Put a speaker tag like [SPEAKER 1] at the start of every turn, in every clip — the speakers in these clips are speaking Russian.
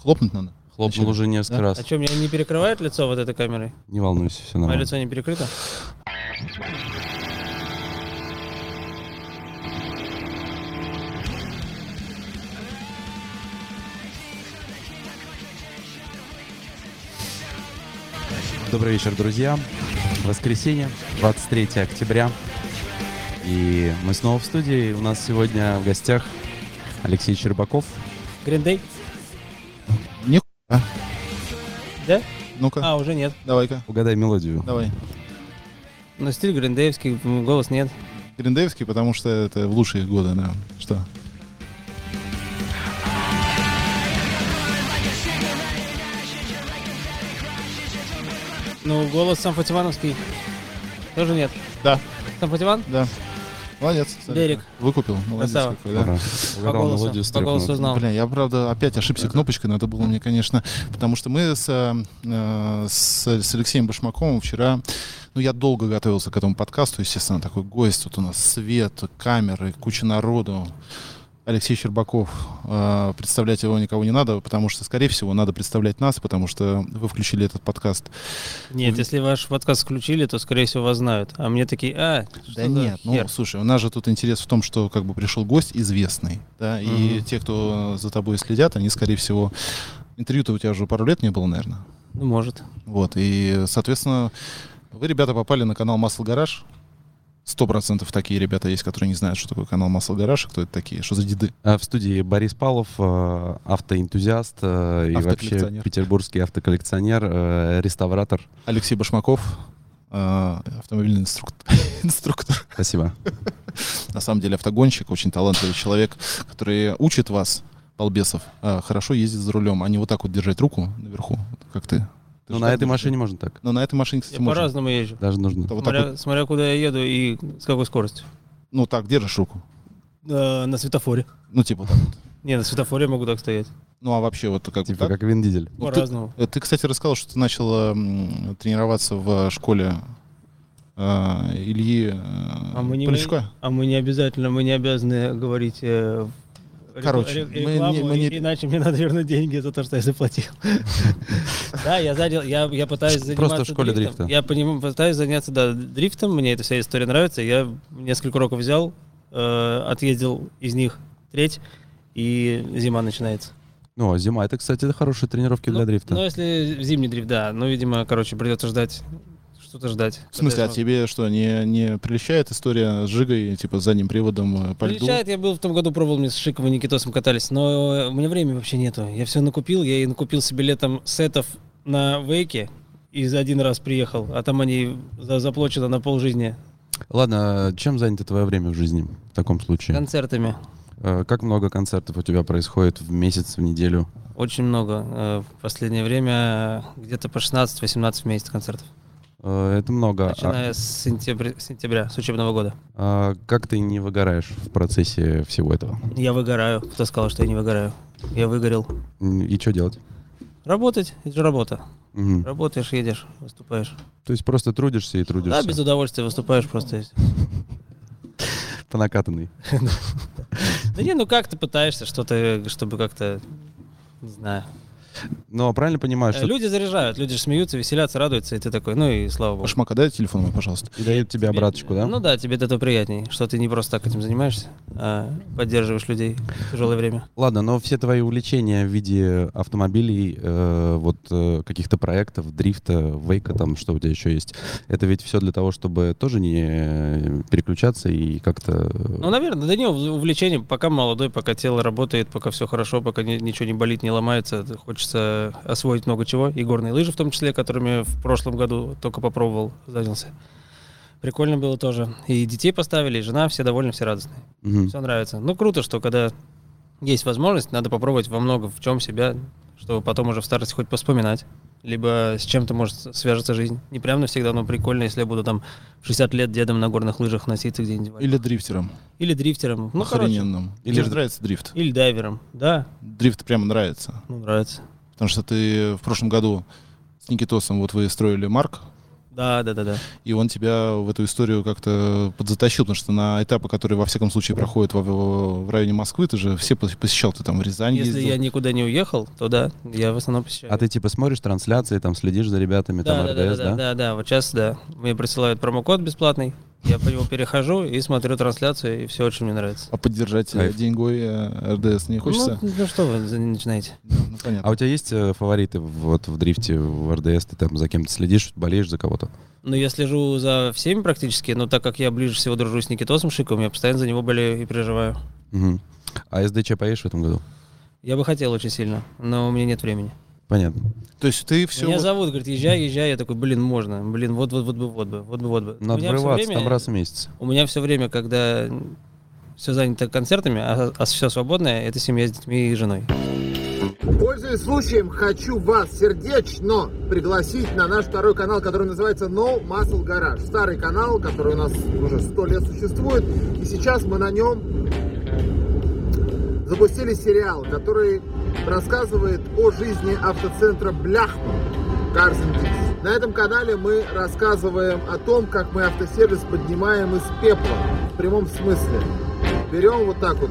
[SPEAKER 1] Хлопнуть надо.
[SPEAKER 2] Хлопнул
[SPEAKER 1] Значит,
[SPEAKER 2] уже несколько
[SPEAKER 1] да?
[SPEAKER 2] раз.
[SPEAKER 3] А что, меня не перекрывает лицо вот этой камерой?
[SPEAKER 2] Не волнуйся, все
[SPEAKER 3] Мое
[SPEAKER 1] Ну.
[SPEAKER 2] нормально.
[SPEAKER 3] лицо не перекрыто?
[SPEAKER 2] Добрый вечер, друзья. Воскресенье, 23 октября. И мы снова в студии. У нас сегодня в гостях Алексей Щербаков.
[SPEAKER 3] Гриндей?
[SPEAKER 1] Нихуя.
[SPEAKER 3] Да?
[SPEAKER 1] Ну-ка,
[SPEAKER 3] А, уже нет.
[SPEAKER 1] давай-ка.
[SPEAKER 2] Угадай мелодию.
[SPEAKER 1] Давай.
[SPEAKER 3] Но стиль гриндеевский, м, голос нет.
[SPEAKER 1] Гриндеевский, потому что это в лучшие годы, да. Что?
[SPEAKER 3] Ну, голос сам Фатимановский. Тоже нет.
[SPEAKER 1] Да,
[SPEAKER 3] Сам Фатиман?
[SPEAKER 1] да. Молодец. кстати.
[SPEAKER 3] Дерек.
[SPEAKER 1] Выкупил. Молодец
[SPEAKER 3] Красава.
[SPEAKER 1] какой, да.
[SPEAKER 2] Ура.
[SPEAKER 3] По
[SPEAKER 2] Угадал
[SPEAKER 3] голосу,
[SPEAKER 2] мелодию с
[SPEAKER 3] по
[SPEAKER 2] трех
[SPEAKER 3] голосу
[SPEAKER 2] нот.
[SPEAKER 3] узнал.
[SPEAKER 1] Бля, я правда опять ошибся кнопочкой, надо было мне, конечно, потому что мы с, э, э, с, с Алексеем Башмаковым вчера, ну, я долго готовился к этому подкасту, естественно, такой гость, тут у нас свет, камеры, куча народу. Алексей Щербаков, э, представлять его никого не надо, потому что, скорее всего, надо представлять нас, потому что вы включили этот подкаст.
[SPEAKER 3] Нет, если ваш подкаст включили, то, скорее всего, вас знают. А мне такие, а, что
[SPEAKER 1] Да
[SPEAKER 3] за
[SPEAKER 1] нет, ну
[SPEAKER 3] хер?
[SPEAKER 1] слушай, у нас же тут интерес в том, что как бы пришел гость известный, да, и
[SPEAKER 3] Мгм.
[SPEAKER 1] те, кто за тобой следят, они, скорее всего, интервью-то у тебя уже пару лет не было, наверное.
[SPEAKER 3] Ну, может.
[SPEAKER 1] Вот, и, соответственно, вы, ребята, попали на канал Масл Гараж. Сто процентов такие ребята есть, которые не знают, что такое канал Масл Гараж, и кто это такие, что за деды.
[SPEAKER 2] А В студии Борис Павлов, э, автоэнтузиаст э, и вообще
[SPEAKER 1] Автоколлекционер.
[SPEAKER 2] петербургский автоколлекционер, э, реставратор.
[SPEAKER 1] Алексей Башмаков, э, автомобильный инструк- инструктор.
[SPEAKER 2] Спасибо.
[SPEAKER 1] На самом деле автогонщик, очень талантливый человек, который учит вас, балбесов, э, хорошо ездить за рулем, а не вот так вот держать руку наверху, как ты. Ты
[SPEAKER 2] Ну,
[SPEAKER 1] же
[SPEAKER 2] на
[SPEAKER 1] так
[SPEAKER 2] этой
[SPEAKER 1] держишь.
[SPEAKER 2] машине можно так.
[SPEAKER 1] Но на этой машине, кстати,
[SPEAKER 3] Я
[SPEAKER 1] можно.
[SPEAKER 3] по-разному езжу.
[SPEAKER 2] Даже нужно.
[SPEAKER 1] Вот так
[SPEAKER 3] смотря,
[SPEAKER 1] вот,
[SPEAKER 3] смотря куда я еду и с какой скоростью.
[SPEAKER 1] ну так, держишь руку.
[SPEAKER 3] Э, на светофоре.
[SPEAKER 1] Ну, типа вот так вот.
[SPEAKER 3] Не, на светофоре могу так стоять.
[SPEAKER 1] Ну, а вообще вот как бы
[SPEAKER 2] Типа
[SPEAKER 1] так.
[SPEAKER 2] как Вин Дизель.
[SPEAKER 1] Ну, ты-
[SPEAKER 3] По-разному.
[SPEAKER 1] Э, Ты, кстати, рассказал, что ты начал эм, тренироваться в э, школе э, Ильи э,
[SPEAKER 3] А мы не-
[SPEAKER 1] Полячка.
[SPEAKER 3] А мы не обязательно, мы не обязаны говорить... э, рекла-
[SPEAKER 1] Короче,
[SPEAKER 3] ре-
[SPEAKER 1] мы не-
[SPEAKER 3] рекламу,
[SPEAKER 1] мы не-
[SPEAKER 3] и- иначе мне надо вернуть деньги за то, что я заплатил. Да, я задел, я, я пытаюсь
[SPEAKER 2] Просто
[SPEAKER 3] заниматься
[SPEAKER 2] в школе
[SPEAKER 3] дрифтом.
[SPEAKER 2] дрифта.
[SPEAKER 3] Я поним- пытаюсь заняться, да, дрифтом, мне эта вся история нравится. Я несколько уроков взял, э, отъездил из них треть, и зима начинается.
[SPEAKER 2] Ну, а зима. Это, кстати, хорошие тренировки для
[SPEAKER 3] Ну,
[SPEAKER 2] дрифта.
[SPEAKER 3] Ну, если зимний дрифт, да. Ну, видимо, короче, придется ждать, что-то ждать.
[SPEAKER 1] В смысле, а
[SPEAKER 3] Когда я смогу.
[SPEAKER 1] тебе что, не, не прилещает история с Жигой, типа, с задним приводом э, по льду?
[SPEAKER 3] Прилетает, я был в том году, пробовал, мы с Шиком и Никитосом катались, но э, у меня времени вообще нету. Я все накупил, я и накупил себе летом сетов на Вейке, и за один раз приехал, а там они за- заплачено на полжизни
[SPEAKER 2] Ладно, чем занято твое время в жизни в таком случае?
[SPEAKER 3] концертами.
[SPEAKER 2] Э, Как много концертов у тебя происходит в месяц, в неделю?
[SPEAKER 3] Очень много. э, В последнее время э, где-то по 16-18 в месяц концертов.
[SPEAKER 2] Э, Это много. А-
[SPEAKER 3] Начиная с сентября, с сентября, с учебного года.
[SPEAKER 2] а как ты не выгораешь в процессе всего этого?
[SPEAKER 3] Я выгораю. Кто сказал, что я не выгораю? Я выгорел.
[SPEAKER 2] М, И что делать?
[SPEAKER 3] Работать, это же работа.
[SPEAKER 2] Мгм.
[SPEAKER 3] Работаешь, едешь, выступаешь.
[SPEAKER 2] То есть просто трудишься и трудишься.
[SPEAKER 3] Да, без удовольствия выступаешь просто. и всё.
[SPEAKER 2] По накатанной.
[SPEAKER 3] Да не, ну как ты пытаешься что-то, чтобы как-то, не знаю.
[SPEAKER 2] Но правильно понимаешь,
[SPEAKER 3] Э,
[SPEAKER 2] А что
[SPEAKER 3] Люди заряжают, люди же смеются, веселятся, радуются, и ты такой, ну и слава богу.
[SPEAKER 1] Башмака, дай телефон мой, пожалуйста.
[SPEAKER 2] и дают тебе обраточку, да?
[SPEAKER 3] Ну да, тебе от этого приятней, что ты не просто так этим занимаешься, а поддерживаешь людей в тяжелое время.
[SPEAKER 2] Ладно, но все твои увлечения в виде автомобилей, э, вот э, каких-то проектов, дрифта, вейка, там, что у тебя еще есть, это ведь все для того, чтобы тоже не э, переключаться и как-то...
[SPEAKER 3] Ну, наверное, да не, увлечение, пока молодой, пока тело работает, пока все хорошо, пока ни- ничего не болит, не ломается, т- хочется освоить много чего, и горные лыжи в том числе, которыми в прошлом году только попробовал, занялся. Прикольно было тоже. И детей поставили, и жена, все довольны, все радостные.
[SPEAKER 2] Мгм.
[SPEAKER 3] Все нравится. Ну, круто, что когда есть возможность, надо попробовать во много в чем себя, чтобы потом уже в старости хоть поспоминать. Либо с чем-то, может, свяжется жизнь. Не прям навсегда, но прикольно, если я буду там в 60 лет дедом на горных лыжах носиться где-нибудь. Или,
[SPEAKER 1] Или дрифтером.
[SPEAKER 3] дрифтером. Ну, короче.
[SPEAKER 1] охрененным.
[SPEAKER 2] Или
[SPEAKER 1] Тебе
[SPEAKER 2] ж-
[SPEAKER 1] же нравится дрифт.
[SPEAKER 3] Или дайвером. Да,
[SPEAKER 1] Дрифт прямо нравится.
[SPEAKER 3] ну, нравится.
[SPEAKER 1] Потому что ты в прошлом году с Никитосом, вот вы строили Марк,
[SPEAKER 3] Да, да, да, да.
[SPEAKER 1] и он тебя в эту историю как-то подзатащил, потому что на этапы, которые во всяком случае проходят во- в, районе Москвы, ты же все пос- посещал, ты там в Рязань
[SPEAKER 3] Если
[SPEAKER 1] ездил.
[SPEAKER 3] я никуда не уехал, то да, я в основном посещаю.
[SPEAKER 2] А ты типа смотришь трансляции, там следишь за ребятами,
[SPEAKER 3] да,
[SPEAKER 2] там
[SPEAKER 3] да, да,
[SPEAKER 2] РДС,
[SPEAKER 3] да, да, да, вот сейчас, да. Мне присылают промокод бесплатный, я по нему перехожу и смотрю трансляцию, и все очень мне нравится.
[SPEAKER 1] А поддержать э,
[SPEAKER 2] Кайф.
[SPEAKER 1] деньгой э, РДС не хочется?
[SPEAKER 3] Ну, ну что вы за- начинаете?
[SPEAKER 1] Да, ну, понятно.
[SPEAKER 2] А у тебя есть э, фавориты вот в дрифте, в РДС? Ты там за кем-то следишь, болеешь за кого-то?
[SPEAKER 3] Ну, я слежу за всеми практически, но так как я ближе всего дружу с Никитосом Шиковым, я постоянно за него болею и переживаю.
[SPEAKER 2] Мгм. А СДЧ поедешь в этом году?
[SPEAKER 3] Я бы хотел очень сильно, но у меня нет времени.
[SPEAKER 2] Понятно.
[SPEAKER 1] То есть ты все...
[SPEAKER 3] Меня зовут, говорит, езжай, езжай. Я такой, блин, можно. Блин, вот, вот, вот бы, вот бы, вот бы, вот бы. у,
[SPEAKER 2] Надо
[SPEAKER 3] меня все
[SPEAKER 2] врываться
[SPEAKER 3] время,
[SPEAKER 2] там раз в месяц.
[SPEAKER 3] у меня все время, когда все занято концертами, а, все свободное, это семья с детьми и женой.
[SPEAKER 4] Пользуясь случаем, хочу вас сердечно пригласить на наш второй канал, который называется No Muscle Garage. Старый канал, который у нас уже сто лет существует. И сейчас мы на нем запустили сериал, который рассказывает о жизни автоцентра Бляхман. Cars and Geeks. На этом канале мы рассказываем о том, как мы автосервис поднимаем из пепла. В прямом смысле. Берем вот так вот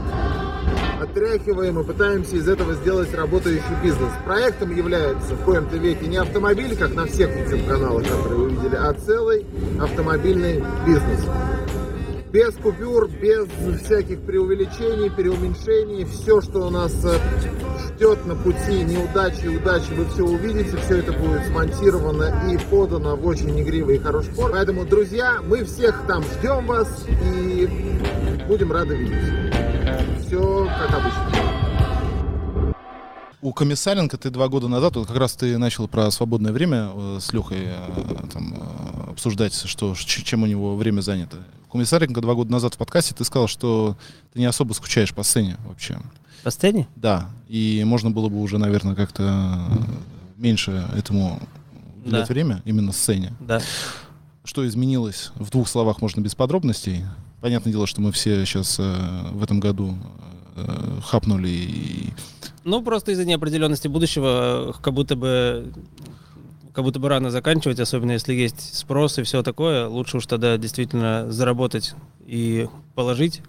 [SPEAKER 4] отряхиваем и пытаемся из этого сделать работающий бизнес. Проектом является в коем-то веке не автомобиль, как на всех этих каналах, которые вы видели, а целый автомобильный бизнес. Без купюр, без всяких преувеличений, переуменьшений, все, что у нас э, ждет на пути неудачи и удачи, вы все увидите, все это будет смонтировано и подано в очень игривый и хороший форм. Поэтому, друзья, мы всех там ждем вас и будем рады видеть. Все как обычно.
[SPEAKER 1] У Комиссаренко ты два года назад, вот как раз ты начал про свободное время э, с Лехой э, там, э, обсуждать, что, ч- чем у него время занято. У Комиссаренко два года назад в подкасте ты сказал, что ты не особо скучаешь по сцене вообще.
[SPEAKER 3] По сцене?
[SPEAKER 1] Да, и можно было бы уже, наверное, как-то э, меньше этому уделять
[SPEAKER 3] Да.
[SPEAKER 1] время, именно сцене.
[SPEAKER 3] Да.
[SPEAKER 1] Что изменилось? В двух словах можно без подробностей. Понятное дело, что мы все сейчас в этом году э, хапнули и
[SPEAKER 3] Ну, просто из-за неопределенности будущего, э, как будто бы как будто бы рано заканчивать, особенно если есть спрос и все такое. Лучше уж тогда действительно заработать и положить,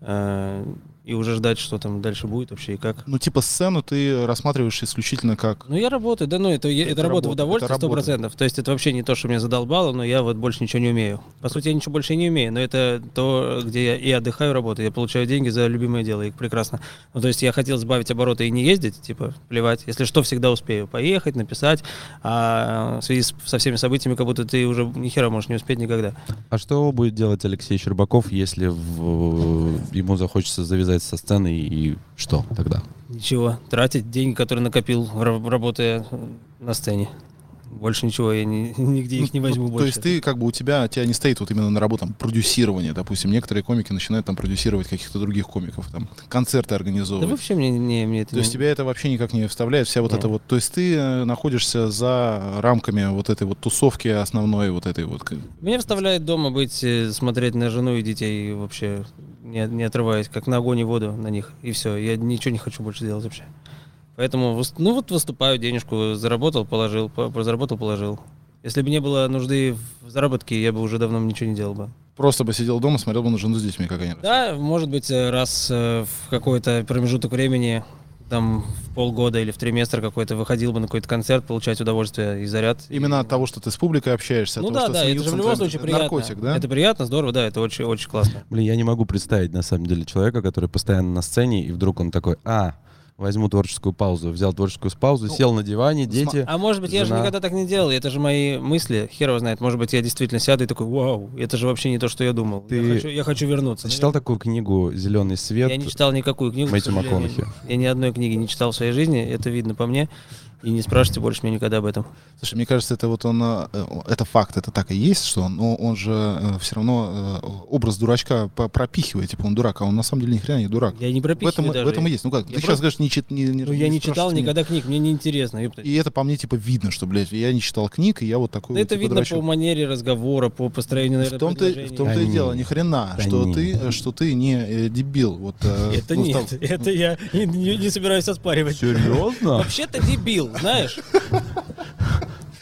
[SPEAKER 3] э, и уже ждать, что там дальше будет вообще и как.
[SPEAKER 1] Ну, типа сцену ты рассматриваешь исключительно как...
[SPEAKER 3] Ну, я работаю, да, ну, это, я-
[SPEAKER 1] Это
[SPEAKER 3] это, работа
[SPEAKER 1] работа,
[SPEAKER 3] в удовольствие,
[SPEAKER 1] это
[SPEAKER 3] сто
[SPEAKER 1] работа.
[SPEAKER 3] процентов. То есть это вообще не то, что меня задолбало, но я вот больше ничего не умею. По сути, я ничего больше не умею, но это то, где я и отдыхаю, работаю, я получаю деньги за любимое дело, и прекрасно. Ну, то есть я хотел сбавить обороты и не ездить, типа, плевать. Если что, всегда успею поехать, написать, а в связи с- со всеми событиями, как будто ты уже ни хера можешь не успеть никогда.
[SPEAKER 2] А что будет делать Алексей Щербаков, если в- ему захочется завязать со сцены и что тогда?
[SPEAKER 3] Ничего, тратить деньги, которые накопил, ра- работая на сцене. Больше ничего, я ни- нигде их не возьму
[SPEAKER 1] Ну,
[SPEAKER 3] больше.
[SPEAKER 1] То есть ты, как бы, у тебя, тебя не стоит вот именно на работу, там, продюсирование, допустим. Некоторые комики начинают там продюсировать каких-то других комиков, там, концерты
[SPEAKER 3] Да
[SPEAKER 1] организовывать.
[SPEAKER 3] вообще мне, не, мне это
[SPEAKER 1] то есть
[SPEAKER 3] не-
[SPEAKER 1] тебя это вообще никак не вставляет, вся вот
[SPEAKER 3] Нет.
[SPEAKER 1] эта вот... То есть ты э, находишься за рамками вот этой вот тусовки основной, вот этой вот... к-
[SPEAKER 3] Меня вставляет дома быть, э, смотреть на жену и детей и вообще, не, не отрываясь, как на огонь и воду на них. И все, я ничего не хочу больше делать вообще. Поэтому, выс- ну вот выступаю, денежку заработал, положил, по- заработал, положил. Если бы не было нужды в заработке, я бы уже давно ничего не делал бы.
[SPEAKER 1] Просто бы сидел дома, смотрел бы на жену с детьми, как они... растут.
[SPEAKER 3] Да, может быть, э, раз э, в какой-то промежуток времени, там в полгода или в триместр какой-то, выходил бы на какой-то концерт, получать удовольствие и заряд.
[SPEAKER 1] Именно от того, что ты с публикой общаешься, от
[SPEAKER 3] ну
[SPEAKER 1] того,
[SPEAKER 3] да,
[SPEAKER 1] что
[SPEAKER 3] да, это
[SPEAKER 1] смеются
[SPEAKER 3] же в
[SPEAKER 1] над
[SPEAKER 3] любом
[SPEAKER 1] тобой.
[SPEAKER 3] случае
[SPEAKER 1] Это
[SPEAKER 3] приятно.
[SPEAKER 1] Наркотик, да?
[SPEAKER 3] Это приятно, здорово, да, это очень, очень классно.
[SPEAKER 2] Блин, я не могу представить, на самом деле, человека, который постоянно на сцене, и вдруг он такой, а, возьму творческую паузу. Взял творческую паузу,
[SPEAKER 1] Ну,
[SPEAKER 2] сел на диване,
[SPEAKER 1] сма-
[SPEAKER 2] дети.
[SPEAKER 3] А может быть, я же
[SPEAKER 2] Жена.
[SPEAKER 3] никогда так не делал, это же мои мысли, хер его знает. Может быть, я действительно сяду и такой, вау, это же вообще не то, что я думал.
[SPEAKER 2] Ты
[SPEAKER 3] Я, хочу, я хочу вернуться.
[SPEAKER 2] Ты читал такую книгу «Зеленый свет»?
[SPEAKER 3] Я не читал никакую книгу. к
[SPEAKER 2] Мэтью
[SPEAKER 3] сожалению.
[SPEAKER 2] МакКонахи.
[SPEAKER 3] Я ни одной книги не читал в своей жизни, это видно по мне. И не спрашивайте больше меня никогда об этом.
[SPEAKER 1] Слушай, мне кажется, это вот он, э, это факт, это так и есть, что он, но он же все равно э, образ дурачка по- пропихивает, типа он дурак, а он на самом деле ни хрена не дурак.
[SPEAKER 3] Я не
[SPEAKER 1] В
[SPEAKER 3] пропихиваю
[SPEAKER 1] этом,
[SPEAKER 3] даже.
[SPEAKER 1] в этом и есть. Ну как,
[SPEAKER 3] Я
[SPEAKER 1] ты сейчас
[SPEAKER 3] просто-
[SPEAKER 1] говоришь, не, чит, не, не-
[SPEAKER 3] Ну, я не читал
[SPEAKER 1] спрашиваешь меня.
[SPEAKER 3] никогда книг, мне неинтересно. ёпта.
[SPEAKER 1] И это по мне, типа, видно, что, блядь, я не читал книг, и я вот такой
[SPEAKER 3] Да
[SPEAKER 1] вот,
[SPEAKER 3] это
[SPEAKER 1] типа,
[SPEAKER 3] видно
[SPEAKER 1] дурачок.
[SPEAKER 3] по манере разговора, по построению,
[SPEAKER 1] ну, в
[SPEAKER 3] наверное,
[SPEAKER 1] том-то, в
[SPEAKER 3] предложений.
[SPEAKER 1] том-то
[SPEAKER 2] Да
[SPEAKER 1] и
[SPEAKER 2] не.
[SPEAKER 1] дело, ни хрена,
[SPEAKER 2] Да
[SPEAKER 1] что,
[SPEAKER 2] не.
[SPEAKER 1] ты, э, что ты не э, дебил. Вот, э,
[SPEAKER 3] Это
[SPEAKER 1] ну,
[SPEAKER 3] нет,
[SPEAKER 1] там-
[SPEAKER 3] это я не, не- не собираюсь оспаривать.
[SPEAKER 2] Серьезно?
[SPEAKER 3] Вообще ты дебил, знаешь?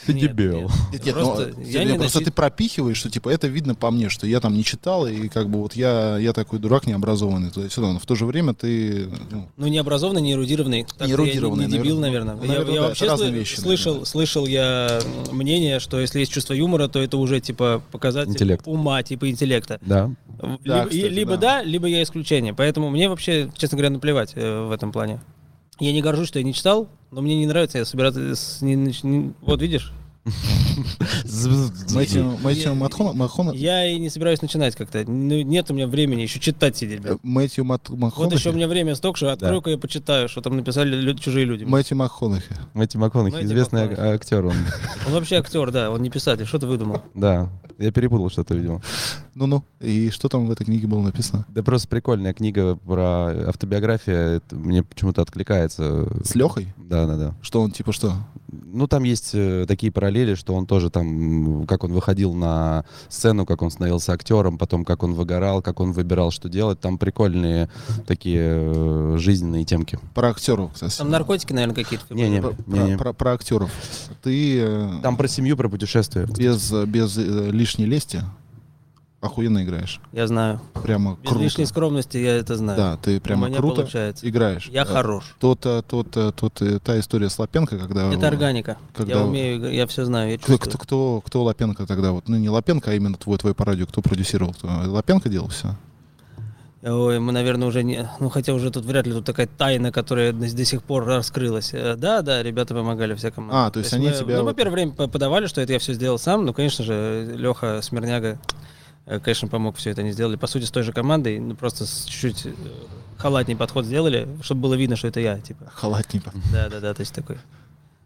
[SPEAKER 2] Ты
[SPEAKER 3] Нет,
[SPEAKER 2] дебил.
[SPEAKER 3] нет.
[SPEAKER 1] Нет, нет,
[SPEAKER 3] Просто
[SPEAKER 1] ну,
[SPEAKER 3] я
[SPEAKER 1] Сергей,
[SPEAKER 3] не
[SPEAKER 1] просто
[SPEAKER 3] наси-
[SPEAKER 1] ты пропихиваешь, что типа это видно по мне, что я там не читал, и как бы вот я, я такой дурак необразованный туда-сюда. Но в то же время ты. ну,
[SPEAKER 3] Ну, не образованный, не эрудированный. Так-то я не-
[SPEAKER 1] эрудированный,
[SPEAKER 3] не, дебил, наверное.
[SPEAKER 1] наверное. Наверное,
[SPEAKER 3] я, я
[SPEAKER 1] да,
[SPEAKER 3] вообще
[SPEAKER 1] это разные
[SPEAKER 3] слы-
[SPEAKER 1] вещи,
[SPEAKER 3] слышал,
[SPEAKER 1] наверное.
[SPEAKER 3] слышал я м, мнение, что если есть чувство юмора, то это уже типа показатель
[SPEAKER 2] Интеллект.
[SPEAKER 3] ума, типа интеллекта.
[SPEAKER 2] Да.
[SPEAKER 1] Да,
[SPEAKER 3] либо, и-
[SPEAKER 1] кстати,
[SPEAKER 3] либо
[SPEAKER 1] да.
[SPEAKER 3] да. либо я исключение. Поэтому мне вообще, честно говоря, наплевать э, в этом плане. Я не горжусь, что я не читал, но мне не нравится, я собираться... с- не- не- не- вот видишь,
[SPEAKER 1] Мэтью Мэтью
[SPEAKER 3] я-
[SPEAKER 1] Макхона- Макхона-
[SPEAKER 3] я и не собираюсь начинать как-то. Ну, нет у меня времени еще читать сидеть. блин.
[SPEAKER 1] э, Мэтью Мат-
[SPEAKER 3] Вот еще у
[SPEAKER 1] Макхонахи.
[SPEAKER 3] меня время столько, что открою-ка я почитаю, что там написали лю- чужие люди.
[SPEAKER 1] Мэтью Макхонахи.
[SPEAKER 2] Мэтью МакКонахи,
[SPEAKER 3] Мэтью
[SPEAKER 2] известный ак-
[SPEAKER 3] МакКонахи.
[SPEAKER 2] актер он.
[SPEAKER 3] Он вообще актер, да, он не писатель, что ты выдумал?
[SPEAKER 2] Да. Я перепутал что-то, видимо.
[SPEAKER 1] Ну-ну. И что там в этой книге было написано?
[SPEAKER 2] Да просто прикольная книга про автобиография. Это мне почему-то откликается.
[SPEAKER 1] С Лехой?
[SPEAKER 2] Да, да, да.
[SPEAKER 1] Что он типа что?
[SPEAKER 2] Ну, там есть э, такие параллели, что он тоже там, м, как он выходил на сцену, как он становился актером, потом как он выгорал, как он выбирал, что делать. Там прикольные такие э, жизненные темки.
[SPEAKER 1] Про актеров, кстати.
[SPEAKER 3] Там наркотики, наверное, какие-то.
[SPEAKER 2] Не-не.
[SPEAKER 1] Про,
[SPEAKER 2] Не-не.
[SPEAKER 1] про- про- про актеров. Ты э,
[SPEAKER 2] Там про семью, про путешествия.
[SPEAKER 1] без, без э, лишней лести охуенно играешь.
[SPEAKER 3] Я знаю.
[SPEAKER 1] Прямо
[SPEAKER 3] Без
[SPEAKER 1] круто.
[SPEAKER 3] лишней скромности я это знаю.
[SPEAKER 1] Да, ты
[SPEAKER 3] У
[SPEAKER 1] прямо
[SPEAKER 3] меня
[SPEAKER 1] круто
[SPEAKER 3] получается.
[SPEAKER 1] играешь.
[SPEAKER 3] Я
[SPEAKER 1] Да.
[SPEAKER 3] хорош.
[SPEAKER 1] Тот, э, тот, э, тот, э, та история с Лапенко, когда...
[SPEAKER 3] Это органика.
[SPEAKER 1] А, когда
[SPEAKER 3] Я
[SPEAKER 1] вы-
[SPEAKER 3] умею, игр- я все знаю, я
[SPEAKER 1] Кто,
[SPEAKER 3] чувствую.
[SPEAKER 1] кто, кто, кто Лапенко тогда? Вот, ну, не Лапенко, а именно твой, твой по радио. Кто продюсировал? Кто- э, Лапенко делал все?
[SPEAKER 3] Ой, мы, наверное, уже не... Ну, хотя уже тут вряд ли тут такая тайна, которая до, до сих пор раскрылась. Э, Да, да, ребята помогали всякому.
[SPEAKER 1] А, то есть они
[SPEAKER 3] мы-
[SPEAKER 1] тебя
[SPEAKER 3] Ну,
[SPEAKER 1] вот-
[SPEAKER 3] мы первое время по- подавали, что это я все сделал сам. Ну, конечно же, Леха Смирняга, э, конечно, помог все это они сделали. По сути, с той же командой, ну, просто с чуть-чуть э, халатный подход сделали, чтобы было видно, что это я, типа.
[SPEAKER 1] Халатник.
[SPEAKER 3] Да-да-да, то есть такой.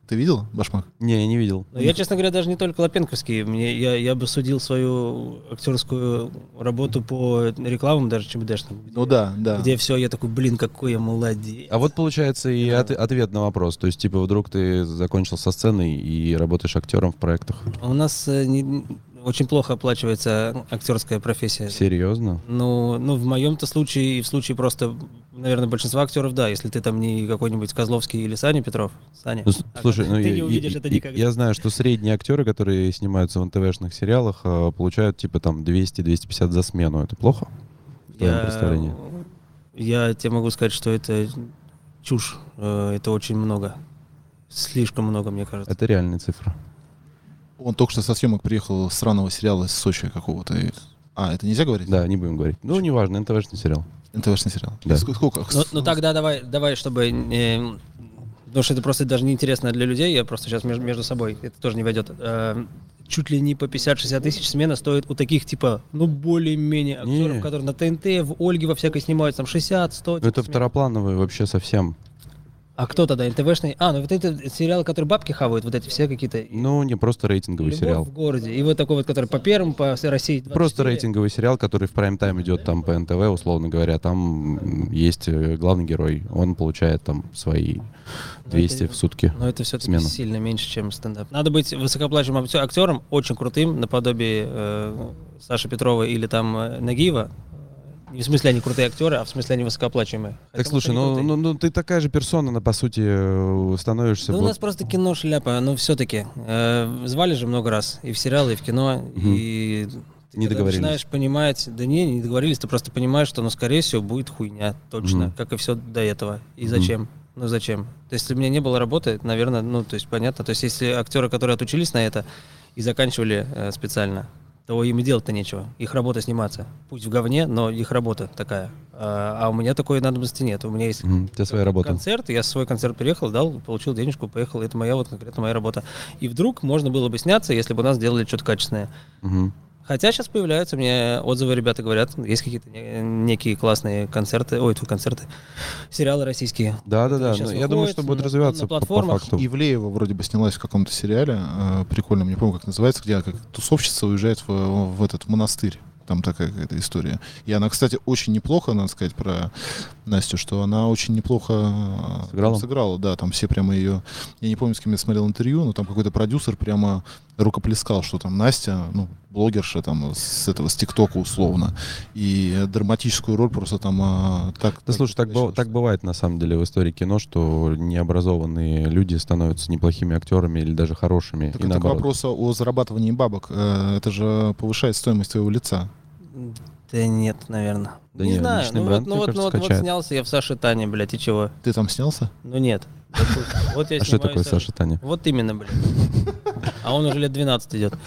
[SPEAKER 1] Ты видел, Башмак?
[SPEAKER 2] Не, я не видел.
[SPEAKER 3] Но Ну, я, честно говоря, даже не только Лапенковский. Мне, я, я бы судил свою актерскую работу по рекламам даже ЧБДшным.
[SPEAKER 1] Ну да, да.
[SPEAKER 3] Где все, я такой, блин, какой я молодец.
[SPEAKER 2] А вот получается и от- ответ на вопрос. То есть, типа, вдруг ты закончил со сценой и работаешь актером в проектах.
[SPEAKER 3] У нас э, не- очень плохо оплачивается актерская профессия.
[SPEAKER 2] Серьезно?
[SPEAKER 3] Ну, ну, в моем-то случае, и в случае просто, наверное, большинства актеров, да, если ты там не какой-нибудь Козловский или Саня Петров. Саня.
[SPEAKER 2] Ну, с-
[SPEAKER 3] А
[SPEAKER 2] слушай,
[SPEAKER 3] как
[SPEAKER 2] ну,
[SPEAKER 3] ты
[SPEAKER 2] я,
[SPEAKER 3] не
[SPEAKER 2] я-
[SPEAKER 3] увидишь это
[SPEAKER 2] я-
[SPEAKER 3] никогда.
[SPEAKER 2] я знаю, что средние актеры, которые снимаются в НТВшных сериалах, э, получают типа там 200-250 за смену. Это плохо? В твоем представлении?
[SPEAKER 3] я тебе могу сказать, что это чушь. Э, Это очень много. Слишком много, мне кажется.
[SPEAKER 2] Это реальная цифра.
[SPEAKER 1] Он только что со съемок приехал с сраного сериала из Сочи какого-то. и- А, это нельзя говорить?
[SPEAKER 2] Да, не будем говорить. Ну, неважно, НТВшный сериал.
[SPEAKER 1] НТВшный сериал.
[SPEAKER 2] Да.
[SPEAKER 1] И ск- Сколько?
[SPEAKER 3] Ну, ну тогда давай, давай, чтобы... э, потому что это просто даже неинтересно для людей, я просто сейчас между, между собой, это тоже не войдет. Э, чуть ли не по 50-60 тысяч смена стоит у таких, типа, ну, более-менее актеров,
[SPEAKER 2] Не.
[SPEAKER 3] которые на ТНТ, в Ольге во всякой снимают, там, 60-100.
[SPEAKER 2] Ну, это второплановый вообще совсем.
[SPEAKER 3] А кто тогда, НТВшный? А, ну вот это сериалы, которые бабки хавают, вот эти все какие-то.
[SPEAKER 2] Ну, не просто рейтинговый
[SPEAKER 3] «Любовь
[SPEAKER 2] сериал.
[SPEAKER 3] в городе. И вот такой вот, который по первым, по всей России. 24.
[SPEAKER 2] Просто рейтинговый сериал, который в прайм-тайм идет там по НТВ, условно говоря. Там м, есть э, главный герой. Он получает там свои
[SPEAKER 3] Ну,
[SPEAKER 2] 200 в сутки.
[SPEAKER 3] Но это все-таки
[SPEAKER 2] Смена.
[SPEAKER 3] сильно меньше, чем стендап. Надо быть высокооплачиваемым актё- актером, очень крутым, наподобие э, Саши Петрова или там э, Нагиева. Э, Не в смысле они крутые актеры, а в смысле они высокооплачиваемые.
[SPEAKER 2] Так,
[SPEAKER 3] Потому что
[SPEAKER 2] слушай,
[SPEAKER 3] они
[SPEAKER 2] ну,
[SPEAKER 3] крутые.
[SPEAKER 2] ну, ну, ты такая же персона, на, по сути, э, становишься...
[SPEAKER 3] Да Ну, у
[SPEAKER 2] вот-
[SPEAKER 3] нас просто кино шляпа, но все-таки. звали же много раз и в сериалы, и в кино, и... ты
[SPEAKER 2] Не
[SPEAKER 3] когда
[SPEAKER 2] договорились.
[SPEAKER 3] начинаешь понимать, да не, не договорились, ты просто понимаешь, что, ну, скорее всего, будет хуйня, точно,
[SPEAKER 2] Мгм.
[SPEAKER 3] как и все до этого. И
[SPEAKER 2] Мгм.
[SPEAKER 3] зачем? Ну, зачем? То есть, если у меня не было работы, наверное, ну, то есть, понятно, то есть, если актеры, которые отучились на это и заканчивали э, специально, то им и делать-то нечего. Их работа сниматься. Пусть в говне, но их работа такая. А, а у меня такой надобности нет. У меня есть
[SPEAKER 2] Мгм, У тебя своя работа.
[SPEAKER 3] концерт, я свой концерт переехал, дал, получил денежку, поехал, это моя вот конкретно моя работа. И вдруг можно было бы сняться, если бы у нас делали что-то качественное.
[SPEAKER 2] Мгм.
[SPEAKER 3] Хотя сейчас появляются мне отзывы, ребята говорят, есть какие-то не- некие классные концерты, ой, тут концерты, сериалы российские.
[SPEAKER 2] Да-да-да,
[SPEAKER 3] Сейчас
[SPEAKER 2] ну, я думаю,
[SPEAKER 3] выходит
[SPEAKER 2] что будет
[SPEAKER 3] на-
[SPEAKER 2] развиваться
[SPEAKER 3] на
[SPEAKER 2] по- по
[SPEAKER 3] платформах.
[SPEAKER 2] факту.
[SPEAKER 1] Ивлеева вроде бы снялась в каком-то сериале э, прикольном, не помню, как называется, где она как тусовщица уезжает в, в этот монастырь. Там такая какая-то история. И она, кстати, очень неплохо, надо сказать про Настю, что она очень неплохо э,
[SPEAKER 2] Сыграла?
[SPEAKER 1] сыграла. Да, там все прямо ее... Я не помню, с кем я смотрел интервью, но там какой-то продюсер прямо рукоплескал, что там Настя, ну, блогерша там с этого, с ТикТока условно. И драматическую роль просто там а, так...
[SPEAKER 2] Да слушай, так, бо-
[SPEAKER 1] вытащила,
[SPEAKER 2] так
[SPEAKER 1] что-
[SPEAKER 2] бывает на самом деле в истории кино, что необразованные люди становятся неплохими актерами или даже хорошими.
[SPEAKER 1] Так
[SPEAKER 2] и
[SPEAKER 1] это к
[SPEAKER 2] наоборот.
[SPEAKER 1] вопросу о зарабатывании бабок. Э, Это же повышает стоимость твоего лица.
[SPEAKER 3] Да нет, наверное.
[SPEAKER 2] Да
[SPEAKER 3] не
[SPEAKER 2] нет,
[SPEAKER 3] знаю.
[SPEAKER 2] личный
[SPEAKER 3] Ну
[SPEAKER 2] бренд,
[SPEAKER 3] вот, ну
[SPEAKER 2] мне
[SPEAKER 3] вот,
[SPEAKER 2] кажется,
[SPEAKER 3] ну вот, вот
[SPEAKER 2] качает.
[SPEAKER 3] снялся я в Саше Тане, блядь, и чего?
[SPEAKER 1] Ты там снялся?
[SPEAKER 3] Ну нет. Вот я
[SPEAKER 2] А что
[SPEAKER 3] снимаюсь,
[SPEAKER 2] такое Саша Таня?
[SPEAKER 3] Вот именно, блядь. А он уже лет 12 идет.
[SPEAKER 1] А,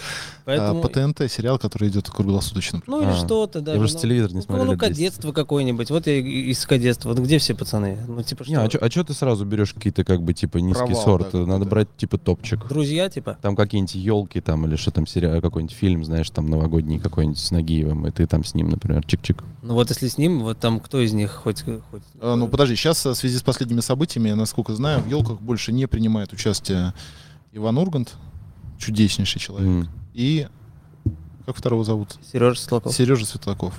[SPEAKER 3] Поэтому...
[SPEAKER 1] По ТНТ сериал, который идет круглосуточно.
[SPEAKER 3] Ну или
[SPEAKER 2] А,
[SPEAKER 3] что-то, да.
[SPEAKER 2] я уже телевизор не смотрю
[SPEAKER 3] Ну,
[SPEAKER 2] лет 10.
[SPEAKER 3] кадетство какое-нибудь. Вот я и- из кадетства. Вот где все пацаны? Ну, типа что?
[SPEAKER 2] Не, а что ты сразу берешь какие-то как бы типа низкий
[SPEAKER 1] Провал,
[SPEAKER 2] сорт?
[SPEAKER 1] да,
[SPEAKER 2] Надо
[SPEAKER 1] да.
[SPEAKER 2] брать типа топчик.
[SPEAKER 3] Друзья, типа?
[SPEAKER 2] Там какие-нибудь елки там или что там сериал, какой-нибудь фильм, знаешь, там новогодний какой-нибудь с Нагиевым, и ты там с ним, например, чик-чик.
[SPEAKER 3] Ну вот если с ним, вот там кто из них хоть... э, хоть...
[SPEAKER 1] А, Ну, подожди, сейчас в связи с последними событиями, насколько знаю, в «Елках» больше не принимает участие Иван Ургант, чудеснейший человек,
[SPEAKER 2] М,
[SPEAKER 1] и... Как второго зовут?
[SPEAKER 3] Сережа Светлаков.
[SPEAKER 1] Сережа Светлаков.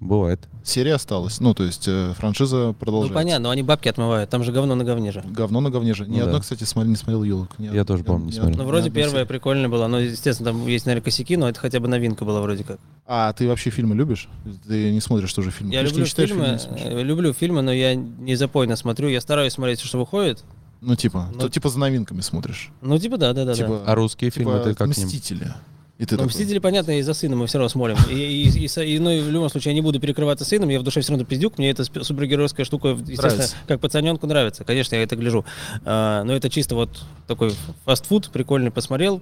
[SPEAKER 2] Бывает.
[SPEAKER 1] Серия осталась. Ну, то есть э, франшиза
[SPEAKER 3] Ну
[SPEAKER 1] продолжается.
[SPEAKER 3] понятно, но они бабки отмывают. Там же говно на говне же.
[SPEAKER 1] Говно на говне же. Ни
[SPEAKER 2] Ну да.
[SPEAKER 1] одной, кстати, смо- не смотрел елок.
[SPEAKER 2] Я тоже, по-моему, не смотрел.
[SPEAKER 3] Ну, вроде первая прикольная была. Ну, естественно, там есть, наверное, косяки, но это хотя бы новинка была вроде как.
[SPEAKER 1] А ты вообще фильмы любишь? Ты не смотришь тоже фильмы?
[SPEAKER 3] Я
[SPEAKER 1] Ну, Ты же
[SPEAKER 3] люблю
[SPEAKER 1] не читаешь
[SPEAKER 3] фильмы,
[SPEAKER 1] фильмы, не смотришь?
[SPEAKER 3] э, люблю фильмы, но я не запойно смотрю. Я стараюсь смотреть, что выходит.
[SPEAKER 1] Ну, типа,
[SPEAKER 3] Ну,
[SPEAKER 1] то, типа за новинками смотришь.
[SPEAKER 3] Ну, типа, да, да, да. да.
[SPEAKER 1] типа,
[SPEAKER 2] А русские
[SPEAKER 1] типа
[SPEAKER 2] фильмы ты как к ним?
[SPEAKER 1] «Мстители». И ты
[SPEAKER 3] Ну,
[SPEAKER 1] такой, «А
[SPEAKER 3] «Мстители», понятно, и за сына мы все равно смотрим. И, и- и со- и, ну, и в любом случае, я не буду перекрываться сыном, я в душе все равно пиздюк, мне эта спе- супергеройская штука, естественно,
[SPEAKER 1] Нравится.
[SPEAKER 3] как пацаненку нравится. Конечно, я это гляжу. А, но это чисто вот такой фастфуд, прикольный, посмотрел,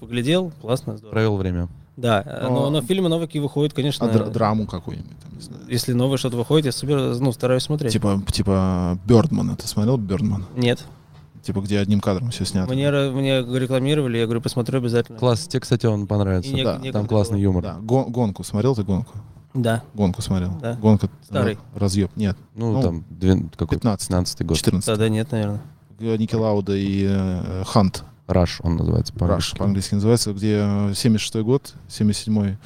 [SPEAKER 3] поглядел, классно, здорово.
[SPEAKER 2] Провел время.
[SPEAKER 3] Да, э, но,
[SPEAKER 1] А-
[SPEAKER 3] но фильмы новые какие выходят, конечно.
[SPEAKER 1] а дра- драму какую-нибудь, там, не знаю.
[SPEAKER 3] Если новое что-то выходит, я супер, ну, стараюсь смотреть.
[SPEAKER 1] Типа, типа Бердмана. Ты смотрел Бердмана?
[SPEAKER 3] Нет.
[SPEAKER 1] Типа, где одним кадром все снято.
[SPEAKER 3] Мне, ра- мне рекламировали, я говорю, посмотрю обязательно.
[SPEAKER 2] Класс, тебе, кстати, он понравится.
[SPEAKER 3] И не-
[SPEAKER 1] да,
[SPEAKER 3] некогда
[SPEAKER 2] Там классный
[SPEAKER 3] было.
[SPEAKER 2] юмор.
[SPEAKER 1] Да, гон- гонку смотрел ты гонку?
[SPEAKER 3] Да.
[SPEAKER 1] Гонку смотрел.
[SPEAKER 3] Да.
[SPEAKER 1] Гонка
[SPEAKER 3] Старый.
[SPEAKER 1] разъеб. Нет,
[SPEAKER 2] Ну,
[SPEAKER 1] Ну,
[SPEAKER 2] там, две- какой
[SPEAKER 1] 15.
[SPEAKER 2] 15 год.
[SPEAKER 1] 14.
[SPEAKER 3] Да, да, нет, наверное.
[SPEAKER 1] Ники Лауда и э, Хант.
[SPEAKER 2] Раш он называется
[SPEAKER 1] Rush
[SPEAKER 2] по-английски.
[SPEAKER 1] по-английски называется, где э, 76-й год, 77-й,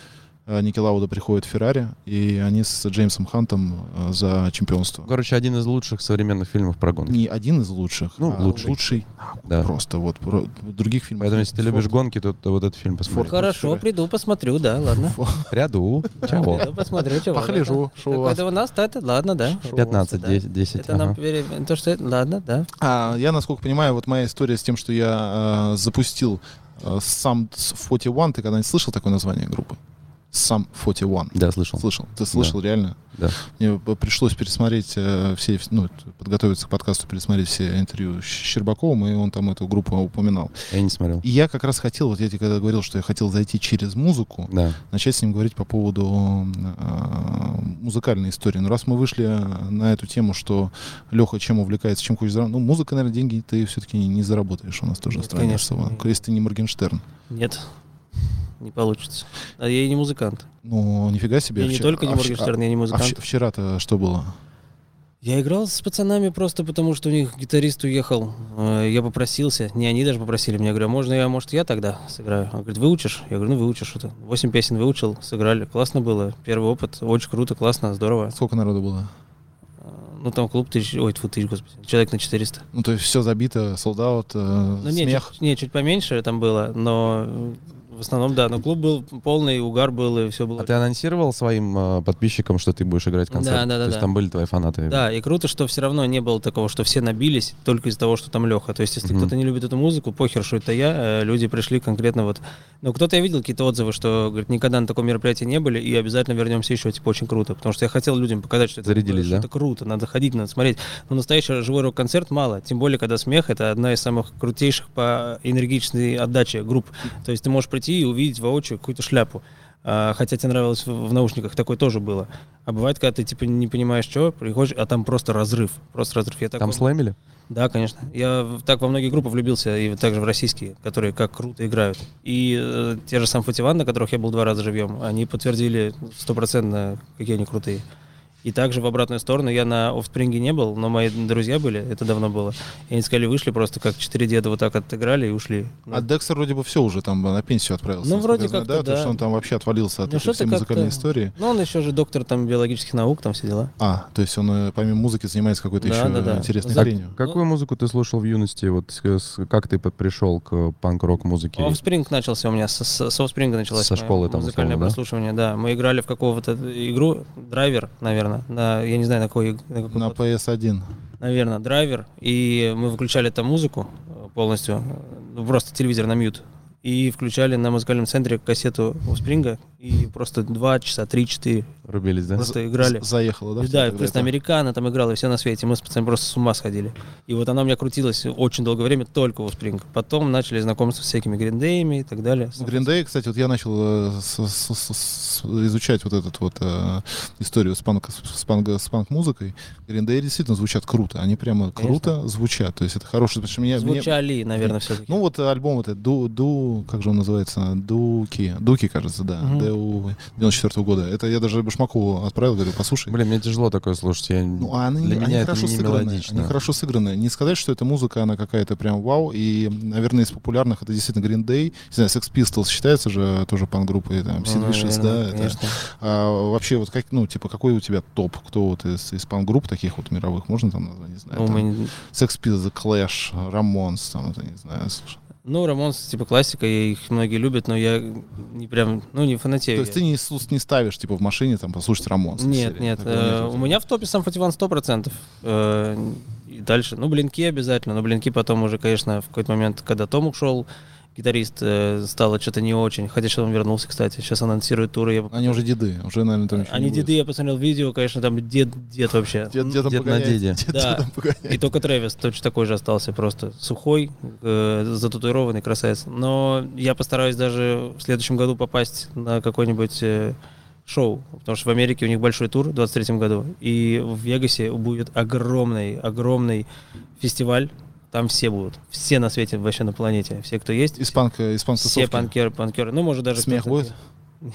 [SPEAKER 1] э, Ники Лауда приходит в Феррари, и они с Джеймсом Хантом э, за чемпионство.
[SPEAKER 2] Короче, один из лучших современных фильмов про гонки.
[SPEAKER 1] Не один из лучших,
[SPEAKER 2] Ну,
[SPEAKER 1] а
[SPEAKER 2] лучший.
[SPEAKER 1] нахуй,
[SPEAKER 2] Да.
[SPEAKER 1] Просто вот про- других фильмов.
[SPEAKER 2] Поэтому, если ты
[SPEAKER 1] Форд.
[SPEAKER 2] любишь гонки, то, то вот этот фильм посмотри.
[SPEAKER 1] Форд.
[SPEAKER 3] Хорошо,
[SPEAKER 1] Хорошо.
[SPEAKER 3] приду, посмотрю, да, ладно.
[SPEAKER 2] Ряду. Чего?
[SPEAKER 3] Приду, посмотрю, чего.
[SPEAKER 1] Похлежу, шо у вас?
[SPEAKER 3] Это у нас, да, это ладно, да.
[SPEAKER 2] 15,
[SPEAKER 3] Да.
[SPEAKER 2] 10, 10.
[SPEAKER 3] Это
[SPEAKER 2] ага.
[SPEAKER 3] нам пере- то, что это, ладно, да.
[SPEAKER 1] А, я, насколько понимаю, вот моя история с тем, что я э, запустил э, сам 41, ты когда-нибудь слышал такое название группы? Сам 41.
[SPEAKER 2] Да, слышал.
[SPEAKER 1] Слышал. Ты слышал, реально?
[SPEAKER 2] Да.
[SPEAKER 1] Мне п- пришлось пересмотреть э, все, ну, подготовиться к подкасту, пересмотреть все интервью с Щербаковым, и он там эту группу упоминал.
[SPEAKER 2] Я не смотрел.
[SPEAKER 1] И я как раз хотел, вот я тебе когда говорил, что я хотел зайти через музыку,
[SPEAKER 2] Да.
[SPEAKER 1] начать с ним говорить по поводу э, музыкальной истории. Но раз мы вышли э, на эту тему, что Леха чем увлекается, чем хочет заработать, ну, музыка, наверное, деньги ты все-таки не заработаешь у нас тоже
[SPEAKER 3] Нет,
[SPEAKER 1] в стране.
[SPEAKER 3] конечно.
[SPEAKER 1] особо. Если ты не Моргенштерн.
[SPEAKER 3] Нет, не получится. А я и не музыкант.
[SPEAKER 1] Ну, нифига себе.
[SPEAKER 3] Я не
[SPEAKER 1] Вчера-
[SPEAKER 3] только не
[SPEAKER 1] а вч-
[SPEAKER 3] Моргенштерн, я не
[SPEAKER 1] а вч-
[SPEAKER 3] музыкант.
[SPEAKER 1] вчера-то что было?
[SPEAKER 3] Я играл с пацанами просто потому, что у них гитарист уехал. Э, Я попросился, не они даже попросили меня, говорю, «А можно я, может, я тогда сыграю? Он говорит, выучишь? Я говорю, ну выучишь это. Восемь песен выучил, сыграли, классно было, первый опыт, очень круто, классно, здорово.
[SPEAKER 1] Сколько народу было?
[SPEAKER 3] Э, Ну там клуб тысяч, ой, тьфу, тысяч, господи, человек на 400.
[SPEAKER 1] Ну, то есть все забито, солдат, э,
[SPEAKER 3] Ну, не,
[SPEAKER 1] смех.
[SPEAKER 3] чуть, не, чуть поменьше там было, но э, в основном, да, но клуб был полный, угар был, и все было.
[SPEAKER 2] А ты анонсировал своим э, подписчикам, что ты будешь играть концерт?
[SPEAKER 3] Да, да, да,
[SPEAKER 2] То есть
[SPEAKER 3] да.
[SPEAKER 2] там были твои фанаты?
[SPEAKER 3] Да, и круто, что все равно не было такого, что все набились только из-за того, что там Леха. То есть, если
[SPEAKER 2] Мгм.
[SPEAKER 3] кто-то не любит эту музыку, похер, что это я, э, люди пришли конкретно вот. Ну, кто-то я видел какие-то отзывы, что, говорит, никогда на таком мероприятии не были, и обязательно вернемся еще, типа, очень круто. Потому что я хотел людям показать, что это,
[SPEAKER 2] Зарядились,
[SPEAKER 3] что
[SPEAKER 2] да?
[SPEAKER 3] это круто, надо ходить, надо смотреть. Но настоящий живой рок-концерт мало, тем более, когда смех — это одна из самых крутейших по энергичной отдаче групп. То есть ты можешь прийти и увидеть воочию какую-то шляпу. А, хотя тебе нравилось в, в наушниках, такое тоже было. А бывает, когда ты типа не понимаешь, что, приходишь, а там просто разрыв. Просто разрыв. Я
[SPEAKER 2] Там
[SPEAKER 3] такой-
[SPEAKER 2] слэмили?
[SPEAKER 3] Да, конечно. Я в- так во многие группы влюбился, и вот также в российские, которые как круто играют. И э, те же сам Фативан, на которых я был два раза живьем, они подтвердили стопроцентно, какие они крутые. И также в обратную сторону я на офспринге не был, но мои друзья были, это давно было. И они сказали, вышли просто как четыре деда вот так отыграли и ушли. Ну,
[SPEAKER 1] А Декстер вроде бы все уже там на пенсию отправился.
[SPEAKER 3] Ну,
[SPEAKER 1] насколько
[SPEAKER 3] вроде
[SPEAKER 1] я знаю,
[SPEAKER 3] как-то
[SPEAKER 1] да. То,
[SPEAKER 3] да.
[SPEAKER 1] что он там вообще отвалился от
[SPEAKER 3] Ну,
[SPEAKER 1] этой
[SPEAKER 3] что-то
[SPEAKER 1] всей музыкальной
[SPEAKER 3] как-то-
[SPEAKER 1] истории.
[SPEAKER 3] Ну, он еще же доктор там биологических наук, там все дела.
[SPEAKER 1] А, то есть он э, помимо музыки занимается какой-то
[SPEAKER 3] Да,
[SPEAKER 1] еще
[SPEAKER 3] да, да.
[SPEAKER 1] интересной
[SPEAKER 3] Так,
[SPEAKER 1] хренью.
[SPEAKER 2] Какую музыку ты слушал в юности? Вот с- с- как ты по- пришел к панк-рок музыке?
[SPEAKER 3] Офспринг начался у меня, со, со со Offspring началось.
[SPEAKER 2] Со
[SPEAKER 3] моё
[SPEAKER 2] школы там,
[SPEAKER 3] Музыкальное
[SPEAKER 2] условно, да?
[SPEAKER 3] прослушивание, да? Мы играли в какого-то игру, драйвер, наверное, на, я не знаю, на какой, на какой
[SPEAKER 1] На
[SPEAKER 3] плат-
[SPEAKER 1] PS1.
[SPEAKER 3] наверное, драйвер, и мы выключали там музыку э, полностью, э, просто телевизор на мьют, и включали на музыкальном центре кассету Спринга, и просто два часа, три-четыре
[SPEAKER 2] Рубились, да?
[SPEAKER 3] просто играли.
[SPEAKER 1] З- Заехала, да?
[SPEAKER 3] И
[SPEAKER 1] в
[SPEAKER 3] Да,
[SPEAKER 1] тебя
[SPEAKER 3] плюс
[SPEAKER 1] тогда это?
[SPEAKER 3] американо там играла, и все на свете. Мы с пацанами просто с ума сходили. И вот она у меня крутилась очень долгое время только в Спринг. Потом начали знакомиться с всякими гриндеями и так далее.
[SPEAKER 1] Green Day, кстати, вот я начал э, с- с- с- с- изучать вот эту вот э, историю с, панк, с, панк, с панк-музыкой. Green Day действительно звучат круто. Они прямо
[SPEAKER 3] Конечно.
[SPEAKER 1] круто звучат. То есть это хороший... Потому что меня, мне-
[SPEAKER 3] Звучали, наверное, все-таки.
[SPEAKER 1] Ну вот альбом этот, Ду, Ду, как же он называется? Дуки, Дуки, кажется, да,
[SPEAKER 3] Мгм.
[SPEAKER 1] ДУ 94 года. Это я даже Башмакову отправил, говорю, послушай.
[SPEAKER 2] Блин, мне тяжело такое слушать. Я...
[SPEAKER 1] Ну, а они,
[SPEAKER 2] Для
[SPEAKER 1] они
[SPEAKER 2] меня это
[SPEAKER 1] хорошо
[SPEAKER 2] не
[SPEAKER 1] сыграны.
[SPEAKER 2] мелодично.
[SPEAKER 1] Они хорошо сыграны. Не сказать, что эта музыка, она какая-то прям вау. И, наверное, из популярных это действительно Green Day. Не знаю, Sex Pistols считается же тоже пан-группой, там, Sid
[SPEAKER 3] Ну,
[SPEAKER 1] Vicious,
[SPEAKER 3] наверное,
[SPEAKER 1] да. это.
[SPEAKER 3] конечно.
[SPEAKER 1] А вообще, вот как, ну, типа, какой у тебя топ? Кто вот из, из пан-групп таких вот мировых можно там назвать? Не знаю.
[SPEAKER 3] Ну,
[SPEAKER 1] там,
[SPEAKER 3] мы не-
[SPEAKER 1] Sex Pistols, The Clash, Ramones, там, это не знаю, слушай.
[SPEAKER 3] Ну, Рамонс, типа, классика, и их многие любят, но я не прям, ну, не фанатею.
[SPEAKER 1] То есть ты не, слус- не ставишь, типа, в машине, там, послушать Рамонс?
[SPEAKER 3] Нет, нет. э, у меня в топе сам Фативан 100%. Э, и дальше, ну, Блинки обязательно, но Блинки потом уже, конечно, в какой-то момент, когда Том ушел, гитарист, э, стало что-то не очень. Хотя сейчас он вернулся, кстати. Сейчас анонсирует туры. Я...
[SPEAKER 1] Они уже деды, уже, наверное, А, там ничего
[SPEAKER 3] Они
[SPEAKER 1] не будет.
[SPEAKER 3] деды, я посмотрел видео, конечно, там дед, дед вообще.
[SPEAKER 1] Дед, дедом
[SPEAKER 2] Дед на
[SPEAKER 1] погоняет,
[SPEAKER 2] деде.
[SPEAKER 1] дед-
[SPEAKER 3] Да.
[SPEAKER 1] дедом погоняет.
[SPEAKER 3] И только Трэвис точно такой же остался, просто сухой, э, зататуированный красавец. Но я постараюсь даже в следующем году попасть на какое-нибудь э, шоу, потому что в Америке у них большой тур в 23-м году, и в Вегасе будет огромный, огромный фестиваль. Там все будут, все на свете, вообще на планете, все, кто есть.
[SPEAKER 1] Из панка, из панк
[SPEAKER 3] Все панкеры, панкеры, ну, может, даже...
[SPEAKER 1] Смех будет?
[SPEAKER 3] кто-то-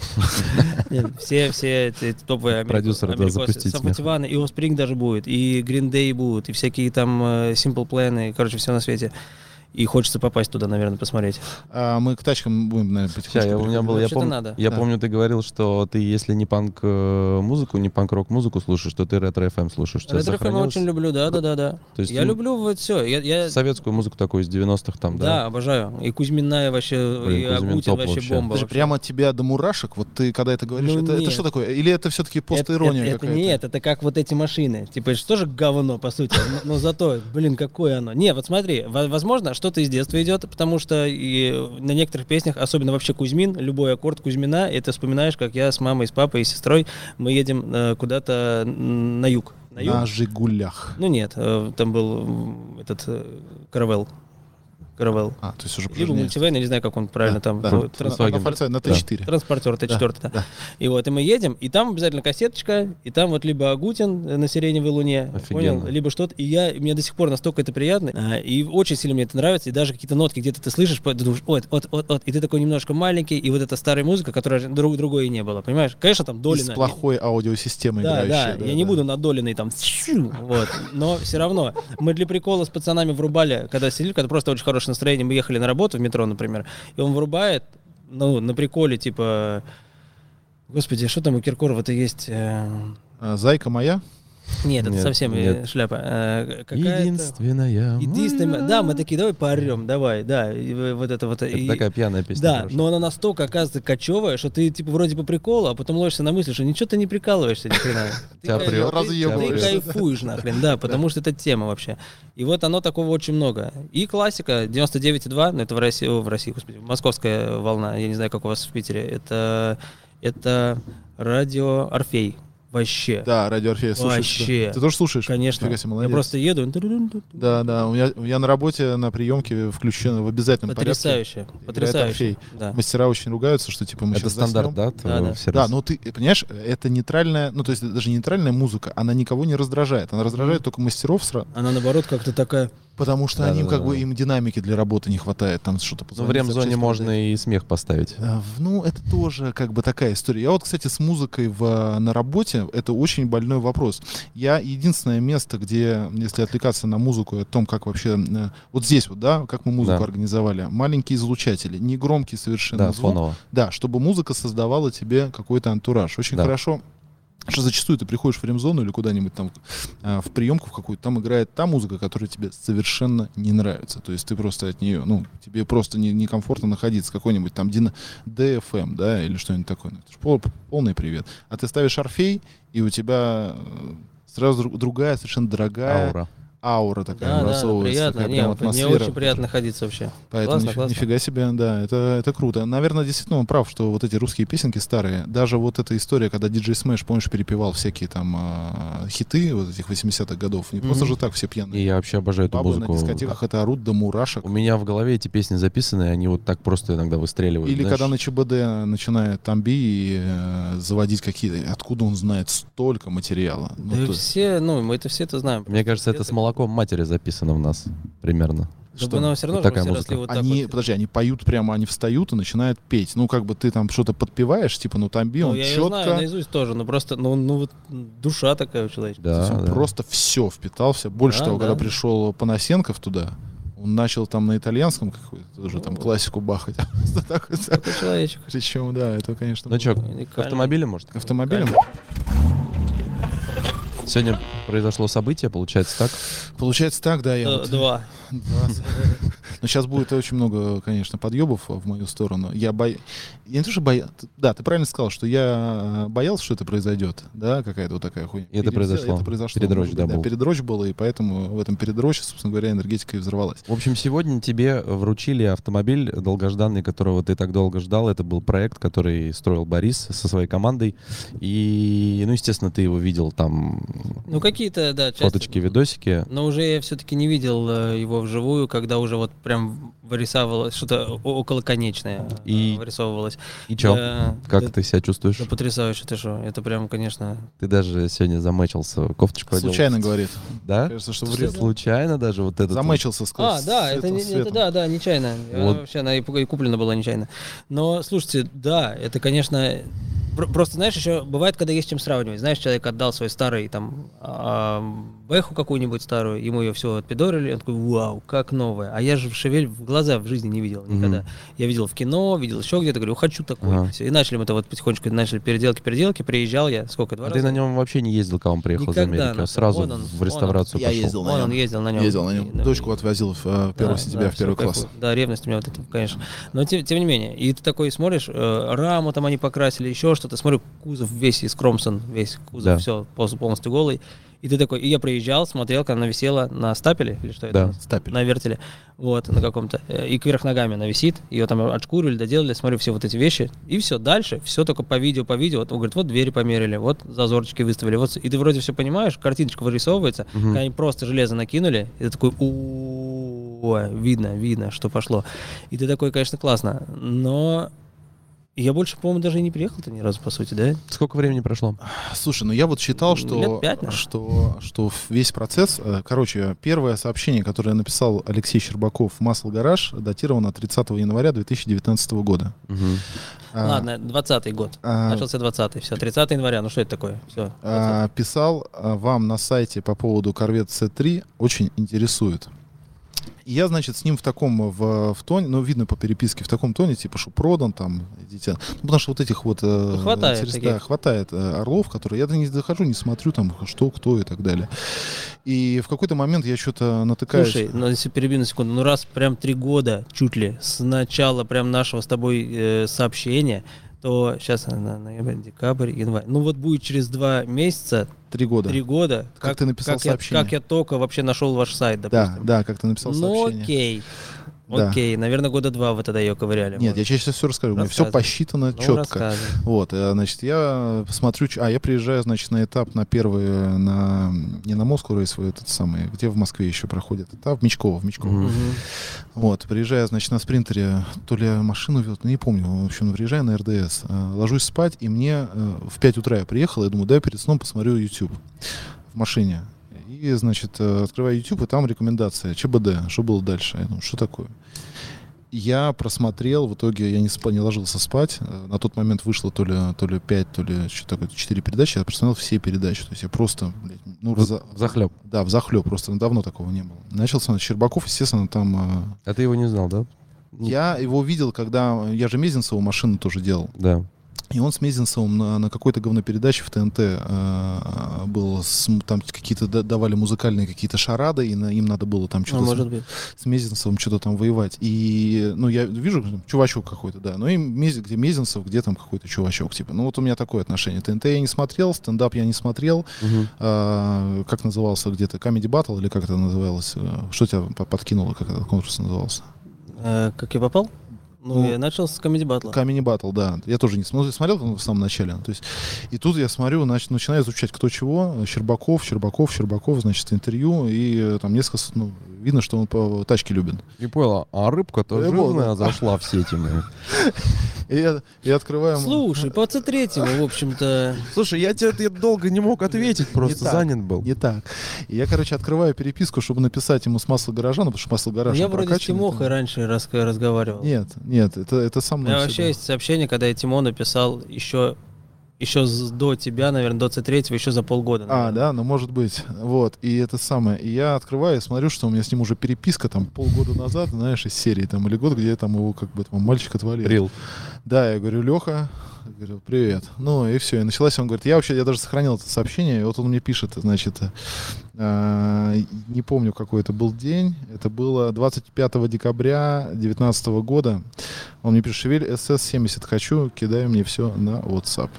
[SPEAKER 3] Нет, Все, все эти топовые америк-
[SPEAKER 2] Продюсер, да,
[SPEAKER 3] америкосы.
[SPEAKER 2] запустить
[SPEAKER 3] Сам
[SPEAKER 2] смех.
[SPEAKER 3] Фативана, и Оспринг даже будет, и Green Day будут, и всякие там э, Simple Plan, и, короче, все на свете. И хочется попасть туда, наверное, посмотреть.
[SPEAKER 1] А мы к тачкам будем, наверное,
[SPEAKER 2] Ща,
[SPEAKER 1] потихонечку.
[SPEAKER 2] я, у меня был, я,
[SPEAKER 3] Что-то
[SPEAKER 2] пом-
[SPEAKER 3] надо.
[SPEAKER 2] я
[SPEAKER 1] Да.
[SPEAKER 2] помню, ты говорил, что ты, если не панк-музыку, не панк-рок музыку слушаешь, то ты ретро-ФМ слушаешь. У тебя
[SPEAKER 3] Ретро FM
[SPEAKER 2] сохранилось?
[SPEAKER 3] очень люблю, да, да, да, да.
[SPEAKER 2] То есть
[SPEAKER 3] Я
[SPEAKER 2] ты
[SPEAKER 3] люблю вот все. Я, я-
[SPEAKER 2] Советскую музыку такую из 90-х там,
[SPEAKER 3] да,
[SPEAKER 2] да?
[SPEAKER 3] обожаю. И Кузьминая вообще,
[SPEAKER 2] Блин,
[SPEAKER 3] и
[SPEAKER 2] Кузьмин
[SPEAKER 3] Агутин
[SPEAKER 2] топ
[SPEAKER 3] вообще
[SPEAKER 2] вообще.
[SPEAKER 3] бомба.
[SPEAKER 1] Подожди,
[SPEAKER 3] вообще.
[SPEAKER 1] прямо от тебя до мурашек, вот ты когда это говоришь,
[SPEAKER 3] Ну,
[SPEAKER 1] это, это
[SPEAKER 3] нет.
[SPEAKER 1] что такое? Или это все-таки
[SPEAKER 3] это,
[SPEAKER 1] постирония
[SPEAKER 3] это- это
[SPEAKER 1] какая-то?
[SPEAKER 3] Нет, это как вот эти машины. Типа, это же тоже говно, по сути. но- Но зато, блин, какое оно. Не, вот смотри, во- возможно, что-то из детства идет, потому что и на некоторых песнях, особенно вообще Кузьмин, любой аккорд Кузьмина, это вспоминаешь, как я с мамой, с папой и с сестрой, мы едем э, куда-то м, на юг. На юг?
[SPEAKER 1] На «Жигулях».
[SPEAKER 3] Ну нет, э, там был м, этот э, каравел. Каравел.
[SPEAKER 1] А, то есть уже
[SPEAKER 3] Либо
[SPEAKER 1] пожирнее.
[SPEAKER 3] мультивен, я не знаю, как он правильно
[SPEAKER 1] Да,
[SPEAKER 3] там.
[SPEAKER 1] да.
[SPEAKER 3] ну,
[SPEAKER 1] На-
[SPEAKER 3] транс-
[SPEAKER 1] на фальце- на Т4.
[SPEAKER 3] Транспортер Т4, да.
[SPEAKER 1] да.
[SPEAKER 3] И вот, и мы едем, и там обязательно кассеточка, и там вот либо Агутин э, на сиреневой луне,
[SPEAKER 2] Офигенно.
[SPEAKER 3] понял, либо что-то. И я, мне до сих пор настолько это приятно, а, и очень сильно мне это нравится, и даже какие-то нотки где-то ты слышишь, по- ты думаешь, вот, вот, вот, вот, и ты такой немножко маленький, и вот эта старая музыка, которая же друг другой и не было, понимаешь? Конечно, там
[SPEAKER 1] Из
[SPEAKER 3] Долина. и-
[SPEAKER 1] плохой аудиосистемы
[SPEAKER 3] да,
[SPEAKER 1] играющей,
[SPEAKER 3] да, я не
[SPEAKER 1] да.
[SPEAKER 3] буду надоленный там, вот, но все равно. Мы для прикола с пацанами врубали, когда сидели, когда просто очень хорошее настроение, мы ехали на работу в метро, например, и он врубает, ну, на приколе, типа, господи, а что там у Киркорова-то есть? э,
[SPEAKER 1] А, «Зайка моя».
[SPEAKER 3] Нет, это
[SPEAKER 2] Нет,
[SPEAKER 3] совсем э,
[SPEAKER 2] нет.
[SPEAKER 3] шляпа. э, какая-то-
[SPEAKER 2] Единственная.
[SPEAKER 3] Единственная. Да, мы такие, давай поорем, давай, да, и вот это вот.
[SPEAKER 2] м-м. Это
[SPEAKER 3] и-
[SPEAKER 2] такая пьяная песня.
[SPEAKER 3] да,
[SPEAKER 2] хорошая.
[SPEAKER 3] но она настолько оказывается кочевая, что ты типа вроде по приколу, а потом ловишься на мысли, что ничего ты не прикалываешься ни хрена. Ты
[SPEAKER 2] Тебя
[SPEAKER 3] кай-
[SPEAKER 2] прет,
[SPEAKER 3] ты-
[SPEAKER 1] разъебываешься,
[SPEAKER 3] Ты кайфуешь нахрен, да, потому что это тема вообще. И вот оно такого очень много. И классика 99,2, ну это в России, о, в России, господи, московская волна, я не знаю, как у вас в Питере, это, это радио Орфей. Вообще.
[SPEAKER 1] Да, «Радио Орфея» слушаешь. да?
[SPEAKER 3] Вообще.
[SPEAKER 1] Ты тоже слушаешь?
[SPEAKER 3] Конечно.
[SPEAKER 1] Нифига себе,
[SPEAKER 3] я
[SPEAKER 1] молодец.
[SPEAKER 3] просто еду.
[SPEAKER 1] Да, да, у меня, у меня на работе на приемке включено в обязательном порядке.
[SPEAKER 3] Потрясающе. Потрясающе.
[SPEAKER 1] Орфей.
[SPEAKER 3] Да.
[SPEAKER 1] Мастера очень ругаются, что типа мы
[SPEAKER 2] Это
[SPEAKER 1] сейчас
[SPEAKER 2] стандарт, да? твоего
[SPEAKER 3] да.
[SPEAKER 2] сервиса?
[SPEAKER 1] Да, но ты э, понимаешь, это нейтральная, ну то есть даже нейтральная музыка, она никого не раздражает. Она раздражает только мастеров сра-
[SPEAKER 3] Она наоборот как-то такая
[SPEAKER 1] Потому что
[SPEAKER 2] Да,
[SPEAKER 1] они
[SPEAKER 2] да,
[SPEAKER 1] как
[SPEAKER 2] да,
[SPEAKER 1] бы
[SPEAKER 2] да.
[SPEAKER 1] им динамики для работы не хватает, там что-то
[SPEAKER 2] Ну,
[SPEAKER 1] позвонить,
[SPEAKER 2] в ремзоне
[SPEAKER 1] сообщить, сказать.
[SPEAKER 2] можно и смех поставить.
[SPEAKER 1] Э, в- Ну, это тоже как бы такая история. Я вот, кстати, с музыкой в, э, на работе, это очень больной вопрос. Я единственное место, где, если отвлекаться на музыку, и о том, как вообще, э, вот здесь вот, да, как мы музыку
[SPEAKER 2] Да.
[SPEAKER 1] организовали, маленькие излучатели, не громкий совершенно
[SPEAKER 2] Да,
[SPEAKER 1] звук,
[SPEAKER 2] фоново.
[SPEAKER 1] да, чтобы музыка создавала тебе какой-то антураж. Очень
[SPEAKER 2] Да.
[SPEAKER 1] хорошо. Что зачастую ты приходишь в ремзону или куда-нибудь там а, в приемку в какую-то, там играет та музыка, которая тебе совершенно не нравится. То есть ты просто от нее, ну, тебе просто не- некомфортно находиться. Какой-нибудь там дина- DFM, да, или что-нибудь такое. Ну, это ж пол- полный привет. А ты ставишь орфей, и у тебя э, сразу друг- другая, совершенно дорогая аура,
[SPEAKER 2] Аура.
[SPEAKER 1] такая
[SPEAKER 3] Да, да,
[SPEAKER 1] образовывается.
[SPEAKER 3] приятно.
[SPEAKER 1] такая
[SPEAKER 3] Не,
[SPEAKER 1] прям
[SPEAKER 3] мне
[SPEAKER 1] атмосфера.
[SPEAKER 3] очень приятно находиться вообще.
[SPEAKER 1] Поэтому
[SPEAKER 3] Классно,
[SPEAKER 1] ниф-
[SPEAKER 3] классно.
[SPEAKER 1] нифига себе, да, это, это круто. Наверное, действительно он прав, что вот эти русские песенки старые, даже вот эта история, когда диджей Смэш, помнишь, перепевал всякие там а, хиты вот этих 80-х годов, не просто
[SPEAKER 3] Мгм.
[SPEAKER 1] же так все
[SPEAKER 2] И
[SPEAKER 1] пьяные.
[SPEAKER 2] я вообще обожаю эту
[SPEAKER 1] Бабы на
[SPEAKER 2] музыку.
[SPEAKER 1] дискотеках это орут до мурашек.
[SPEAKER 2] У меня в голове эти песни записаны, и они вот так просто иногда выстреливают.
[SPEAKER 1] Или
[SPEAKER 2] знаешь.
[SPEAKER 1] когда на ЧБД начинает тамби и э, заводить какие-то... Откуда он знает столько материала? Ну,
[SPEAKER 3] Да и
[SPEAKER 1] то-
[SPEAKER 3] все, ну, мы это все это знаем.
[SPEAKER 2] Мне кажется, это с молоком матери записано в нас примерно.
[SPEAKER 1] что?
[SPEAKER 3] Чтобы нам все равно
[SPEAKER 2] Вот
[SPEAKER 3] же мы
[SPEAKER 2] такая
[SPEAKER 3] все
[SPEAKER 2] музыка.
[SPEAKER 3] росли вот так
[SPEAKER 1] они,
[SPEAKER 3] вот.
[SPEAKER 1] подожди, они поют прямо, они встают и начинают петь. Ну, как бы ты там что-то подпеваешь, типа, ну, тамби,
[SPEAKER 3] Ну,
[SPEAKER 1] он
[SPEAKER 3] я её
[SPEAKER 1] четко...
[SPEAKER 3] знаю наизусть тоже, но просто, ну, ну вот душа такая у человека.
[SPEAKER 1] То
[SPEAKER 2] Да,
[SPEAKER 1] есть он
[SPEAKER 2] да.
[SPEAKER 1] просто все впитался. Больше
[SPEAKER 3] Да,
[SPEAKER 1] того, когда
[SPEAKER 3] да.
[SPEAKER 1] пришел Панасенков туда, он начал там на итальянском какую-то тоже там
[SPEAKER 3] Ну.
[SPEAKER 1] классику бахать. Так вот, да.
[SPEAKER 3] Такой человечек.
[SPEAKER 1] Причем, да, это, конечно,
[SPEAKER 2] Ну
[SPEAKER 1] было.
[SPEAKER 2] чё, к
[SPEAKER 3] Уникально.
[SPEAKER 2] автомобилю, может?
[SPEAKER 1] автомобилем.
[SPEAKER 2] Сегодня произошло событие, получается так.
[SPEAKER 1] Получается так, да, я
[SPEAKER 3] Д-
[SPEAKER 1] вот-
[SPEAKER 3] Два.
[SPEAKER 1] Но сейчас будет очень много, конечно, подъебов в мою сторону. Я боюсь... Я не то, что боялся... Да, ты правильно сказал, что я э, боялся, что это произойдет. Да, какая-то вот такая хуйня.
[SPEAKER 2] И это
[SPEAKER 1] Перевзя-
[SPEAKER 2] произошло.
[SPEAKER 1] Это произошло.
[SPEAKER 2] Передрочь,
[SPEAKER 1] может быть,
[SPEAKER 2] да,
[SPEAKER 1] да,
[SPEAKER 2] был.
[SPEAKER 1] передрочь было, и поэтому в этом передроще, собственно говоря, энергетика и взорвалась.
[SPEAKER 2] В общем, сегодня тебе вручили автомобиль долгожданный, которого ты так долго ждал. Это был проект, который строил Борис со своей командой. И, ну, естественно, ты его видел там
[SPEAKER 3] Ну, какие-то, да, части.
[SPEAKER 2] фоточки, видосики.
[SPEAKER 3] Но уже я все-таки не видел э, его вживую, когда уже вот прям вырисовывалось что-то о- околоконечное э,
[SPEAKER 2] И-
[SPEAKER 3] вырисовывалось.
[SPEAKER 2] И чё?
[SPEAKER 3] Да,
[SPEAKER 2] Как
[SPEAKER 3] да,
[SPEAKER 2] ты себя чувствуешь?
[SPEAKER 3] Да потрясающе ты что. Это прям, конечно,
[SPEAKER 2] Ты даже сегодня замечился, кофточку одел.
[SPEAKER 1] Случайно говорит.
[SPEAKER 2] Да?
[SPEAKER 1] Кажется, что
[SPEAKER 2] Что
[SPEAKER 1] вред.
[SPEAKER 2] Случайно даже вот этот...
[SPEAKER 1] Замычился
[SPEAKER 3] А,
[SPEAKER 1] сквозь
[SPEAKER 3] да, это,
[SPEAKER 1] светлым
[SPEAKER 3] не- это
[SPEAKER 1] светом.
[SPEAKER 3] да, да, нечаянно. Она
[SPEAKER 2] Вот.
[SPEAKER 3] Вообще она и пу- и куплена была нечаянно. Но слушайте, да, это, конечно, пр- просто знаешь, еще бывает, когда есть чем сравнивать. Знаешь, человек отдал свой старый там а, бэху какую-нибудь старую, ему ее все отпидорили, он такой, вау, как новая. А я же в шевель в глаза в жизни не видел никогда.
[SPEAKER 2] Мгм.
[SPEAKER 3] Я видел в кино, видел еще где-то, говорю, хочу такой.
[SPEAKER 2] Ага.
[SPEAKER 3] Всё, И начали мы это вот потихонечку начали переделки, переделки. Приезжал я сколько два
[SPEAKER 2] А
[SPEAKER 3] раза.
[SPEAKER 2] ты на нем вообще не ездил, когда он приехал из
[SPEAKER 3] Никогда,
[SPEAKER 2] Америки? Он
[SPEAKER 3] на самом-
[SPEAKER 2] сразу
[SPEAKER 3] вон он,
[SPEAKER 2] в
[SPEAKER 3] вон
[SPEAKER 2] реставрацию
[SPEAKER 1] Я
[SPEAKER 2] пошел.
[SPEAKER 1] ездил
[SPEAKER 3] Он,
[SPEAKER 1] на
[SPEAKER 3] он
[SPEAKER 1] нем.
[SPEAKER 3] ездил на нем.
[SPEAKER 1] Ездил на нем. Дочку отвозил в э, 1
[SPEAKER 3] Да,
[SPEAKER 1] сентября
[SPEAKER 3] да,
[SPEAKER 1] в
[SPEAKER 3] всё,
[SPEAKER 1] первый
[SPEAKER 3] кайфую.
[SPEAKER 1] класс.
[SPEAKER 3] Да, ревность у меня вот это, конечно. Но тем, тем не менее, и ты такой смотришь, э, раму там они покрасили, еще что-то. Смотрю, кузов весь из Кромсон, весь кузов,
[SPEAKER 2] Да.
[SPEAKER 3] все полностью голый. И ты такой, и я приезжал, смотрел, как она висела на стапеле, или что
[SPEAKER 2] Да.
[SPEAKER 3] это?
[SPEAKER 1] Стапель.
[SPEAKER 3] На вертеле, вот, на каком-то. Э, И кверх ногами она висит, ее там отшкурили, доделали, смотрю, все вот эти вещи. И все, дальше, все только по видео, по видео. Вот, он говорит, вот двери померили, вот зазорчики выставили. Вот, с- и ты вроде все понимаешь, картиночка вырисовывается,
[SPEAKER 2] Мгм.
[SPEAKER 3] когда они просто железо накинули, и ты такой, у видно, видно, что пошло. И ты такой, конечно, классно, но я больше, по-моему, даже и не приехал-то ни разу, по сути, да?
[SPEAKER 2] Сколько времени прошло?
[SPEAKER 1] Слушай, ну я вот считал,
[SPEAKER 3] Лет
[SPEAKER 1] что,
[SPEAKER 3] пять, наверное.
[SPEAKER 1] что, что весь процесс... э, Короче, первое сообщение, которое написал Алексей Щербаков в «Масло Гараж», датировано 30 января 2019 года.
[SPEAKER 2] Мгм.
[SPEAKER 1] А,
[SPEAKER 3] Ладно, 20-й год.
[SPEAKER 1] а,
[SPEAKER 3] Начался 20-й, все, 30 января, ну что это такое? Все.
[SPEAKER 1] а, писал а, вам на сайте по поводу Corvette C3, очень интересует. И я, значит, с ним в таком, в, в тоне, ну, видно по переписке, в таком тоне, типа, что продан там, идите. Ну, потому что вот этих вот... э,
[SPEAKER 3] Ну, хватает
[SPEAKER 1] интерес-
[SPEAKER 3] таких.
[SPEAKER 1] да, хватает э, орлов, которые... Я до них захожу, не смотрю там, что, кто и так далее. И в какой-то момент я что-то натыкаюсь...
[SPEAKER 3] Слушай, ну если перебью на секунду, ну раз прям три года, чуть ли, с начала прям нашего с тобой э, сообщения, то сейчас ноябрь, декабрь, январь. Ну вот будет через два месяца,
[SPEAKER 1] три года.
[SPEAKER 3] три года.
[SPEAKER 1] Как ты написал
[SPEAKER 3] как я-
[SPEAKER 1] сообщение.
[SPEAKER 3] как я только вообще нашел ваш сайт,
[SPEAKER 1] Да,
[SPEAKER 3] допустим.
[SPEAKER 1] да, как ты написал
[SPEAKER 3] Ну
[SPEAKER 1] сообщение.
[SPEAKER 3] окей.
[SPEAKER 1] Да.
[SPEAKER 3] Окей, наверное, года два вы тогда ее ковыряли.
[SPEAKER 1] Нет, я сейчас все расскажу. У меня все
[SPEAKER 3] Рассказывай.
[SPEAKER 1] посчитано
[SPEAKER 3] Ну,
[SPEAKER 1] четко.
[SPEAKER 3] рассказывай.
[SPEAKER 1] Вот, э, значит, я смотрю, ч- а я приезжаю, значит, на этап на первый, э, на не на Москву рейсовый этот самый, где в Москве еще проходит этап, Мечкова, в Мечково.
[SPEAKER 2] Мгм.
[SPEAKER 3] Мгм.
[SPEAKER 1] Вот, приезжаю, значит, на спринтере, то ли машину вез, не помню, в общем, приезжаю на РДС, э, ложусь спать, и мне э, в 5 утра я приехал, я думаю, дай перед сном посмотрю YouTube в машине. И и, значит, э, открываю YouTube, и там рекомендация ЧБД, что было дальше. Я думаю, что такое? Я просмотрел, в итоге я не, спа- не ложился спать. Э, На тот момент вышло то ли, то ли 5, то ли что такое, 4 передачи. Я просмотрел все передачи. То есть я просто, блядь, ну, раза-
[SPEAKER 2] Захлеб.
[SPEAKER 1] да, в захлеб, просто ну, давно такого не было. Начал с Щербаков, естественно, там...
[SPEAKER 2] А ты его не знал, да?
[SPEAKER 3] Ну.
[SPEAKER 1] э, я его видел, когда... э, Я же Мезенцеву машину тоже делал.
[SPEAKER 2] Да.
[SPEAKER 1] И он с Мезенцевым на, на какой-то говнопередаче в ТНТ э, был, с м- там какие-то да- давали музыкальные какие-то шарады, и на- им надо было там
[SPEAKER 3] Ну,
[SPEAKER 1] что-то
[SPEAKER 3] может быть.
[SPEAKER 1] с, с Мезенцевым что-то там воевать. И, ну, я вижу, там, чувачок какой-то, да, ну, и Мез- где Мезенцев, где там какой-то чувачок, типа. Ну, вот у меня такое отношение. ТНТ я не смотрел, стендап я не смотрел,
[SPEAKER 2] Мгм.
[SPEAKER 1] а, как назывался где-то, Comedy Battle или как это называлось? Э, Что тебя по- подкинуло, как этот конкурс назывался?
[SPEAKER 3] Э, Как я попал? Ну,
[SPEAKER 1] Ну,
[SPEAKER 3] я начал с комедий батла.
[SPEAKER 1] Камень Battle, да. Я тоже не смотрел, смотрел там в самом начале. То есть, и тут я смотрю, значит, начинаю изучать кто чего. Щербаков, Щербаков, Щербаков, значит, интервью. И э, там несколько, с- ну, видно, что он по тачке любит.
[SPEAKER 2] И понял, а рыбка-то
[SPEAKER 1] Я понял.
[SPEAKER 2] жирная зашла в сети. блин.
[SPEAKER 1] И я, и открываю... ему-
[SPEAKER 3] Слушай, по Ц-3, в общем-то,
[SPEAKER 2] Слушай, я тебе ты долго не мог ответить, просто
[SPEAKER 1] так.
[SPEAKER 2] занят был.
[SPEAKER 1] Не так. И я, короче, открываю переписку, чтобы написать ему с масла горожана, потому что масло горожан
[SPEAKER 3] я вроде с Тимохой раньше рас- разговаривал.
[SPEAKER 1] Нет, нет, это, это со
[SPEAKER 3] У
[SPEAKER 1] мной.
[SPEAKER 3] меня
[SPEAKER 1] всегда.
[SPEAKER 3] вообще есть сообщение, когда я Тимону писал еще, еще с- до тебя, наверное, до Ц-3, еще за полгода.
[SPEAKER 1] А,
[SPEAKER 3] наверное.
[SPEAKER 1] да, ну может быть. Вот. И это самое. И я открываю и смотрю, что у меня с ним уже переписка там полгода назад, знаешь, из серии там или год, где я там его как бы там мальчик отвалил.
[SPEAKER 2] Рил.
[SPEAKER 1] Да, я говорю, Леха, говорю, привет. Ну и все, и началась. Он говорит, я вообще, я даже сохранил это сообщение, и вот он мне пишет, значит, э, не помню, какой это был день, это было 25 декабря 2019 года. Он мне пишет, шевель СС-70 хочу, кидай мне все на WhatsApp.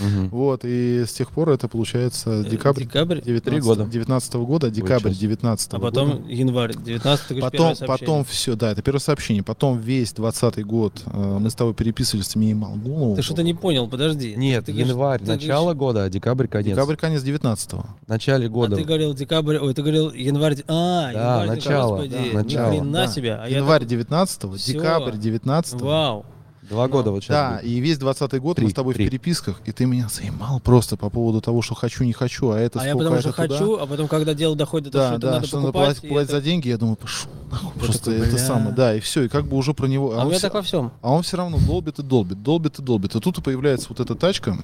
[SPEAKER 2] Мгм.
[SPEAKER 1] Вот, и с тех пор это получается
[SPEAKER 3] Э,
[SPEAKER 1] декабрь
[SPEAKER 3] Декабрь.
[SPEAKER 1] 19,
[SPEAKER 2] Три года.
[SPEAKER 1] 19 года, декабрь
[SPEAKER 2] Получилось.
[SPEAKER 1] 19
[SPEAKER 3] А потом
[SPEAKER 1] года.
[SPEAKER 3] январь, 19 ты говоришь,
[SPEAKER 1] Потом,
[SPEAKER 3] первое сообщение.
[SPEAKER 1] потом все, да, это первое сообщение. Потом весь 20 год э, мы с тобой переписывались, ты мне имал голову.
[SPEAKER 3] Ты что-то не понял, подожди.
[SPEAKER 2] Нет,
[SPEAKER 3] Ты говоришь-
[SPEAKER 2] январь,
[SPEAKER 3] ты
[SPEAKER 2] начало
[SPEAKER 3] говоришь-
[SPEAKER 2] года, а декабрь конец.
[SPEAKER 1] Декабрь, конец 19-го.
[SPEAKER 2] В начале года.
[SPEAKER 3] А ты говорил декабрь, ой, ты говорил январь, а, январь,
[SPEAKER 2] начало,
[SPEAKER 3] господи,
[SPEAKER 2] да,
[SPEAKER 3] ни
[SPEAKER 2] начало.
[SPEAKER 3] хрена
[SPEAKER 1] Да.
[SPEAKER 3] себе. А я
[SPEAKER 1] Январь 19-го,
[SPEAKER 3] Всё.
[SPEAKER 1] декабрь 19-го.
[SPEAKER 3] такой, Вау.
[SPEAKER 2] Два года вот сейчас.
[SPEAKER 1] Да, и весь 20 год мы
[SPEAKER 2] Три,
[SPEAKER 1] с тобой
[SPEAKER 2] три.
[SPEAKER 1] в переписках, и ты меня заимал просто по поводу того, что хочу, не хочу, а это
[SPEAKER 3] а я
[SPEAKER 1] сколько,
[SPEAKER 3] потому что
[SPEAKER 1] это туда.
[SPEAKER 3] хочу, а потом, когда дело доходит до того,
[SPEAKER 1] Да,
[SPEAKER 3] что это
[SPEAKER 1] да,
[SPEAKER 3] надо
[SPEAKER 1] что надо
[SPEAKER 3] покупать,
[SPEAKER 1] платить,
[SPEAKER 3] и
[SPEAKER 1] платить
[SPEAKER 3] это-
[SPEAKER 1] за деньги, я думаю, пошел нахуй,
[SPEAKER 3] Я
[SPEAKER 1] просто
[SPEAKER 3] такой,
[SPEAKER 1] это
[SPEAKER 3] бля.
[SPEAKER 1] самое, да, и все, и как бы уже про него...
[SPEAKER 3] А у
[SPEAKER 1] он
[SPEAKER 3] меня
[SPEAKER 1] всё-
[SPEAKER 3] так во всем.
[SPEAKER 1] А он все равно долбит и долбит, долбит и долбит. И тут и появляется вот эта тачка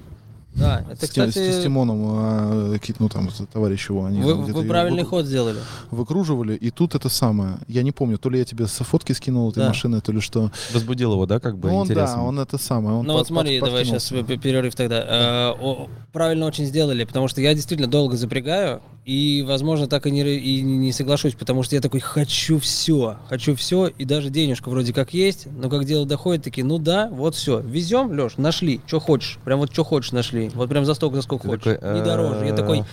[SPEAKER 3] Да,
[SPEAKER 1] с,
[SPEAKER 3] это,
[SPEAKER 1] Ти- с
[SPEAKER 3] кстати,
[SPEAKER 1] Тимоном, а, какие-то, ну там вот товарищи его, они
[SPEAKER 3] вы,
[SPEAKER 1] там где-то
[SPEAKER 3] вы
[SPEAKER 1] её
[SPEAKER 3] правильный
[SPEAKER 1] выку-
[SPEAKER 3] ход сделали.
[SPEAKER 1] выкруживали, и тут это самое. Я не помню, то ли я тебе со фотки скинул этой
[SPEAKER 3] Да.
[SPEAKER 1] машины, то ли что.
[SPEAKER 2] Разбудил его, да, как бы
[SPEAKER 1] Ну, он,
[SPEAKER 2] интересно.
[SPEAKER 1] да, он это самое. Он
[SPEAKER 3] ну
[SPEAKER 1] под-
[SPEAKER 3] вот смотри,
[SPEAKER 1] под-
[SPEAKER 3] давай
[SPEAKER 1] подкинул.
[SPEAKER 3] сейчас перерыв тогда. Э, о, правильно очень сделали, потому что я действительно долго запрягаю, и, возможно, так и не, ре- и не соглашусь, потому что я такой хочу все, хочу все, и даже денежка вроде как есть, но как дело доходит, такие, ну да, вот все, везем, Леш, нашли, что хочешь, прям вот что хочешь нашли, вот прям за столько, за сколько
[SPEAKER 2] Ты
[SPEAKER 3] хочешь,
[SPEAKER 2] такой,
[SPEAKER 3] не дороже. Я такой,
[SPEAKER 2] «Э,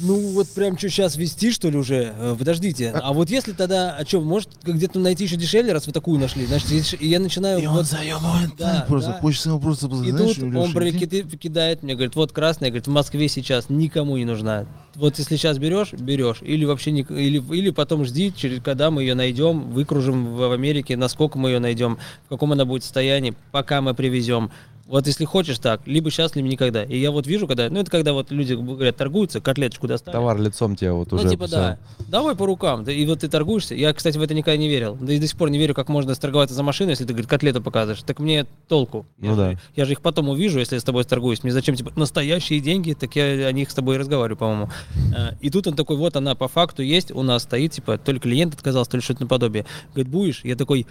[SPEAKER 3] ну вот прям что сейчас вести, что ли, уже? Э, Подождите. А вот если тогда, а что, может где-то найти еще дешевле, раз вы такую нашли? Значит, если- и я начинаю...
[SPEAKER 1] И
[SPEAKER 3] вот-
[SPEAKER 1] он заебывает,
[SPEAKER 3] Да,
[SPEAKER 1] просто
[SPEAKER 3] да.
[SPEAKER 1] хочется ему просто,
[SPEAKER 3] И
[SPEAKER 1] знаешь,
[SPEAKER 3] тут
[SPEAKER 1] Лёша,
[SPEAKER 3] он бля,
[SPEAKER 1] иди.
[SPEAKER 3] киды- кидает мне, говорит, вот красная, говорит, в Москве сейчас никому не нужна. Вот если сейчас берешь, берешь, или вообще ник- или, или потом жди, через, когда мы ее найдем, выкружим в, в Америке, насколько мы ее найдем, в каком она будет состоянии, пока мы привезем. Вот если хочешь так, либо сейчас, либо никогда. И я вот вижу, когда, ну это когда вот люди говорят, торгуются, котлеточку достали.
[SPEAKER 2] Товар лицом тебя вот уже
[SPEAKER 3] Ну, типа,
[SPEAKER 2] описал.
[SPEAKER 3] да. Давай по рукам. Да, и вот ты торгуешься. Я, кстати, в это никогда не верил. Да и до сих пор не верю, как можно сторговаться за машину, если ты, говорит, котлету показываешь. Так мне толку.
[SPEAKER 2] Ну
[SPEAKER 3] я
[SPEAKER 2] да.
[SPEAKER 3] Же, я же их потом увижу, если я с тобой сторгуюсь. Мне зачем, типа, настоящие деньги, так я о них с тобой и разговариваю, по-моему. Э, И тут он такой, вот она по факту есть, у нас стоит, типа, то ли клиент отказался, то ли что-то наподобие. Говорит, будешь? Я такой,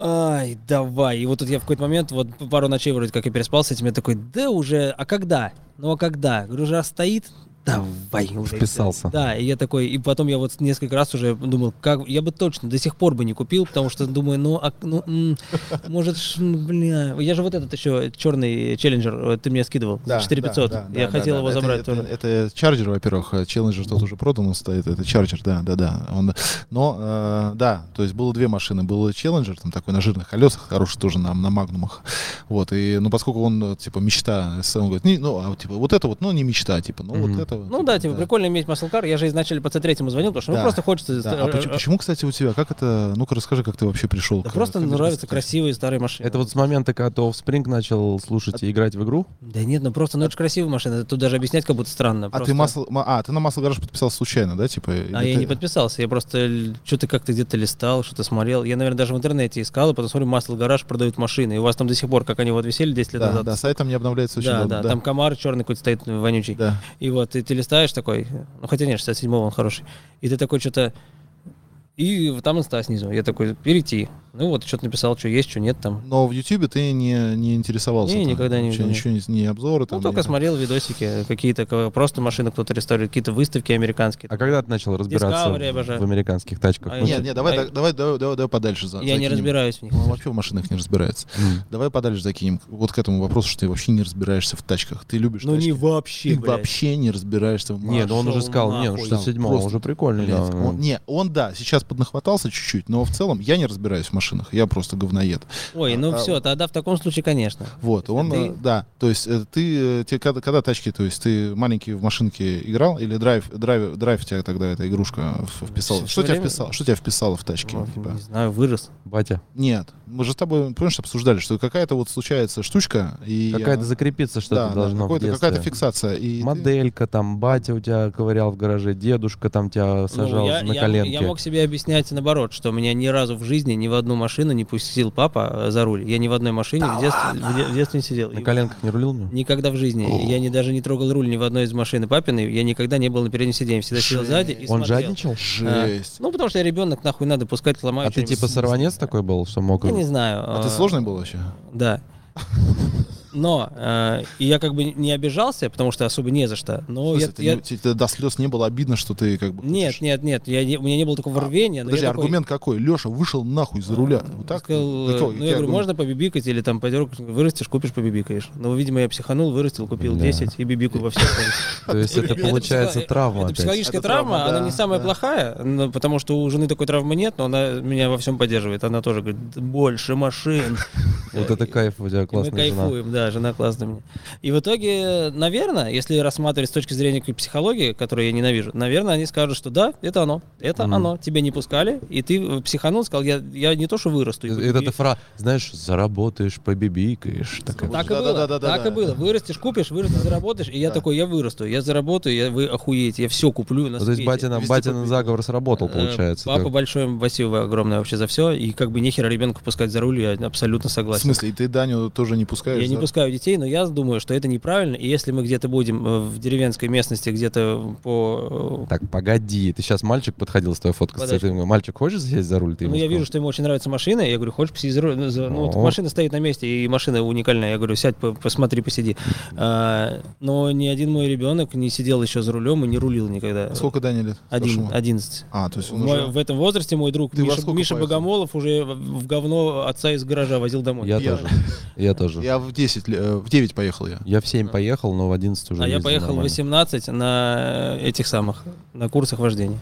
[SPEAKER 3] Ай, давай. И вот тут я в какой-то момент, вот пару ночей вроде как я переспал с этим, я такой, да уже, а когда? Ну а когда? Говорю, уже стоит? Давай.
[SPEAKER 1] Ну,
[SPEAKER 3] уже».
[SPEAKER 2] Вписался.
[SPEAKER 3] Да, и я такой, и потом я вот несколько раз уже думал, как, я бы точно до сих пор бы не купил, потому что думаю, ну, а, ну, м, может, ш- м, бля, я же вот этот еще черный челленджер, э, ты мне скидывал, за
[SPEAKER 1] Да,
[SPEAKER 3] 4500,
[SPEAKER 1] да, да,
[SPEAKER 3] я
[SPEAKER 1] да,
[SPEAKER 3] хотел
[SPEAKER 1] да,
[SPEAKER 3] его
[SPEAKER 1] это-
[SPEAKER 3] забрать
[SPEAKER 1] это,
[SPEAKER 3] тоже.
[SPEAKER 1] это Charger, во-первых, э, Challenger тот уже продан, он стоит, это Charger, да, да, да. Он, но, э, да, то есть было две машины, был Challenger, там такой на жирных колесах, хороший тоже на, на магнумах, вот, и, ну, поскольку он, э, типа, мечта, э, он говорит, «Не, ну, а, вот, типа, вот это вот, ну, не мечта, типа, ну,
[SPEAKER 2] Мгм.
[SPEAKER 1] вот это этого.
[SPEAKER 3] Ну да, типа, прикольно иметь маслкар. Я же изначально по C3 звонил, потому что ну
[SPEAKER 1] Да.
[SPEAKER 3] просто хочется...
[SPEAKER 1] Да, а
[SPEAKER 3] э,
[SPEAKER 1] почему,
[SPEAKER 3] э,
[SPEAKER 1] почему, кстати, у тебя? Как это? Ну-ка расскажи, как ты вообще пришел.
[SPEAKER 3] Да
[SPEAKER 1] к-
[SPEAKER 3] просто
[SPEAKER 1] к Камеди
[SPEAKER 3] нравятся
[SPEAKER 1] Бэсту.
[SPEAKER 3] красивые старые машины.
[SPEAKER 2] Это вот с момента, когда ты Offspring начал слушать и играть в игру?
[SPEAKER 3] Да нет, ну просто, ну это же красивая машина. Тут даже объяснять как будто странно.
[SPEAKER 1] А
[SPEAKER 3] Просто-
[SPEAKER 1] ты масло, ма- а ты на масло гараж подписался случайно, да, типа?
[SPEAKER 3] А я не подписался, я просто л- что-то как-то где-то листал, что-то смотрел. Я, наверное, даже в интернете искал, и потом смотрю, масло гараж продают машины. И у вас там до сих пор, как они вот висели 10 лет
[SPEAKER 1] Да,
[SPEAKER 3] назад.
[SPEAKER 1] да, сайт там не обновляется очень
[SPEAKER 3] да,
[SPEAKER 1] долго.
[SPEAKER 3] да, там комар черный какой-то стоит ну, вонючий.
[SPEAKER 1] Да.
[SPEAKER 3] И вот, и ты листаешь такой, ну хотя нет, 67-го он хороший. И ты такой что-то... И там инста снизу. Я такой, перейти. Ну вот, что-то написал, что есть, что нет там. Ну,
[SPEAKER 1] Но в Ютубе ты не, не интересовался.
[SPEAKER 3] Не,
[SPEAKER 1] там
[SPEAKER 3] никогда не
[SPEAKER 1] вообще
[SPEAKER 3] видел,
[SPEAKER 1] Ничего, не, не обзоры там.
[SPEAKER 3] Ну, только
[SPEAKER 1] не-
[SPEAKER 3] смотрел видосики, какие-то к- просто машины кто-то реставрирует, какие-то выставки американские.
[SPEAKER 2] А когда ты начал разбираться
[SPEAKER 3] Discovery обожаю.
[SPEAKER 2] в американских тачках?
[SPEAKER 3] А
[SPEAKER 2] Ну,
[SPEAKER 3] я-
[SPEAKER 1] Нет, нет, давай,
[SPEAKER 3] А-
[SPEAKER 1] так- давай, давай, давай, давай подальше. за-
[SPEAKER 3] я не
[SPEAKER 1] закинем.
[SPEAKER 3] разбираюсь в них.
[SPEAKER 1] Он вообще в машинах не разбирается.
[SPEAKER 2] м.
[SPEAKER 1] Давай подальше закинем вот к этому вопросу, что ты вообще не разбираешься в тачках. Ты любишь
[SPEAKER 3] Ну
[SPEAKER 1] тачки.
[SPEAKER 3] не вообще,
[SPEAKER 1] Ты
[SPEAKER 3] блядь.
[SPEAKER 1] вообще не разбираешься в машинах.
[SPEAKER 2] Не, ну он уже
[SPEAKER 3] Пошёл
[SPEAKER 2] сказал, не, ну
[SPEAKER 3] нахуй.
[SPEAKER 2] 67 он
[SPEAKER 1] Просто,
[SPEAKER 2] уже прикольно.
[SPEAKER 1] Блядь,
[SPEAKER 2] да.
[SPEAKER 1] он- не, он, да, сейчас поднахватался чуть-чуть, но в целом я не разбираюсь в машинах, я просто говноед.
[SPEAKER 3] Ой, ну
[SPEAKER 1] А-
[SPEAKER 3] все, тогда в таком случае, конечно.
[SPEAKER 1] Вот, он,
[SPEAKER 3] Ты-
[SPEAKER 1] э, да, то есть э, ты, э, те- когда, когда тачки, то есть ты маленький в машинке играл или драйв, драйв, драйв тебя тогда эта игрушка в- вписала?
[SPEAKER 3] Всё
[SPEAKER 1] Что тебя
[SPEAKER 3] время-
[SPEAKER 1] вписало? Что тебя вписало в тачке?
[SPEAKER 3] Ну,
[SPEAKER 1] типа?
[SPEAKER 3] Не знаю, вырос.
[SPEAKER 2] Батя,
[SPEAKER 1] Нет, мы же с тобой, помнишь, обсуждали, что какая-то вот случается штучка и...
[SPEAKER 2] какая-то
[SPEAKER 1] она-
[SPEAKER 2] закрепиться
[SPEAKER 1] да,
[SPEAKER 2] что-то
[SPEAKER 1] да,
[SPEAKER 2] должно в
[SPEAKER 1] какой-то- какая-то
[SPEAKER 2] детстве.
[SPEAKER 1] фиксация. И ты-
[SPEAKER 2] Моделька там, батя у тебя ковырял в гараже, дедушка там тебя
[SPEAKER 3] Ну,
[SPEAKER 2] сажал
[SPEAKER 3] я,
[SPEAKER 2] на
[SPEAKER 3] я-
[SPEAKER 2] коленке.
[SPEAKER 3] я мог себе объяснять наоборот, что меня ни разу в жизни ни в одну машину не пустил папа э, за руль. Я ни в одной машине в, детстве, в де- в детстве не сидел.
[SPEAKER 2] На
[SPEAKER 3] И
[SPEAKER 2] коленках не рулил? ну?
[SPEAKER 3] Никогда в жизни. Я не, даже не трогал руль ни в одной из машин папиной. Я никогда не был на переднем сиденье. Всегда сидел сзади и
[SPEAKER 2] Он
[SPEAKER 3] смотрел.
[SPEAKER 2] жадничал?
[SPEAKER 1] Жесть.
[SPEAKER 3] Ну, потому что я ребенок, нахуй надо пускать, ломаю.
[SPEAKER 2] А ты
[SPEAKER 3] что-нибудь.
[SPEAKER 2] типа сорванец такой был, что мог...
[SPEAKER 3] Я не знаю.
[SPEAKER 1] А ты
[SPEAKER 3] э,
[SPEAKER 1] сложный был вообще?
[SPEAKER 3] Да. Но э, и я как бы не обижался, потому что особо не за что. Но
[SPEAKER 1] В смысле,
[SPEAKER 3] ну, я-
[SPEAKER 1] ты
[SPEAKER 3] я,
[SPEAKER 1] не- тебе до слез не было обидно, что ты как бы...
[SPEAKER 3] Нет,
[SPEAKER 1] хочешь?
[SPEAKER 3] нет, нет, я не- у меня не было такого рвения. но ну, я
[SPEAKER 1] Подожди,
[SPEAKER 3] такой-
[SPEAKER 1] аргумент какой? Леша вышел нахуй за руля. Вот так?
[SPEAKER 3] Сказал,
[SPEAKER 1] Какой-
[SPEAKER 3] э, ну,
[SPEAKER 1] какие
[SPEAKER 3] я говорю,
[SPEAKER 1] аргументы?
[SPEAKER 3] можно побибикать или там пойдешь, вырастешь, купишь, побибикаешь. Но, видимо, я психанул, вырастил, купил
[SPEAKER 2] Бля.
[SPEAKER 3] 10 и бибику во всех.
[SPEAKER 2] То есть это
[SPEAKER 3] Это
[SPEAKER 2] получается
[SPEAKER 3] психо-
[SPEAKER 2] травма
[SPEAKER 3] Это
[SPEAKER 2] опять.
[SPEAKER 3] психологическая
[SPEAKER 1] Это травма,
[SPEAKER 3] травма, она
[SPEAKER 1] да,
[SPEAKER 3] не самая
[SPEAKER 1] да.
[SPEAKER 3] плохая, но потому что у жены такой травмы нет, но она меня во всем поддерживает. Она тоже говорит, больше машин.
[SPEAKER 2] Вот это кайф у тебя
[SPEAKER 3] И мы
[SPEAKER 2] классная жена.
[SPEAKER 3] кайфуем, да, жена классная у меня. И в итоге, наверное, если рассматривать с точки зрения какой-то психологии, которую я ненавижу, наверное, они скажут, что да, это оно, это
[SPEAKER 2] Мгм.
[SPEAKER 3] оно, тебя не пускали, и ты э, психанул, сказал, я, я не то что вырасту. и
[SPEAKER 2] Э,
[SPEAKER 3] побеби-
[SPEAKER 2] Это та фраза, знаешь, заработаешь, побибикаешь. такая.
[SPEAKER 3] Так и
[SPEAKER 1] Да, да,
[SPEAKER 3] было,
[SPEAKER 1] да, да, да,
[SPEAKER 3] так и
[SPEAKER 1] да.
[SPEAKER 3] было. Вырастешь, купишь, вырастешь, заработаешь, и я
[SPEAKER 1] Да.
[SPEAKER 3] такой, я вырасту, я заработаю, я, вы охуеете, я все куплю
[SPEAKER 2] Ну,
[SPEAKER 3] на
[SPEAKER 2] То есть
[SPEAKER 3] свете».
[SPEAKER 2] батина,
[SPEAKER 1] Везде
[SPEAKER 2] батин
[SPEAKER 1] победил.
[SPEAKER 2] заговор сработал,
[SPEAKER 3] Э,
[SPEAKER 2] получается.
[SPEAKER 3] Папа
[SPEAKER 2] так.
[SPEAKER 3] большое, спасибо огромное вообще за все, и как бы нехера ребенка пускать за руль, я абсолютно
[SPEAKER 1] В
[SPEAKER 3] согласен.
[SPEAKER 1] смысле, и ты Даню тоже не пускаешь?
[SPEAKER 3] Я не
[SPEAKER 1] да?
[SPEAKER 3] пускаю детей, но я думаю, что это неправильно. И если мы где-то будем э, в деревенской местности, где-то по... э,
[SPEAKER 2] Так, погоди, ты сейчас мальчик подходил с твоей фоткой,
[SPEAKER 3] Подожди.
[SPEAKER 2] ты ему, мальчик, хочешь сесть за руль? Ты
[SPEAKER 3] Ну,
[SPEAKER 2] ему
[SPEAKER 3] я
[SPEAKER 2] сказал.
[SPEAKER 3] вижу, что ему очень нравится машина. Я говорю, хочешь посидеть за руль? Ну, за- ну, вот
[SPEAKER 2] О.
[SPEAKER 3] машина стоит на месте, и машина уникальная. Я говорю, сядь, по- посмотри, посиди. А, но ни один мой ребенок не сидел еще за рулем и не рулил
[SPEAKER 2] Э,
[SPEAKER 3] никогда.
[SPEAKER 1] Сколько Дане лет?
[SPEAKER 3] Один,
[SPEAKER 1] старшему?
[SPEAKER 3] 11.
[SPEAKER 1] А, то есть он
[SPEAKER 3] Мой-
[SPEAKER 1] уже...
[SPEAKER 3] В этом возрасте мой друг
[SPEAKER 1] Ты во
[SPEAKER 3] Миша,
[SPEAKER 1] сколько
[SPEAKER 3] Миша
[SPEAKER 1] поехал?
[SPEAKER 3] Богомолов уже в в говно отца из гаража возил домой.
[SPEAKER 2] Я
[SPEAKER 1] пьяный.
[SPEAKER 2] тоже. Я тоже.
[SPEAKER 1] Я в 10, ле- э, в 9 поехал я.
[SPEAKER 2] Я в 7 поехал, но в 11 уже
[SPEAKER 3] А я
[SPEAKER 2] ездил
[SPEAKER 3] поехал в
[SPEAKER 2] нормально.
[SPEAKER 3] 18 на э, этих самых, на курсах вождения.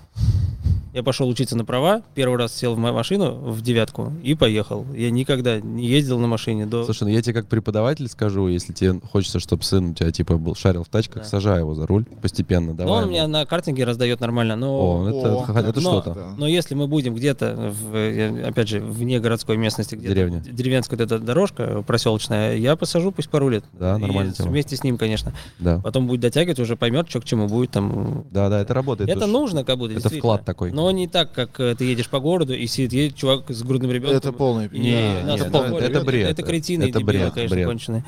[SPEAKER 3] Я пошел учиться на права, первый раз сел в мо- машину, в девятку, и поехал. Я никогда не ездил на машине до...
[SPEAKER 2] Слушай, ну я тебе как преподаватель скажу, если тебе хочется, чтобы сын у тебя типа был шарил в тачках,
[SPEAKER 3] Да.
[SPEAKER 2] сажай его за руль постепенно,
[SPEAKER 3] но
[SPEAKER 2] давай.
[SPEAKER 3] он
[SPEAKER 2] ему.
[SPEAKER 3] меня ну, на картинге раздает нормально, но...
[SPEAKER 2] О, это,
[SPEAKER 1] О,
[SPEAKER 2] это
[SPEAKER 1] да.
[SPEAKER 2] что-то.
[SPEAKER 1] Да.
[SPEAKER 3] Но если мы будем где-то, в, э, опять же, вне городской местности, где-то
[SPEAKER 2] Деревня.
[SPEAKER 3] д- деревенская вот эта дорожка проселочная, я посажу пусть пару лет.
[SPEAKER 2] Да,
[SPEAKER 3] И
[SPEAKER 2] нормальная
[SPEAKER 3] с-
[SPEAKER 2] тема.
[SPEAKER 3] Вместе с ним, конечно.
[SPEAKER 2] Да.
[SPEAKER 3] Потом будет дотягивать, уже поймет, что к чему будет там.
[SPEAKER 2] Да, да, это работает.
[SPEAKER 3] Это ну,
[SPEAKER 2] уж.
[SPEAKER 3] нужно, как будто.
[SPEAKER 2] это
[SPEAKER 3] действительно.
[SPEAKER 2] вклад такой.
[SPEAKER 3] Но не так, как э, ты едешь по городу и сидит едет чувак с грудным ребенком.
[SPEAKER 1] Это полный...
[SPEAKER 3] И-
[SPEAKER 2] Не,
[SPEAKER 1] Да, это
[SPEAKER 2] не,
[SPEAKER 3] нас
[SPEAKER 2] это-
[SPEAKER 1] полный
[SPEAKER 3] успокоили.
[SPEAKER 1] бред.
[SPEAKER 2] это бред.
[SPEAKER 3] Это кретины и
[SPEAKER 2] Это
[SPEAKER 3] дебилы,
[SPEAKER 2] бред,
[SPEAKER 3] конечно,
[SPEAKER 2] бред.
[SPEAKER 3] конченые.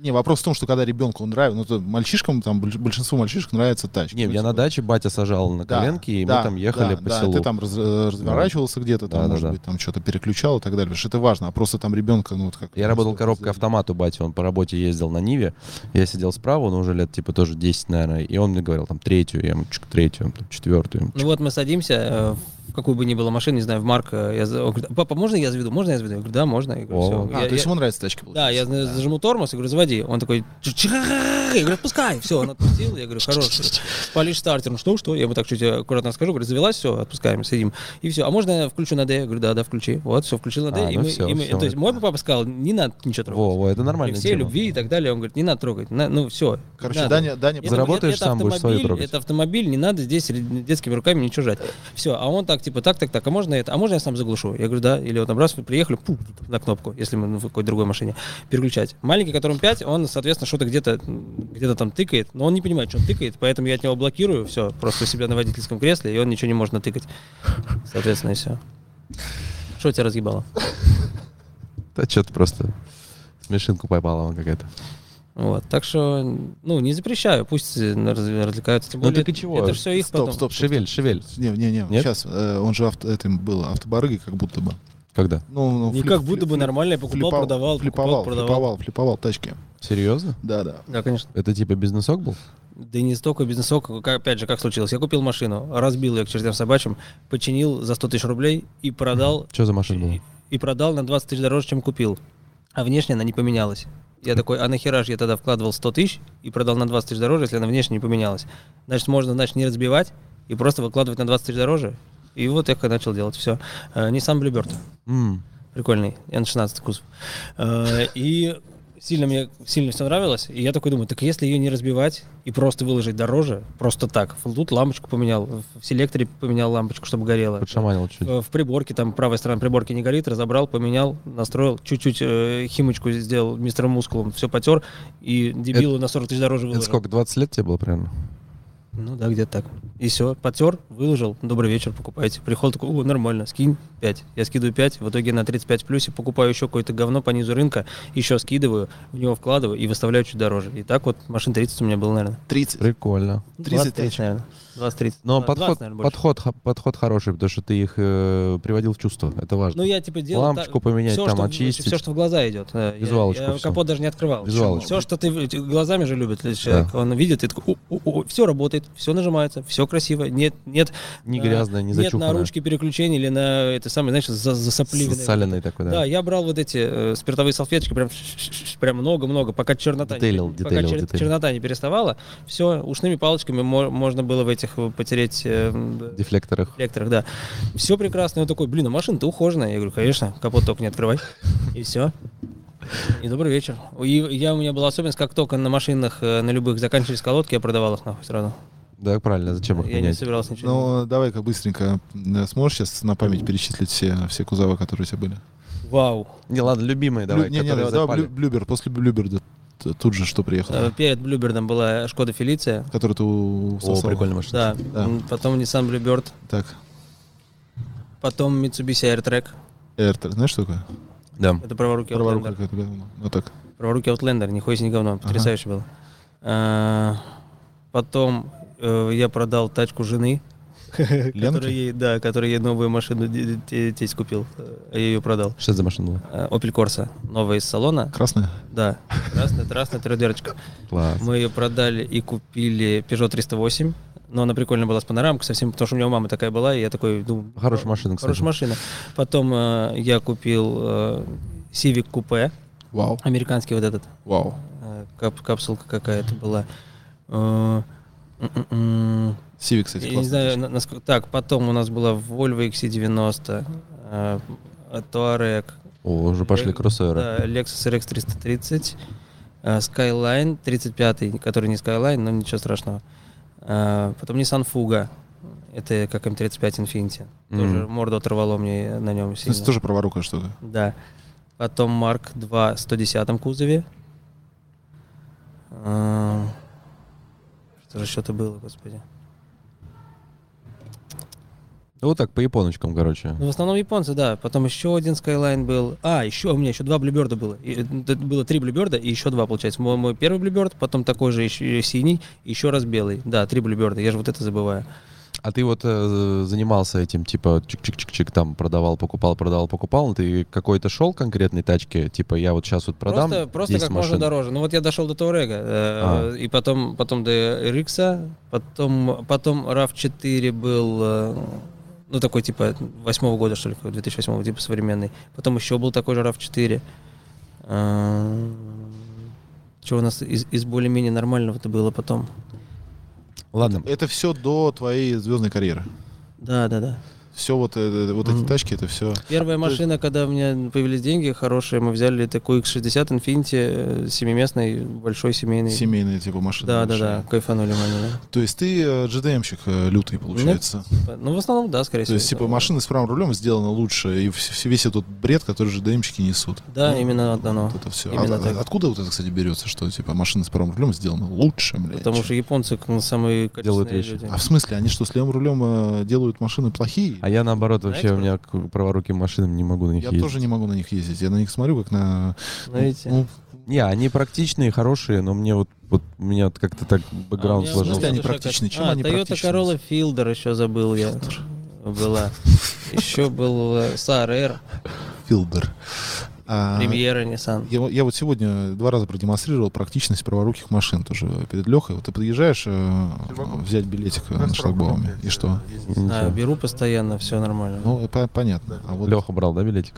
[SPEAKER 1] Не, вопрос в том, что когда ребенку нравится, ну, то мальчишкам, там, больш- большинству мальчишек нравятся тачки.
[SPEAKER 2] Не,
[SPEAKER 1] Ну,
[SPEAKER 2] я на
[SPEAKER 1] типа,
[SPEAKER 2] даче батя сажал на
[SPEAKER 1] да,
[SPEAKER 2] коленки, и
[SPEAKER 1] да,
[SPEAKER 2] мы там ехали
[SPEAKER 1] да,
[SPEAKER 2] по
[SPEAKER 1] да,
[SPEAKER 2] селу.
[SPEAKER 1] Ты там раз- э, разворачивался где-то, там,
[SPEAKER 2] Да, да,
[SPEAKER 1] может
[SPEAKER 2] да.
[SPEAKER 1] быть, там что-то переключал и так далее. Потому что это важно, а просто там ребенка, ну, вот как...
[SPEAKER 2] Я работал коробкой автомат у бати, он по работе ездил на Ниве. Я сидел справа, он уже лет типа тоже 10, наверное, и он мне говорил там третью, я ему чик, третью, там, четвертую. ему, чик.
[SPEAKER 3] Ну вот мы садимся, э, в какую бы ни было машину, не знаю, в Марк. э, Я, за- он говорит, папа, можно я заведу? Можно я заведу? Я говорю, да, можно. Я говорю,
[SPEAKER 2] О.
[SPEAKER 3] «Всё».
[SPEAKER 1] А,
[SPEAKER 3] Я-
[SPEAKER 1] то есть
[SPEAKER 3] я-
[SPEAKER 1] ему нравится тачки,
[SPEAKER 3] Да, я зна- зажму тормоз и говорю, заводи. погоди. Он такой, «Чу-чу-чу-чу-чу». я говорю, отпускай, все, он отпустил, я говорю, хорош, спалишь стартером, «Ну что, что, я ему так чуть э, аккуратно скажу, говорю, завелась, все, отпускаем, сидим, и все, а можно я включу на D? Я говорю, да, да, включи, вот, все, включил на D,
[SPEAKER 2] А,
[SPEAKER 3] и
[SPEAKER 2] ну
[SPEAKER 3] мы,
[SPEAKER 2] всё,
[SPEAKER 3] и мы-
[SPEAKER 2] всё,
[SPEAKER 3] то есть
[SPEAKER 2] это-
[SPEAKER 3] мой папа сказал, не надо ничего трогать,
[SPEAKER 2] Во, во, это нормально.
[SPEAKER 3] все любви и так далее, он говорит, не надо трогать, на- ну все,
[SPEAKER 1] Короче, Даня, Даня,
[SPEAKER 3] это-
[SPEAKER 2] Заработаешь
[SPEAKER 3] ну, это
[SPEAKER 2] сам, будешь свою
[SPEAKER 3] автомобиль,
[SPEAKER 2] трогать.
[SPEAKER 3] Это автомобиль, не надо здесь детскими руками ничего жать. Все, а он так, типа, так, так, так, а можно это? А можно я сам заглушу? Я говорю, да. Или вот там раз, вы приехали, пуп, на кнопку, если мы в какой-то другой машине, переключать. Маленький, которому 5, он, соответственно, что-то где-то где-то там тыкает, но он не понимает, что он тыкает, поэтому я от него блокирую, все, просто у себя на водительском кресле, и он ничего не может натыкать. Соответственно, и все. Что тебя разъебало?
[SPEAKER 2] Да что-то просто смешинку поймала он какая-то.
[SPEAKER 3] Вот, так что, ну, не запрещаю, пусть э, раз- развлекаются. Тем
[SPEAKER 2] Ну
[SPEAKER 3] более,
[SPEAKER 2] так и чего?
[SPEAKER 3] Это все их
[SPEAKER 1] Стоп,
[SPEAKER 3] потом.
[SPEAKER 1] стоп, стоп.
[SPEAKER 2] Шевель, шевель.
[SPEAKER 1] Не, не, не.
[SPEAKER 2] Нет?
[SPEAKER 1] Сейчас э, он же авто, этим был автобарыгой, как будто бы.
[SPEAKER 2] Когда?
[SPEAKER 1] Ну, ну,
[SPEAKER 3] Не
[SPEAKER 1] флип-
[SPEAKER 3] как будто бы
[SPEAKER 1] флип-
[SPEAKER 3] нормально, я покупал,
[SPEAKER 1] флипал-
[SPEAKER 3] продавал,
[SPEAKER 1] флиповал,
[SPEAKER 3] покупал, продавал.
[SPEAKER 1] флиповал, флиповал тачки.
[SPEAKER 2] Серьезно?
[SPEAKER 1] Да, да.
[SPEAKER 3] Да, конечно.
[SPEAKER 2] Это типа бизнесок был?
[SPEAKER 3] Да и не столько бизнесок, как- опять же, как случилось. Я купил машину, разбил ее к чертям собачьим, починил за 100 тысяч рублей и продал,
[SPEAKER 2] Что за машина была?
[SPEAKER 3] и продал на 20 тысяч дороже, чем купил. А внешне она не поменялась. Я такой, а нахера же я тогда вкладывал 100 тысяч и продал на 20 тысяч дороже, если она внешне не поменялась. Значит, можно, значит, не разбивать и просто выкладывать на 20 тысяч дороже. И вот я как начал делать все. Не сам Bluebird.
[SPEAKER 2] М.
[SPEAKER 3] Прикольный, N16 кузов. Э, И сильно мне сильно все нравилось. И я такой думаю, так если ее не разбивать и просто выложить дороже, просто так. в- Тут лампочку поменял, в- в селекторе поменял лампочку, чтобы горела.
[SPEAKER 2] Подшаманил чуть.
[SPEAKER 3] Э, В приборке, там правая сторона приборки не горит, разобрал, поменял, настроил, чуть-чуть э, химочку сделал мистером мускулом, все потер, и дебилу на 40 тысяч дороже
[SPEAKER 2] Это
[SPEAKER 3] выложил.
[SPEAKER 2] сколько, 20 лет тебе было примерно?
[SPEAKER 3] Ну да, где-то так. И все, потер, выложил, добрый вечер, покупайте. Приход такой, о, нормально, скинь 5. Я скидываю 5, в итоге на 35 плюсе покупаю еще какое-то говно по низу рынка, еще скидываю, в него вкладываю и выставляю чуть дороже. И так вот машин 30 у меня было, наверное.
[SPEAKER 1] 30.
[SPEAKER 2] Прикольно.
[SPEAKER 1] 30
[SPEAKER 3] тысяч,
[SPEAKER 1] тысяч.
[SPEAKER 3] наверное. 20-30.
[SPEAKER 2] Но
[SPEAKER 3] Да, 20,
[SPEAKER 2] подход,
[SPEAKER 3] наверное, больше.
[SPEAKER 2] подход, ха- подход хороший, потому что ты их э, приводил в чувство. Это важно.
[SPEAKER 3] Ну я типа делал...
[SPEAKER 2] Лампочку поменять,
[SPEAKER 3] всё,
[SPEAKER 2] там
[SPEAKER 3] что в-
[SPEAKER 2] очистить.
[SPEAKER 3] Все, что в глаза идет. Э, я-
[SPEAKER 2] Визуалочку
[SPEAKER 3] Я,
[SPEAKER 2] всё.
[SPEAKER 3] капот даже не открывал.
[SPEAKER 2] Визуалочку.
[SPEAKER 3] Все, что ты э, глазами же любит человек. э, Он видит и такой, все работает, все нажимается, все красиво. Нет, нет
[SPEAKER 2] не
[SPEAKER 3] э,
[SPEAKER 2] грязно, не
[SPEAKER 3] Нет
[SPEAKER 2] зачуханное.
[SPEAKER 3] на ручке переключений или на это самое, знаешь, за- засопливленное.
[SPEAKER 2] С- Соленый такой,
[SPEAKER 3] Да.
[SPEAKER 2] да.
[SPEAKER 3] я брал вот эти э, спиртовые салфеточки, прям, ш-ш-ш, прям много-много, пока чернота,
[SPEAKER 2] Детейлил,
[SPEAKER 3] не, пока
[SPEAKER 2] детейлил,
[SPEAKER 3] чер-
[SPEAKER 2] детейлил.
[SPEAKER 3] чернота не переставала. Все, ушными палочками мо- можно было в этих э, потереть э, м,
[SPEAKER 2] Дефлекторах.
[SPEAKER 3] дефлекторах, да. Все прекрасно. И Он такой, блин, а машина-то ухоженная. Я говорю, конечно, капот только не открывай. И все. И добрый вечер. И я, у меня была особенность, как только на машинах, э, на любых заканчивались колодки, я продавал их нахуй сразу.
[SPEAKER 2] Да, правильно, зачем их
[SPEAKER 3] Я не
[SPEAKER 2] менять?
[SPEAKER 3] собирался ничего. менять.
[SPEAKER 1] Ну, давай-ка быстренько. э, Сможешь сейчас на память перечислить все, все кузова, которые у тебя были?
[SPEAKER 3] Вау.
[SPEAKER 2] Не, ладно, любимые давай,
[SPEAKER 1] Блю- не, не,
[SPEAKER 2] которые
[SPEAKER 1] давай, давай
[SPEAKER 2] запали.
[SPEAKER 1] Блю- Блюбер. После Блюберда т- тут же что
[SPEAKER 3] Э,
[SPEAKER 1] приехало?
[SPEAKER 3] Перед Блюбердом была Шкода Фелиция.
[SPEAKER 1] Который ты у-
[SPEAKER 2] О,
[SPEAKER 1] сосал?
[SPEAKER 2] прикольная машина.
[SPEAKER 3] Да,
[SPEAKER 1] Да.
[SPEAKER 3] м, потом Nissan Bluebird,
[SPEAKER 1] Так,
[SPEAKER 3] потом Mitsubishi AirTrack.
[SPEAKER 1] Эртер, знаешь, что такое?
[SPEAKER 2] Да.
[SPEAKER 3] Это праворуки
[SPEAKER 1] Праворука
[SPEAKER 3] Outlander.
[SPEAKER 1] какая-то говно. Ну так.
[SPEAKER 3] Праворуки Outlander, нихуя себе не говно, потрясающе было. А, Потом э, я продал тачку жены, которая
[SPEAKER 1] Ленки?
[SPEAKER 3] ей, да, которая ей новую машину де- де- тесть купил. Э, Я ее продал.
[SPEAKER 2] Что это за машина была?
[SPEAKER 3] Э, Opel Corsa, новая из салона.
[SPEAKER 1] Красная?
[SPEAKER 3] Да, красная, красная трёхдверочка.
[SPEAKER 2] Класс.
[SPEAKER 3] Мы ее продали и купили Peugeot 308. Но она прикольно была с панорамкой совсем, потому что у меня у мамы такая была, и я такой ну, думаю...
[SPEAKER 2] Хорошая машина, Ну, кстати.
[SPEAKER 3] Хорошая машина. Потом э, я купил э, Civic Coupe,
[SPEAKER 1] Вау.
[SPEAKER 3] американский вот этот,
[SPEAKER 1] Вау.
[SPEAKER 3] э, кап- капсулка какая-то была. Э, м-м-м,
[SPEAKER 1] Сивик, кстати,
[SPEAKER 3] я не
[SPEAKER 1] классная
[SPEAKER 3] знаю,
[SPEAKER 1] тачка.
[SPEAKER 3] на- насколько... Так, потом у нас была Volvo XC90, э, Touareg,
[SPEAKER 2] О, уже пошли
[SPEAKER 3] Ле-
[SPEAKER 2] кроссоверы.
[SPEAKER 3] да, Lexus RX 330, э, Skyline 35, который не Skyline, но ничего страшного. Э, Потом Nissan Fuga, это как М35 Infinity. Тоже
[SPEAKER 2] Мгм.
[SPEAKER 3] морду оторвало мне на нем
[SPEAKER 1] То есть
[SPEAKER 3] сильно.
[SPEAKER 1] тоже а праворука что-то.
[SPEAKER 3] Да. Потом Марк 2 в 110 кузове. Э, Что же еще-то было, господи.
[SPEAKER 2] Ну, Вот так, по японочкам, короче.
[SPEAKER 3] Ну, в основном японцы, да. Потом еще один Skyline был. А, еще у меня еще два блюберда было. И, э, д- было три блюберда и еще два, получается. Мой, мой первый блюберд, потом такой же еще синий, еще раз белый. Да, три блюберда. Я же вот это забываю.
[SPEAKER 2] А ты вот э, занимался этим, типа, чик-чик-чик-чик, там, продавал, покупал, продавал, покупал, но ты какой-то шел конкретной тачке, типа, я вот сейчас вот продам
[SPEAKER 3] просто просто
[SPEAKER 2] 10
[SPEAKER 3] как можно
[SPEAKER 2] машин. А.
[SPEAKER 3] дороже. Ну вот я дошел до Таурега, э, и потом, потом до Рикса, потом, потом RAV4 был, э, ну такой типа восьмого года, что ли, 2008 типа современный. Потом еще был такой же RAV4. Э, Что А, у нас из, из более-менее нормального-то было потом?
[SPEAKER 2] Ладно.
[SPEAKER 1] Это все до твоей звездной карьеры.
[SPEAKER 3] Да, да, да.
[SPEAKER 1] Все вот, э, вот эти
[SPEAKER 3] Мгм.
[SPEAKER 1] тачки, это все.
[SPEAKER 3] Первая машина, когда у меня появились деньги хорошие, мы взяли такой X60 Infiniti, э, семиместный, большой семейный.
[SPEAKER 1] Семейные типа машины.
[SPEAKER 3] Да, да,
[SPEAKER 1] большие.
[SPEAKER 3] да, кайфанули манули.
[SPEAKER 1] То есть ты э, GDM-щик э, лютый, получается.
[SPEAKER 3] Ну, в основном, да, скорее
[SPEAKER 1] То
[SPEAKER 3] всего.
[SPEAKER 1] есть, типа, машина с правым рулем сделана лучше, и вс- вс- весь этот бред, который GDM-щики несут. Ну,
[SPEAKER 3] Да, именно оно.
[SPEAKER 1] Вот это все.
[SPEAKER 3] Именно так.
[SPEAKER 1] откуда вот это, кстати, берется, что, типа, машина с правым рулем сделана лучше, блядь?
[SPEAKER 3] Потому
[SPEAKER 1] чем-
[SPEAKER 3] что японцы ну, самые
[SPEAKER 2] Делают
[SPEAKER 3] качественные
[SPEAKER 2] вещи.
[SPEAKER 3] люди.
[SPEAKER 1] А в смысле, они что, с левым рулем э, делают машины плохие?
[SPEAKER 2] А я наоборот
[SPEAKER 3] Знаете,
[SPEAKER 2] вообще у меня к праворуким машинам не могу на них
[SPEAKER 1] Я
[SPEAKER 2] ездить.
[SPEAKER 1] тоже не могу на них ездить. Я на них смотрю, как на...
[SPEAKER 3] Знаете?
[SPEAKER 1] Ну,
[SPEAKER 2] Не, они практичные, хорошие, но мне вот, вот у меня вот как-то так
[SPEAKER 3] А у
[SPEAKER 2] бэкграунд
[SPEAKER 3] меня
[SPEAKER 1] сложился.
[SPEAKER 2] сложился.
[SPEAKER 3] мысли
[SPEAKER 1] они
[SPEAKER 3] душа как-
[SPEAKER 1] практичны? Чем
[SPEAKER 3] а,
[SPEAKER 1] они
[SPEAKER 3] Toyota
[SPEAKER 1] практичны?
[SPEAKER 3] Corolla Fielder еще забыл я. Была. Еще был э, Saar Air,
[SPEAKER 1] Филдер. А,
[SPEAKER 3] Премьера Nissan.
[SPEAKER 1] Я, я вот сегодня два раза продемонстрировал практичность праворуких машин тоже перед Лехой. Вот ты подъезжаешь э, взять билетик э, на шлагбауме. И что?
[SPEAKER 3] А, беру постоянно, все нормально.
[SPEAKER 1] Ну, по- понятно. А вот
[SPEAKER 2] Леха брал, да, билетик?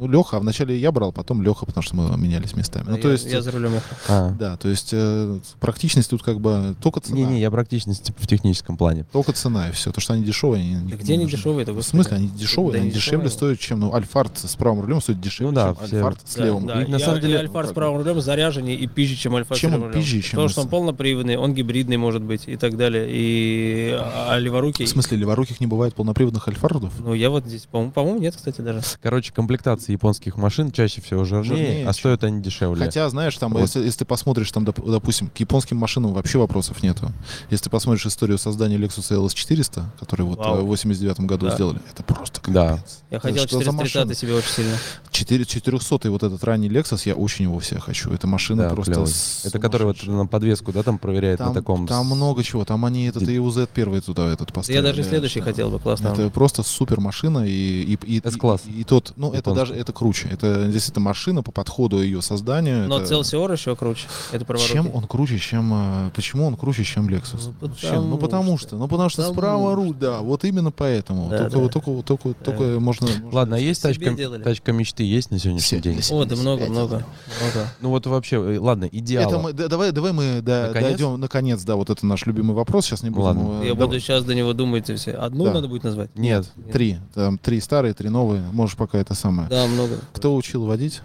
[SPEAKER 1] Ну, Леха, а вначале я брал, потом Леха, потому что мы менялись местами. Ну,
[SPEAKER 3] А
[SPEAKER 1] то
[SPEAKER 3] я-
[SPEAKER 1] есть,
[SPEAKER 3] Я за рулем ехал.
[SPEAKER 2] А.
[SPEAKER 1] да, то есть э, практичность тут как бы только цена.
[SPEAKER 2] Не-не, я практичность типа, в техническом плане.
[SPEAKER 1] Только цена и все. То, что они дешевые, они никому
[SPEAKER 3] Да
[SPEAKER 1] не
[SPEAKER 3] Где они
[SPEAKER 1] нужны.
[SPEAKER 3] дешевые?
[SPEAKER 1] В смысле, они дешевые,
[SPEAKER 3] Да
[SPEAKER 1] они
[SPEAKER 3] не
[SPEAKER 1] дешевле
[SPEAKER 3] дешевые.
[SPEAKER 1] стоят, чем ну, Альфард с правым рулем стоит дешевле,
[SPEAKER 2] Ну да,
[SPEAKER 1] чем
[SPEAKER 2] все-
[SPEAKER 1] Альфард с левым.
[SPEAKER 3] Да,
[SPEAKER 2] И на
[SPEAKER 3] я-
[SPEAKER 2] самом
[SPEAKER 3] и
[SPEAKER 2] деле-
[SPEAKER 3] Альфар с правым рулем заряженнее и пизже, чем Альфа
[SPEAKER 1] Чем
[SPEAKER 3] с
[SPEAKER 1] он
[SPEAKER 3] левым рулем.
[SPEAKER 1] пизже, чем
[SPEAKER 3] Потому что он
[SPEAKER 1] Nissan?
[SPEAKER 3] полноприводный, он гибридный может быть и так далее. И а, а леворукий...
[SPEAKER 1] В смысле, леворуких не бывает полноприводных альфардов?
[SPEAKER 3] Ну, я вот здесь, по-моему, по-моему, нет, кстати, даже.
[SPEAKER 2] Короче, комплектации японских машин чаще всего жирнее,
[SPEAKER 1] Жирнее,
[SPEAKER 2] а стоят они дешевле.
[SPEAKER 1] Хотя, знаешь, там,
[SPEAKER 2] Вот.
[SPEAKER 1] если, если ты посмотришь, там, доп- допустим, к японским машинам вообще вопросов нету. Если ты посмотришь историю создания Lexus LS400, который вот
[SPEAKER 3] Вау.
[SPEAKER 1] э, в 89 году
[SPEAKER 3] Да.
[SPEAKER 1] сделали, это просто
[SPEAKER 2] Да.
[SPEAKER 1] капец.
[SPEAKER 3] Я
[SPEAKER 1] Это
[SPEAKER 3] хотел
[SPEAKER 1] что за машина?
[SPEAKER 3] 430 себе очень сильно.
[SPEAKER 1] 4, 400 вот этот ранний Lexus, я очень его все хочу. Эта машина
[SPEAKER 2] Да,
[SPEAKER 1] просто
[SPEAKER 2] клёвый. Это который вот
[SPEAKER 1] сумасшедшая.
[SPEAKER 2] на подвеску, да, там проверяет
[SPEAKER 1] там,
[SPEAKER 2] на таком.
[SPEAKER 1] там
[SPEAKER 2] с-
[SPEAKER 1] много чего. Там они этот
[SPEAKER 2] Ди-
[SPEAKER 1] EUZ первый туда этот поставили.
[SPEAKER 3] Я даже следующий
[SPEAKER 1] Это-
[SPEAKER 3] хотел бы, классно.
[SPEAKER 1] Это просто супер машина и, и, и,
[SPEAKER 2] S-класс.
[SPEAKER 1] и, и тот, ну это
[SPEAKER 2] Японский.
[SPEAKER 1] даже это круче. Это действительно машина по подходу ее созданию.
[SPEAKER 3] Но
[SPEAKER 1] это-
[SPEAKER 3] Целсиор еще круче. Это праворукий.
[SPEAKER 1] Чем он круче, чем э, почему он круче, чем Lexus?
[SPEAKER 3] Ну,
[SPEAKER 1] Чем? ну
[SPEAKER 3] потому
[SPEAKER 1] потому
[SPEAKER 3] что.
[SPEAKER 1] что, ну потому что
[SPEAKER 3] Потому
[SPEAKER 1] справа
[SPEAKER 3] что.
[SPEAKER 1] руль, да, вот именно поэтому.
[SPEAKER 3] Да,
[SPEAKER 1] только,
[SPEAKER 3] да. Э,
[SPEAKER 1] вот- только, вот- только, вот- только можно. можно-
[SPEAKER 2] Ладно, а есть
[SPEAKER 3] Себе
[SPEAKER 2] тачка,
[SPEAKER 3] делали.
[SPEAKER 2] тачка мечты есть на сегодняшний
[SPEAKER 1] Се-
[SPEAKER 2] день?
[SPEAKER 1] се-
[SPEAKER 3] О, да много, много, много.
[SPEAKER 2] Ну вот вообще, э, ладно, идеал.
[SPEAKER 1] Это мы, да, давай, давай мы до-
[SPEAKER 2] Наконец?
[SPEAKER 1] дойдем наконец, да, вот это наш любимый вопрос. Сейчас не будем.
[SPEAKER 2] Ладно.
[SPEAKER 1] э,
[SPEAKER 3] Я
[SPEAKER 1] давай.
[SPEAKER 3] буду сейчас до него думать и все. Одну
[SPEAKER 1] Да.
[SPEAKER 3] надо будет назвать?
[SPEAKER 2] Нет.
[SPEAKER 1] Три. Там три старые, три новые. Можешь пока это самое.
[SPEAKER 3] Да, много.
[SPEAKER 1] Кто учил водить?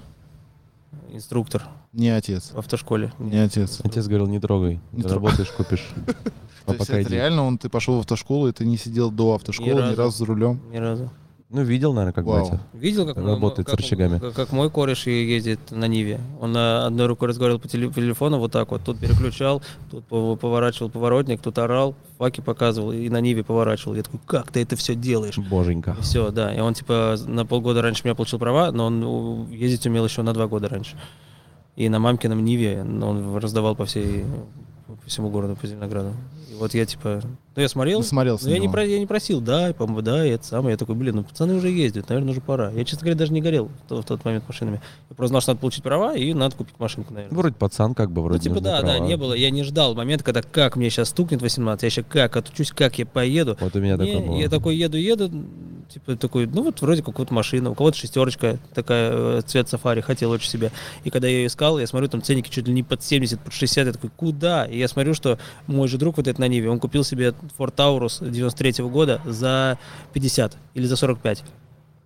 [SPEAKER 3] Инструктор
[SPEAKER 1] Не отец.
[SPEAKER 3] в автошколе.
[SPEAKER 1] Не отец.
[SPEAKER 2] Отец говорил, не трогай,
[SPEAKER 1] Не трогай.
[SPEAKER 2] заработаешь, купишь.
[SPEAKER 1] То
[SPEAKER 2] А
[SPEAKER 1] есть
[SPEAKER 2] пока
[SPEAKER 1] это
[SPEAKER 2] иди.
[SPEAKER 1] реально он, ты пошел в автошколу, и ты не сидел до автошколы, ни разу,
[SPEAKER 3] разу.
[SPEAKER 1] за рулем.
[SPEAKER 3] Ни разу.
[SPEAKER 2] Ну, видел, наверное, как
[SPEAKER 1] Вау.
[SPEAKER 2] батя.
[SPEAKER 3] Видел, как мой-
[SPEAKER 2] Работает с
[SPEAKER 3] как-
[SPEAKER 2] рычагами.
[SPEAKER 3] Как, как мой кореш и ездит на Ниве. Он э, одной рукой разговаривал по теле- телефону, вот так вот. Тут переключал, тут пов- поворачивал поворотник, тут орал, факи показывал и на Ниве поворачивал. Я такой, как ты это все делаешь?
[SPEAKER 2] Боженька.
[SPEAKER 3] Все, да. И он типа на полгода раньше меня получил права, но он у- ездить умел еще на два года раньше. И на мамкином Ниве он раздавал по всей по всему городу, по Зеленограду. И вот я типа, ну я смотрел,
[SPEAKER 1] Насмотрелся
[SPEAKER 3] но я
[SPEAKER 1] на
[SPEAKER 3] не,
[SPEAKER 1] него.
[SPEAKER 3] про- я не просил, да, по-моему, да, и это самое. Я такой, блин, ну пацаны уже ездят, наверное, уже пора. Я, честно говоря, даже не горел в то- в тот момент машинами. Я просто знал, что надо получить права и надо купить машинку, наверное.
[SPEAKER 2] Ну, Вроде пацан, как бы,
[SPEAKER 3] Ну,
[SPEAKER 2] вроде
[SPEAKER 3] типа,
[SPEAKER 2] нужны
[SPEAKER 3] да, да,
[SPEAKER 2] права.
[SPEAKER 3] не было. Я не ждал момента, когда как мне сейчас стукнет 18, я еще как отучусь, как я поеду.
[SPEAKER 2] Вот у меня
[SPEAKER 3] Не,
[SPEAKER 2] такое было.
[SPEAKER 3] я такой еду, еду, типа такой, ну вот вроде как вот машина, у кого-то шестерочка такая, э, цвет сафари, хотел очень себе. И когда я ее искал, я смотрю, там ценники чуть ли не под 70, под 60, я такой, куда? И я смотрю, что мой же друг вот этот на Ниве, он купил себе Ford Taurus 93 года за 50 или за 45.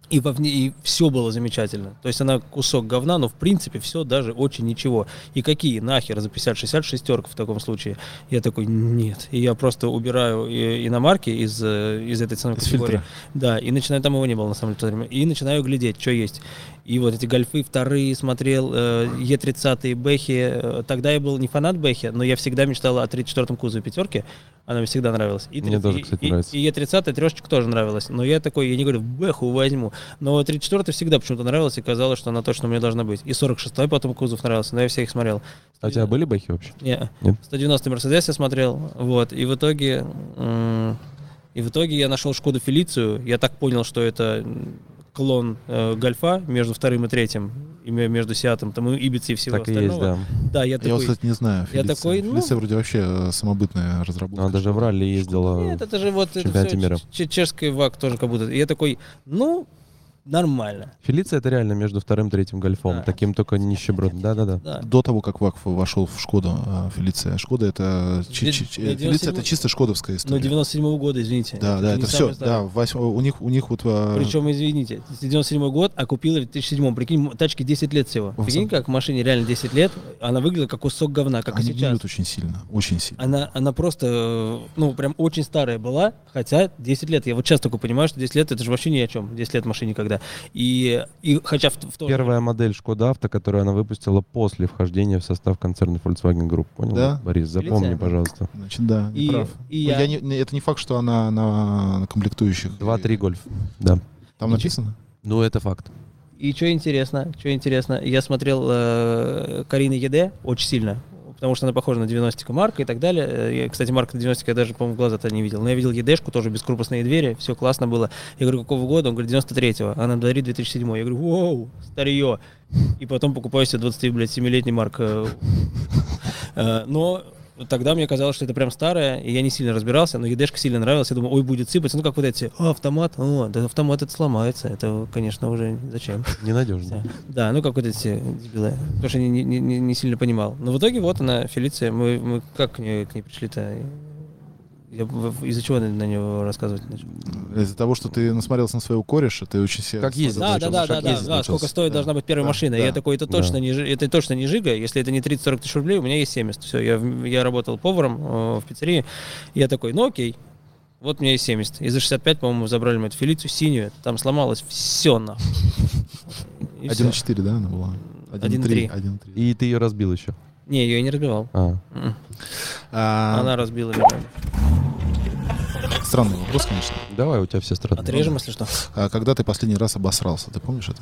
[SPEAKER 3] И, вовне, и все было замечательно. То есть она кусок говна, но в принципе все даже очень ничего. И какие нахер за 50-60 шестерка в таком случае? Я такой, нет. И я просто убираю и- иномарки из, э, из этой ценовой
[SPEAKER 1] Из
[SPEAKER 3] категории.
[SPEAKER 1] фильтра.
[SPEAKER 3] Да, и начинаю, там его не было на самом деле в то время. И начинаю глядеть, что есть. И вот эти гольфы вторые смотрел, э, Е30, Бэхи. Э, Тогда я был не фанат Бэхи, но я всегда мечтал о 34-м кузове пятерки. Она мне всегда нравилась. И
[SPEAKER 2] Мне
[SPEAKER 3] трид-
[SPEAKER 2] тоже,
[SPEAKER 3] и-
[SPEAKER 2] кстати,
[SPEAKER 3] и-
[SPEAKER 2] нравится.
[SPEAKER 3] И Е30, трешечка тоже нравилась. Но я такой, я не говорю, Бэху возьму. Но 34-й всегда почему-то нравилась и казалось, что она точно у меня должна быть. И 46-й потом кузов нравился, но я всех смотрел.
[SPEAKER 2] А у тебя были бэхи вообще?
[SPEAKER 3] Не.
[SPEAKER 2] Нет?
[SPEAKER 3] 190 Мерседес я смотрел, вот, и в итоге, м, и в итоге я нашел Шкоду Фелицию, я так понял, что это м, клон э, Гольфа между вторым и третьим, и ме- между Сиатом, там, и Ибицей и всего
[SPEAKER 2] Так и есть,
[SPEAKER 3] остального.
[SPEAKER 2] да.
[SPEAKER 3] да. я
[SPEAKER 1] я вот,
[SPEAKER 3] такой,
[SPEAKER 1] кстати, не знаю.
[SPEAKER 3] я
[SPEAKER 1] Фелиция.
[SPEAKER 3] такой, ну-
[SPEAKER 1] Фелиция вроде вообще э, самобытная разработка.
[SPEAKER 2] Она даже в ралли ездила.
[SPEAKER 3] нет, это же вот это
[SPEAKER 2] э, чемпионате
[SPEAKER 3] всё
[SPEAKER 2] мира.
[SPEAKER 3] ч- ч- чешский ВАК тоже как будто. И я такой, ну, нормально.
[SPEAKER 2] Фелиция это реально между вторым и третьим гольфом.
[SPEAKER 3] Да.
[SPEAKER 2] Таким только нищеброд. Да-да-да.
[SPEAKER 3] Да.
[SPEAKER 1] До того, как Вакф вошел в Шкоду, а, Фелиция. Шкода это, чи- чи- чи-
[SPEAKER 3] Мне-
[SPEAKER 1] Фелиция
[SPEAKER 3] мне 97
[SPEAKER 1] это чисто шкодовская
[SPEAKER 3] Но
[SPEAKER 1] история.
[SPEAKER 3] 97-го года, извините.
[SPEAKER 1] Да, да,
[SPEAKER 3] не
[SPEAKER 1] это
[SPEAKER 3] самый
[SPEAKER 1] все.
[SPEAKER 3] старый.
[SPEAKER 1] Да, восьм- у них у них вот а,
[SPEAKER 3] Причем, извините, 97 год, а купила в 2007 Прикинь, м- тачке 10 лет всего.
[SPEAKER 1] Во
[SPEAKER 3] Прикинь,
[SPEAKER 1] всем-
[SPEAKER 3] как машине реально 10 лет, она выглядела как кусок говна, как
[SPEAKER 1] они
[SPEAKER 3] и сейчас.
[SPEAKER 1] гниют очень сильно, очень сильно.
[SPEAKER 3] Она, она просто, э, ну, прям очень старая была, хотя 10 лет. Я вот сейчас только понимаю, что 10 лет это же вообще ни о чем. 10 лет машине никогда. И, и хотя в, в то же
[SPEAKER 2] Первая модель Шкода Авто, которую она выпустила после вхождения в состав концерна Volkswagen Group. Понял,
[SPEAKER 1] Да.
[SPEAKER 2] Борис? Запомни,
[SPEAKER 3] Фелиция.
[SPEAKER 2] пожалуйста.
[SPEAKER 1] Значит, да, не
[SPEAKER 3] А, И-
[SPEAKER 1] прав.
[SPEAKER 3] и
[SPEAKER 1] Ну,
[SPEAKER 3] я-
[SPEAKER 1] я не- не- это не факт, что она на, на комплектующих.
[SPEAKER 2] 2-3 гольф. Да.
[SPEAKER 1] Там написано?
[SPEAKER 2] Ну, это факт.
[SPEAKER 3] И что интересно, что интересно, я смотрел э, Карина ЕД очень сильно, потому что она похожа на 90-ку Марка и так далее. Э, Я, кстати, Марка 90 я даже, по-моему, в глаза-то не видел. Но я видел ЕДшку, тоже бескорпусные двери, все классно было. Я говорю, какого года? Он говорит, 93-го. Она дарит 2007 Я говорю, воу, старье. И потом покупаю себе 27-летний Марк. э, э, Но Тогда мне казалось, что это прям старая, и я не сильно разбирался, но ЕДшка сильно нравилась. Я думал, ой, будет сыпаться. Ну, как вот эти, «А, автомат, о, да автомат это сломается. Это, конечно, уже зачем.
[SPEAKER 2] Ненадежно.
[SPEAKER 3] Да, ну как вот эти все дебилы. Потому что я не, не- не- не сильно понимал. Но в итоге вот она, Фелиция. Мы, мы как к ней, к ней пришли-то? Я в- из-за чего на, на него рассказывать начал?
[SPEAKER 1] Из-за того, что ты насмотрелся на своего кореша, ты очень себя...
[SPEAKER 2] Как ездил,
[SPEAKER 3] Да, да,
[SPEAKER 2] начал,
[SPEAKER 3] да, да,
[SPEAKER 2] как
[SPEAKER 3] да,
[SPEAKER 2] ездил,
[SPEAKER 3] да,
[SPEAKER 2] начал.
[SPEAKER 3] сколько стоит
[SPEAKER 1] Да,
[SPEAKER 3] должна быть первая
[SPEAKER 1] да,
[SPEAKER 3] машина.
[SPEAKER 1] да.
[SPEAKER 3] я такой, это точно
[SPEAKER 2] Да.
[SPEAKER 3] не жи- это точно не жига. Если это не 30-40 тысяч рублей, у меня есть 70. Все, я, в- я работал поваром э, в пиццерии. Я такой, ну окей, вот у меня есть 70. И за 65, по-моему, забрали мы эту Фелицию синюю. Там сломалось все нахуй. И всё.
[SPEAKER 1] 1.4, да, она была?
[SPEAKER 3] 1.3.
[SPEAKER 1] 1.3.
[SPEAKER 2] И ты ее разбил еще.
[SPEAKER 3] Не, ее я не разбивал.
[SPEAKER 2] А.
[SPEAKER 3] М.
[SPEAKER 1] А,
[SPEAKER 3] Она разбила меня.
[SPEAKER 1] Странный вопрос, конечно.
[SPEAKER 2] Давай, у тебя все страны.
[SPEAKER 3] Отрежем, если что.
[SPEAKER 1] А когда ты последний раз обосрался, ты помнишь это?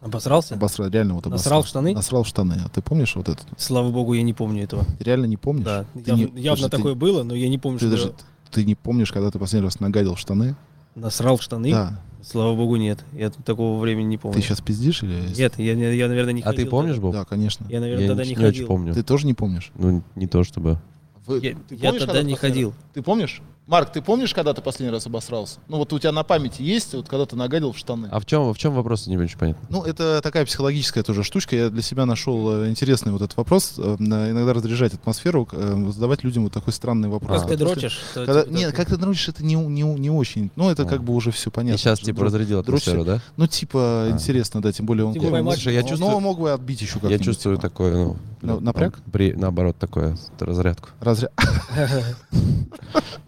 [SPEAKER 3] Обосрался?
[SPEAKER 1] Обосрал, реально вот обосрал.
[SPEAKER 3] Насрал в штаны?
[SPEAKER 1] Насрал в штаны. А ты помнишь вот это?
[SPEAKER 3] Слава богу, я не помню этого.
[SPEAKER 1] Ты реально не помнишь?
[SPEAKER 3] Да,
[SPEAKER 1] Ты
[SPEAKER 3] явно,
[SPEAKER 1] не-
[SPEAKER 3] явно
[SPEAKER 1] даже ты-
[SPEAKER 3] такое было, но я не помню,
[SPEAKER 1] Ты
[SPEAKER 3] что
[SPEAKER 1] даже ты не помнишь, когда ты последний раз нагадил в штаны?
[SPEAKER 3] я насрал в штаны.
[SPEAKER 1] Да.
[SPEAKER 3] Слава богу, нет. Я такого времени не помню.
[SPEAKER 1] Ты сейчас пиздишь или...
[SPEAKER 3] Нет, я, не- я, наверное, не
[SPEAKER 2] А
[SPEAKER 3] ходил.
[SPEAKER 2] ты помнишь,
[SPEAKER 3] тогда.
[SPEAKER 2] Боб?
[SPEAKER 1] Да, конечно.
[SPEAKER 3] Я, наверное,
[SPEAKER 2] Я
[SPEAKER 3] тогда
[SPEAKER 2] не-
[SPEAKER 3] не
[SPEAKER 2] не очень
[SPEAKER 3] ходил.
[SPEAKER 2] помню.
[SPEAKER 1] Ты тоже не помнишь?
[SPEAKER 2] Ну, не то чтобы.
[SPEAKER 1] Вы-
[SPEAKER 3] Я,
[SPEAKER 1] ты
[SPEAKER 3] я
[SPEAKER 1] помнишь,
[SPEAKER 3] тогда
[SPEAKER 1] когда ты последний
[SPEAKER 3] не ходил.
[SPEAKER 1] раз- Ты помнишь? Марк, ты помнишь, когда ты последний раз обосрался? Ну вот у тебя на памяти есть, вот когда ты нагадил в штаны?
[SPEAKER 2] А в чем, в чем вопрос, не очень понятно.
[SPEAKER 1] Ну, это такая психологическая тоже штучка. Я для себя нашел э, интересный вот этот вопрос. Э, на- Иногда разряжать атмосферу, к- э, задавать людям вот такой странный вопрос.
[SPEAKER 3] Как ты
[SPEAKER 1] Потому что
[SPEAKER 3] дрочишь? то
[SPEAKER 1] А, когда-
[SPEAKER 3] тебе
[SPEAKER 1] нет,
[SPEAKER 3] типа так-
[SPEAKER 1] как ты дрочишь, это не, у- не, у- не очень. Ну, это
[SPEAKER 2] А.
[SPEAKER 1] как бы уже все понятно.
[SPEAKER 2] И сейчас,
[SPEAKER 1] Что
[SPEAKER 2] типа,
[SPEAKER 1] дрочь-
[SPEAKER 2] разрядил
[SPEAKER 1] дрочь-
[SPEAKER 2] атмосферу, да?
[SPEAKER 1] Ну, типа,
[SPEAKER 2] А.
[SPEAKER 1] интересно, да, тем более он
[SPEAKER 3] Типа
[SPEAKER 1] кем-
[SPEAKER 3] поймать-
[SPEAKER 2] Слушай, я
[SPEAKER 1] Ну,
[SPEAKER 2] чувствую-
[SPEAKER 1] ну, мог бы отбить еще как-нибудь.
[SPEAKER 2] Я чувствую
[SPEAKER 1] типа.
[SPEAKER 2] такое, ну...
[SPEAKER 1] На-
[SPEAKER 2] блин,
[SPEAKER 1] напряг?
[SPEAKER 2] При, наоборот, такое, разрядку.
[SPEAKER 1] Разря-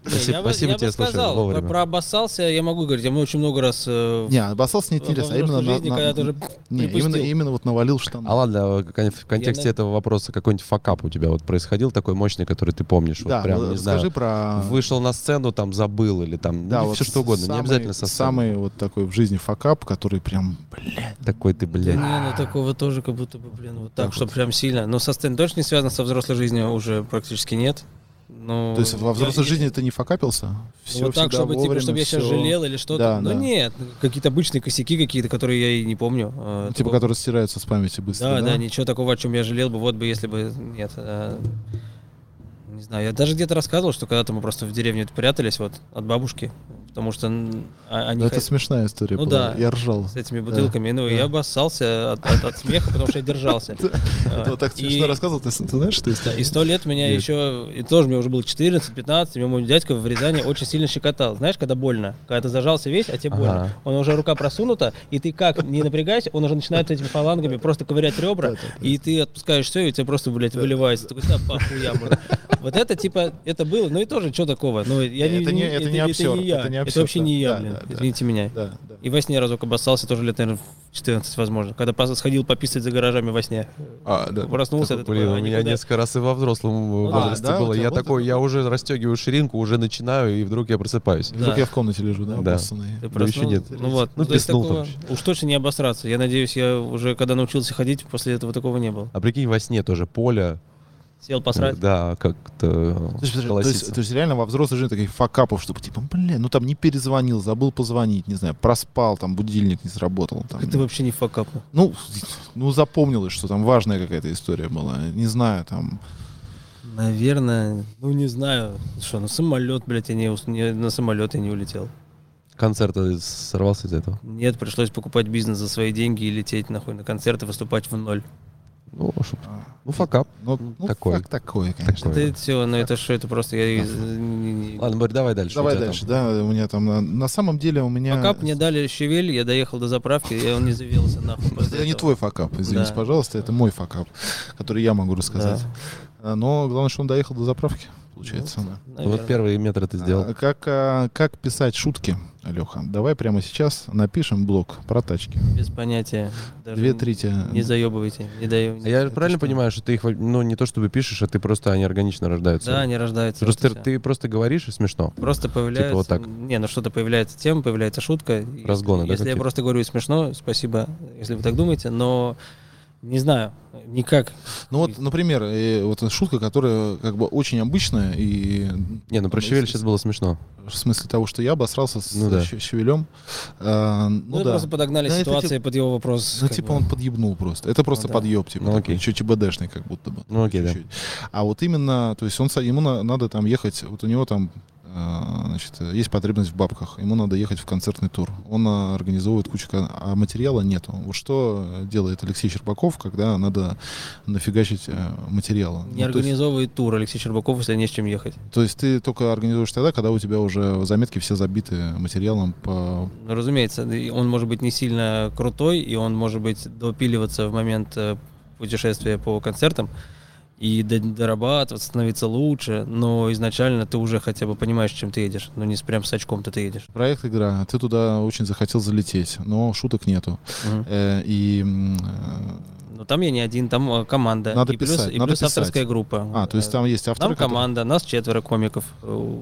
[SPEAKER 3] Не,
[SPEAKER 2] Спасибо-
[SPEAKER 3] я бы-
[SPEAKER 2] спасибо
[SPEAKER 3] я бы
[SPEAKER 2] тебе, слушай,
[SPEAKER 3] сказал, про-
[SPEAKER 2] вовремя.
[SPEAKER 3] Про обоссался я могу говорить. Я мы очень много раз... э, в-
[SPEAKER 1] Не, обоссался не
[SPEAKER 3] во
[SPEAKER 1] интересно, а
[SPEAKER 3] взрослой
[SPEAKER 1] именно... на-
[SPEAKER 3] жизни,
[SPEAKER 1] на-
[SPEAKER 3] когда ты уже
[SPEAKER 1] Не, именно,
[SPEAKER 3] припустил.
[SPEAKER 1] именно вот навалил штаны.
[SPEAKER 2] А ладно, а кон- в
[SPEAKER 3] Я
[SPEAKER 2] контексте
[SPEAKER 3] на-
[SPEAKER 2] этого вопроса какой-нибудь факап у тебя вот происходил такой мощный, который ты помнишь?
[SPEAKER 1] да,
[SPEAKER 2] вот прям,
[SPEAKER 1] ну,
[SPEAKER 2] не
[SPEAKER 1] расскажи
[SPEAKER 2] знаю,
[SPEAKER 1] про...
[SPEAKER 2] вышел на сцену, там забыл или там,
[SPEAKER 1] Да,
[SPEAKER 2] ну,
[SPEAKER 1] вот
[SPEAKER 2] все что угодно,
[SPEAKER 1] самый-
[SPEAKER 2] не обязательно со сцены.
[SPEAKER 1] Самый вот такой в жизни факап, который прям, блядь,
[SPEAKER 2] Такой ты,
[SPEAKER 3] Да
[SPEAKER 2] блядь.
[SPEAKER 3] не, ну такого тоже как будто бы, блин, вот так,
[SPEAKER 1] Так
[SPEAKER 3] что
[SPEAKER 1] вот.
[SPEAKER 3] прям сильно. Но со сцены точно не связано, со взрослой жизнью уже практически нет. Ну,
[SPEAKER 1] То есть во
[SPEAKER 3] я-
[SPEAKER 1] взрослой
[SPEAKER 3] я-
[SPEAKER 1] жизни ты не факапился? Всё
[SPEAKER 3] вот так,
[SPEAKER 1] всегда
[SPEAKER 3] чтобы, типа,
[SPEAKER 1] вовремя,
[SPEAKER 3] чтобы я сейчас
[SPEAKER 1] всё-
[SPEAKER 3] жалел или что-то.
[SPEAKER 1] Да,
[SPEAKER 3] ну
[SPEAKER 1] да.
[SPEAKER 3] нет, какие-то обычные косяки какие-то, которые я и не помню. Э,
[SPEAKER 1] Ну, Типа,
[SPEAKER 3] такого-
[SPEAKER 1] которые стираются с памяти быстро,
[SPEAKER 3] да, да, ничего такого, о чем я жалел бы, вот бы, если бы нет. э, не знаю, я даже где-то рассказывал, что когда-то мы просто в деревню прятались вот от бабушки, потому что м, а- они
[SPEAKER 1] Ну, это
[SPEAKER 3] хот-
[SPEAKER 1] смешная история
[SPEAKER 3] Ну
[SPEAKER 1] была.
[SPEAKER 3] да.
[SPEAKER 1] Я ржал.
[SPEAKER 3] с этими бутылками, ну и
[SPEAKER 1] да.
[SPEAKER 3] я обоссался от, от- от смеха, потому что я держался.
[SPEAKER 1] Ты вот так
[SPEAKER 3] Э, И-
[SPEAKER 1] смешно рассказывал, ты, ты знаешь, что
[SPEAKER 3] Да,
[SPEAKER 1] история?
[SPEAKER 3] и сто лет меня
[SPEAKER 2] Нет.
[SPEAKER 3] еще, и тоже мне уже было 14-15, и меня мой дядька в Рязани очень сильно щекотал. Знаешь, когда больно? Когда ты зажался весь, а тебе
[SPEAKER 2] Ага.
[SPEAKER 3] больно. Он уже рука просунута, и ты как, не напрягайся, он уже начинает этими фалангами просто ковырять ребра, и ты отпускаешь все, и у тебя просто, блядь, выливается. Такой, да, по хуям уже». Вот это, типа, это было, ну и тоже, что такого? Ну, я
[SPEAKER 1] Это не- это не
[SPEAKER 3] это
[SPEAKER 1] обсёр,
[SPEAKER 3] не я,
[SPEAKER 1] это не
[SPEAKER 3] это
[SPEAKER 1] обсёр,
[SPEAKER 3] вообще
[SPEAKER 1] да.
[SPEAKER 3] не я,
[SPEAKER 1] Да,
[SPEAKER 3] блин,
[SPEAKER 1] да, да.
[SPEAKER 3] извините меня.
[SPEAKER 1] Да, да.
[SPEAKER 3] И во сне разок обоссался, тоже лет, наверное, в 14, возможно, когда пос- сходил пописать за гаражами во сне.
[SPEAKER 1] А, да.
[SPEAKER 3] Проснулся, ты
[SPEAKER 2] Блин,
[SPEAKER 3] такой,
[SPEAKER 2] у
[SPEAKER 3] «А,
[SPEAKER 2] меня
[SPEAKER 3] никуда».
[SPEAKER 2] несколько раз и во взрослом
[SPEAKER 3] Ну да.
[SPEAKER 2] возрасте
[SPEAKER 1] А, да, у
[SPEAKER 2] было.
[SPEAKER 1] тебя
[SPEAKER 2] Я
[SPEAKER 1] было
[SPEAKER 2] такой, я уже расстегиваю ширинку, уже начинаю, и вдруг я просыпаюсь.
[SPEAKER 1] Вдруг
[SPEAKER 3] Да.
[SPEAKER 1] я в комнате лежу, да,
[SPEAKER 2] Да.
[SPEAKER 1] обоссанный.
[SPEAKER 2] Да
[SPEAKER 3] Ты
[SPEAKER 2] ещё
[SPEAKER 3] проснулся?
[SPEAKER 2] нет.
[SPEAKER 3] Ну вот,
[SPEAKER 2] Ну,
[SPEAKER 3] ну, то есть
[SPEAKER 2] писнул
[SPEAKER 3] такого-
[SPEAKER 2] там
[SPEAKER 3] уж точно не обосраться. Я надеюсь, я уже когда научился ходить, после этого такого не было.
[SPEAKER 2] А прикинь, во сне тоже поле.
[SPEAKER 3] Сел посрать.
[SPEAKER 2] Да, как-то
[SPEAKER 1] То есть, подожди, то, есть,
[SPEAKER 2] колосится.
[SPEAKER 1] то есть реально во взрослой жизни таких факапов, чтобы типа, блин, ну там не перезвонил, забыл позвонить, не знаю, проспал, там будильник не сработал. Там,
[SPEAKER 3] Это вообще не факап.
[SPEAKER 1] Ну, ну запомнилось, что там важная какая-то история была. Не знаю, там.
[SPEAKER 3] Наверное, ну не знаю. Что, ну самолет, блядь, я не, ус- не- на самолет я не улетел.
[SPEAKER 2] концерт э, сорвался из-за этого?
[SPEAKER 3] Нет, пришлось покупать бизнес за свои деньги и лететь нахуй на концерты, выступать в ноль.
[SPEAKER 2] Ну, чтоб-
[SPEAKER 1] А,
[SPEAKER 2] ну факап.
[SPEAKER 1] Ну, ну,
[SPEAKER 2] Такое.
[SPEAKER 1] факт такой, конечно.
[SPEAKER 2] Такое.
[SPEAKER 3] Это все, ну это что, это просто я... из- не- не-
[SPEAKER 2] Ладно, Борь, давай дальше.
[SPEAKER 1] Давай
[SPEAKER 2] У тебя
[SPEAKER 1] дальше, да, у меня там, на, на самом деле у меня...
[SPEAKER 3] Факап мне дали щавель, я доехал до заправки, и он не завелся нахуй. после
[SPEAKER 1] Это не
[SPEAKER 3] этого.
[SPEAKER 1] твой факап, извините,
[SPEAKER 3] Да.
[SPEAKER 1] пожалуйста, это мой факап, который я могу
[SPEAKER 3] Да,
[SPEAKER 1] рассказать. А, Но главное, что он доехал до заправки, получается. да.
[SPEAKER 2] там- Вот
[SPEAKER 3] наверное.
[SPEAKER 2] первые метры ты сделал.
[SPEAKER 1] А, Как, а, как писать шутки, Леха? Давай прямо сейчас напишем блог про тачки.
[SPEAKER 3] Без понятия. Даже
[SPEAKER 1] Две трети.
[SPEAKER 3] Не заебывайте, не даю.
[SPEAKER 2] э, А я
[SPEAKER 1] это
[SPEAKER 2] правильно
[SPEAKER 1] что?
[SPEAKER 2] понимаю, что ты их, во- ну, не то чтобы пишешь, а ты просто они органично рождаются?
[SPEAKER 3] Да, они рождаются.
[SPEAKER 2] Просто
[SPEAKER 3] вот и всё.
[SPEAKER 2] ты просто говоришь и смешно.
[SPEAKER 3] Просто появляется...
[SPEAKER 2] вот так.
[SPEAKER 3] Не, ну что-то появляется тема, появляется шутка. И
[SPEAKER 2] Разгоны, да,
[SPEAKER 3] Если я
[SPEAKER 2] какие-то?
[SPEAKER 3] просто говорю смешно, спасибо, если вы так думаете, но не знаю, никак.
[SPEAKER 1] Ну вот, например, э, вот эта шутка, которая как бы очень обычная и...
[SPEAKER 2] Не, ну про
[SPEAKER 1] Там,
[SPEAKER 2] щавель
[SPEAKER 1] если-
[SPEAKER 2] сейчас было смешно.
[SPEAKER 1] В смысле того, что я обосрался с
[SPEAKER 2] Ну да.
[SPEAKER 1] щ- щавелем. А,
[SPEAKER 3] Ну,
[SPEAKER 1] ну
[SPEAKER 3] и
[SPEAKER 1] да.
[SPEAKER 3] просто подогнали
[SPEAKER 1] Да, это
[SPEAKER 3] ситуации
[SPEAKER 1] типа-
[SPEAKER 3] под его вопрос.
[SPEAKER 1] Ну,
[SPEAKER 3] как
[SPEAKER 1] типа
[SPEAKER 3] бы.
[SPEAKER 1] он подъебнул просто. Это просто
[SPEAKER 3] да.
[SPEAKER 1] подъеб, типа,
[SPEAKER 2] Ну,
[SPEAKER 1] ну,
[SPEAKER 2] окей.
[SPEAKER 1] чуть ЧБДшный как будто бы.
[SPEAKER 2] Ну, окей, да.
[SPEAKER 1] Чуть-чуть. А вот именно, то есть он, со- ему на- надо там ехать, вот у него там э, значит, э, есть потребность в бабках, ему надо ехать в концертный тур. Он э, организовывает кучу, кон- а материала нету. Вот что э, делает Алексей Щербаков, когда надо нафигачить э, материала?
[SPEAKER 3] Не
[SPEAKER 1] Ну, то, есть,
[SPEAKER 3] организовывает тур Алексей Щербаков, если не с чем ехать.
[SPEAKER 1] то есть ты только организуешь тогда, когда у тебя уже заметки все забиты материалом по...
[SPEAKER 3] Ну, разумеется, да и он может быть не сильно крутой, и он может быть допиливаться в момент э, путешествия по концертам и д- дорабатывать, становиться лучше, но изначально ты уже хотя бы понимаешь, чем ты едешь, но не с прям с очком-то ты едешь.
[SPEAKER 1] Проект игра, ты туда очень захотел залететь, но шуток нету.
[SPEAKER 3] Мгм.
[SPEAKER 1] Э, и м, э,
[SPEAKER 3] Но там я не один, там э, команда.
[SPEAKER 1] Надо
[SPEAKER 3] и плюс,
[SPEAKER 1] писать,
[SPEAKER 3] и
[SPEAKER 1] надо
[SPEAKER 3] плюс
[SPEAKER 1] писать.
[SPEAKER 3] авторская группа.
[SPEAKER 1] а, то есть
[SPEAKER 3] Э,
[SPEAKER 1] там есть авторы,
[SPEAKER 3] Там
[SPEAKER 1] которые-
[SPEAKER 3] команда, нас четверо комиков, э,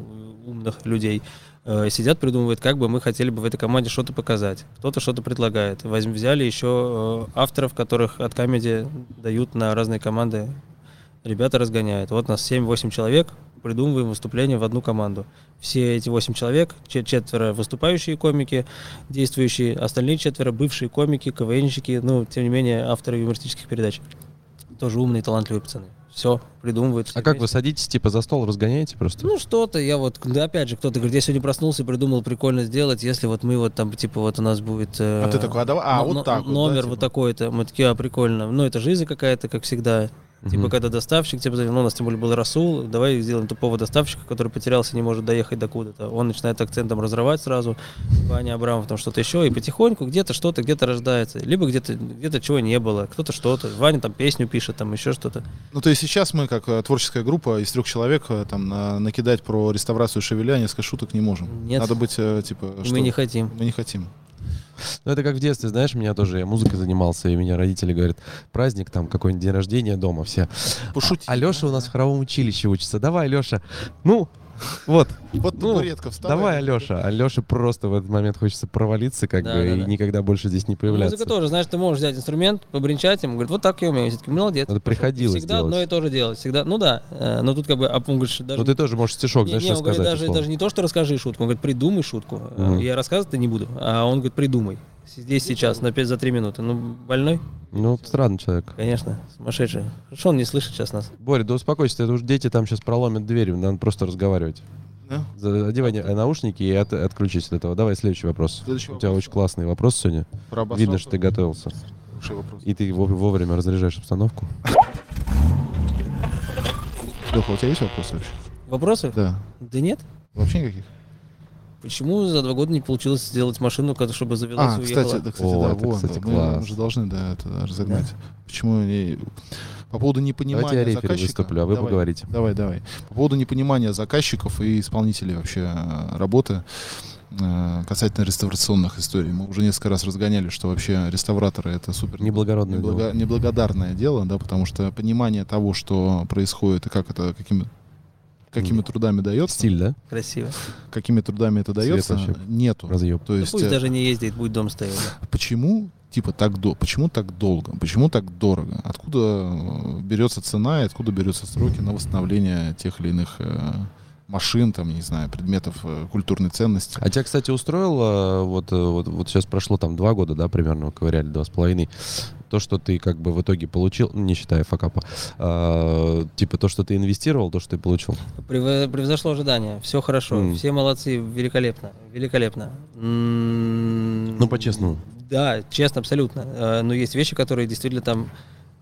[SPEAKER 3] умных людей, э, сидят, придумывают, как бы мы хотели бы в этой команде что-то показать. Кто-то что-то предлагает. Возьм- взяли еще э, авторов, которых от комедии дают на разные команды. Ребята разгоняют. Вот нас 7-8 человек, придумываем выступление в одну команду. Все эти 8 человек, че- четверо выступающие комики, действующие, остальные четверо бывшие комики, КВНщики, ну, тем не менее, авторы юмористических передач. Тоже умные, талантливые пацаны. Все, придумывают. все
[SPEAKER 2] А как
[SPEAKER 3] вместе.
[SPEAKER 2] вы садитесь, типа, за стол разгоняете просто?
[SPEAKER 3] Ну что-то, я вот, да, опять же, кто-то говорит, я сегодня проснулся и придумал прикольно сделать, если вот мы вот там, типа, вот у нас будет... э,
[SPEAKER 1] А ты такой, а, давай, а
[SPEAKER 3] но-
[SPEAKER 1] вот
[SPEAKER 3] но-
[SPEAKER 1] так вот, да,
[SPEAKER 3] Номер
[SPEAKER 1] типа?
[SPEAKER 3] вот такой-то. Мы такие, а, прикольно. Ну, это жизнь какая-то, как всегда.
[SPEAKER 2] Мгм.
[SPEAKER 3] Типа, когда доставщик тебе позвонил, ну, у нас тем более был Расул, давай сделаем тупого доставщика, который потерялся, не может доехать до куда-то. Он начинает акцентом разрывать сразу, Ваня Абрамов, там что-то еще, и потихоньку где-то что-то, где-то рождается. Либо где-то где-то чего не было, кто-то что-то. Ваня там песню пишет, там еще что-то.
[SPEAKER 1] Ну, то есть сейчас мы, как э, творческая группа из трех человек, э, там, на- накидать про реставрацию шевеля несколько шуток не можем.
[SPEAKER 3] Нет.
[SPEAKER 1] Надо быть, э, типа,
[SPEAKER 3] И
[SPEAKER 1] что?
[SPEAKER 3] мы не хотим.
[SPEAKER 1] Мы не хотим.
[SPEAKER 2] Ну, это как в детстве, знаешь, меня тоже, я музыкой занимался, и меня родители говорят, праздник там, какой-нибудь день рождения дома все.
[SPEAKER 1] Пошути.
[SPEAKER 2] А Леша у нас в хоровом училище учится. Давай, Леша. Ну, вот,
[SPEAKER 1] Вот
[SPEAKER 2] ну,
[SPEAKER 1] табуретка вставай.
[SPEAKER 2] давай, Алеша. Алёше просто в этот момент хочется провалиться, как
[SPEAKER 3] Да,
[SPEAKER 2] бы,
[SPEAKER 3] да,
[SPEAKER 2] и
[SPEAKER 3] да.
[SPEAKER 2] никогда больше здесь не
[SPEAKER 3] Ну,
[SPEAKER 2] появляться.
[SPEAKER 3] Музыка тоже, знаешь, ты можешь взять инструмент, побринчать ему, говорит, вот так я умею, И ты такой, молодец.
[SPEAKER 2] Надо приходилось
[SPEAKER 3] Всегда
[SPEAKER 2] делать.
[SPEAKER 3] одно и то же делать, всегда, ну да, э, но тут как бы, а он говорит, что даже...
[SPEAKER 2] Ну, ты тоже можешь стишок,
[SPEAKER 3] не,
[SPEAKER 2] знаешь,
[SPEAKER 3] не, он
[SPEAKER 2] рассказать.
[SPEAKER 3] говорит, даже,
[SPEAKER 2] условно.
[SPEAKER 3] даже не то, что расскажи шутку, он говорит, придумай шутку, Э,
[SPEAKER 2] Мгм.
[SPEAKER 3] я рассказывать-то не буду, а он говорит, придумай, здесь, сейчас, на пять- за три минуты, ну, больной,
[SPEAKER 2] Ну, странный человек.
[SPEAKER 3] конечно, сумасшедший, хорошо, он не слышит сейчас нас.
[SPEAKER 2] Боря, да успокойся, это уже дети там сейчас проломят дверь, надо просто разговаривать.
[SPEAKER 1] Да?
[SPEAKER 2] За- Одевай не- наушники и от- отключись от этого. Давай следующий вопрос.
[SPEAKER 1] Следующий
[SPEAKER 2] У тебя
[SPEAKER 1] вопрос.
[SPEAKER 2] очень классный вопрос сегодня.
[SPEAKER 1] Про обосрался.
[SPEAKER 2] Видно, что ты готовился.
[SPEAKER 1] Хороший вопрос.
[SPEAKER 2] И ты вов- вовремя разряжаешь обстановку.
[SPEAKER 1] Леха, у тебя есть вопросы вообще?
[SPEAKER 3] Вопросы?
[SPEAKER 1] Да.
[SPEAKER 3] Да нет.
[SPEAKER 1] Вообще никаких?
[SPEAKER 3] Почему за два года не получилось сделать машину, как- чтобы завелась
[SPEAKER 1] а,
[SPEAKER 3] и уехала?
[SPEAKER 1] кстати, да, кстати,
[SPEAKER 2] О,
[SPEAKER 1] да,
[SPEAKER 2] это,
[SPEAKER 1] вон,
[SPEAKER 2] кстати,
[SPEAKER 1] мы
[SPEAKER 2] класс.
[SPEAKER 1] уже должны да, это разогнать. Почему не... По поводу непонимания
[SPEAKER 2] Давайте я репере
[SPEAKER 1] заказчика.
[SPEAKER 2] выступлю, а вы
[SPEAKER 1] Давай.
[SPEAKER 2] поговорите.
[SPEAKER 1] Давай, давай. По поводу непонимания заказчиков и исполнителей вообще э, работы э, касательно реставрационных историй. Мы уже несколько раз разгоняли, что вообще реставраторы это супер
[SPEAKER 2] Неблагородное
[SPEAKER 1] неблага-
[SPEAKER 2] дело.
[SPEAKER 1] неблагодарное дело, да, потому что понимание того, что происходит и как это, какими, какими
[SPEAKER 2] Мгм.
[SPEAKER 1] трудами дается,
[SPEAKER 2] Стиль, да?
[SPEAKER 3] Красиво.
[SPEAKER 1] какими трудами это
[SPEAKER 2] Цвет
[SPEAKER 1] дается,
[SPEAKER 2] вообще
[SPEAKER 1] нету.
[SPEAKER 2] Разъеб.
[SPEAKER 1] То
[SPEAKER 3] Да
[SPEAKER 1] есть,
[SPEAKER 3] пусть
[SPEAKER 1] э,
[SPEAKER 3] даже не ездит, будет дом стоять.
[SPEAKER 1] почему типа так до, почему так долго, почему так дорого, откуда э, берется цена и откуда берется сроки на восстановление тех или иных э, машин, там, не знаю, предметов э, культурной ценности.
[SPEAKER 2] А тебя, кстати, устроило, вот, э, вот, вот сейчас прошло там два года, да, примерно, вы ковыряли, два с половиной. то, что ты как бы в итоге получил, не считая факапа, а, типа то, что ты инвестировал, то, что ты получил.
[SPEAKER 3] Преве- Превзошло ожидание. Все хорошо.
[SPEAKER 2] М.
[SPEAKER 3] Все молодцы. Великолепно. Великолепно.
[SPEAKER 2] Ну,
[SPEAKER 3] Ну,
[SPEAKER 2] по-честному.
[SPEAKER 3] Да, честно, абсолютно. Э, Но есть вещи, которые действительно там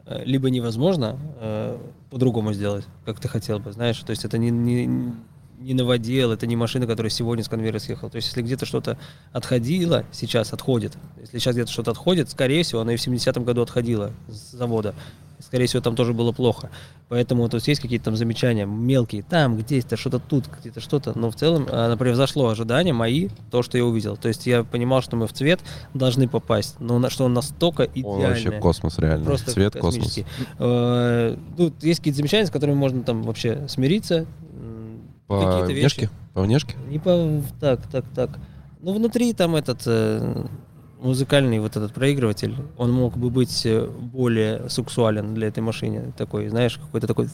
[SPEAKER 3] э, либо невозможно э, по-другому сделать, как ты хотел бы, знаешь. То есть это не, не, не новодел, это не машина, которая сегодня с конвейера съехала. То есть если где-то что-то отходило, сейчас отходит. Если сейчас где-то что-то отходит, скорее всего, оно и в 70-м году отходило с завода. Скорее всего, там тоже было плохо. Поэтому то есть, есть какие-то там замечания мелкие, там, где-то, что-то тут, где-то что-то. Но в целом она превзошло ожидания мои, то, что я увидел. То есть я понимал, что мы в цвет должны попасть, но на- что он настолько
[SPEAKER 2] Он
[SPEAKER 3] идеальный.
[SPEAKER 2] вообще космос, реально.
[SPEAKER 3] Просто
[SPEAKER 2] Цвет космос.
[SPEAKER 3] космический. Э, Ну, есть какие-то замечания, с которыми можно там вообще смириться. М,
[SPEAKER 2] По
[SPEAKER 3] какие-то вещи.
[SPEAKER 2] внешке? По внешке?
[SPEAKER 3] Не по... Так, так, так. Ну, внутри там этот э, музыкальный вот этот проигрыватель, он мог бы быть э, более сексуален для этой машины. Такой, знаешь, какой-то такой...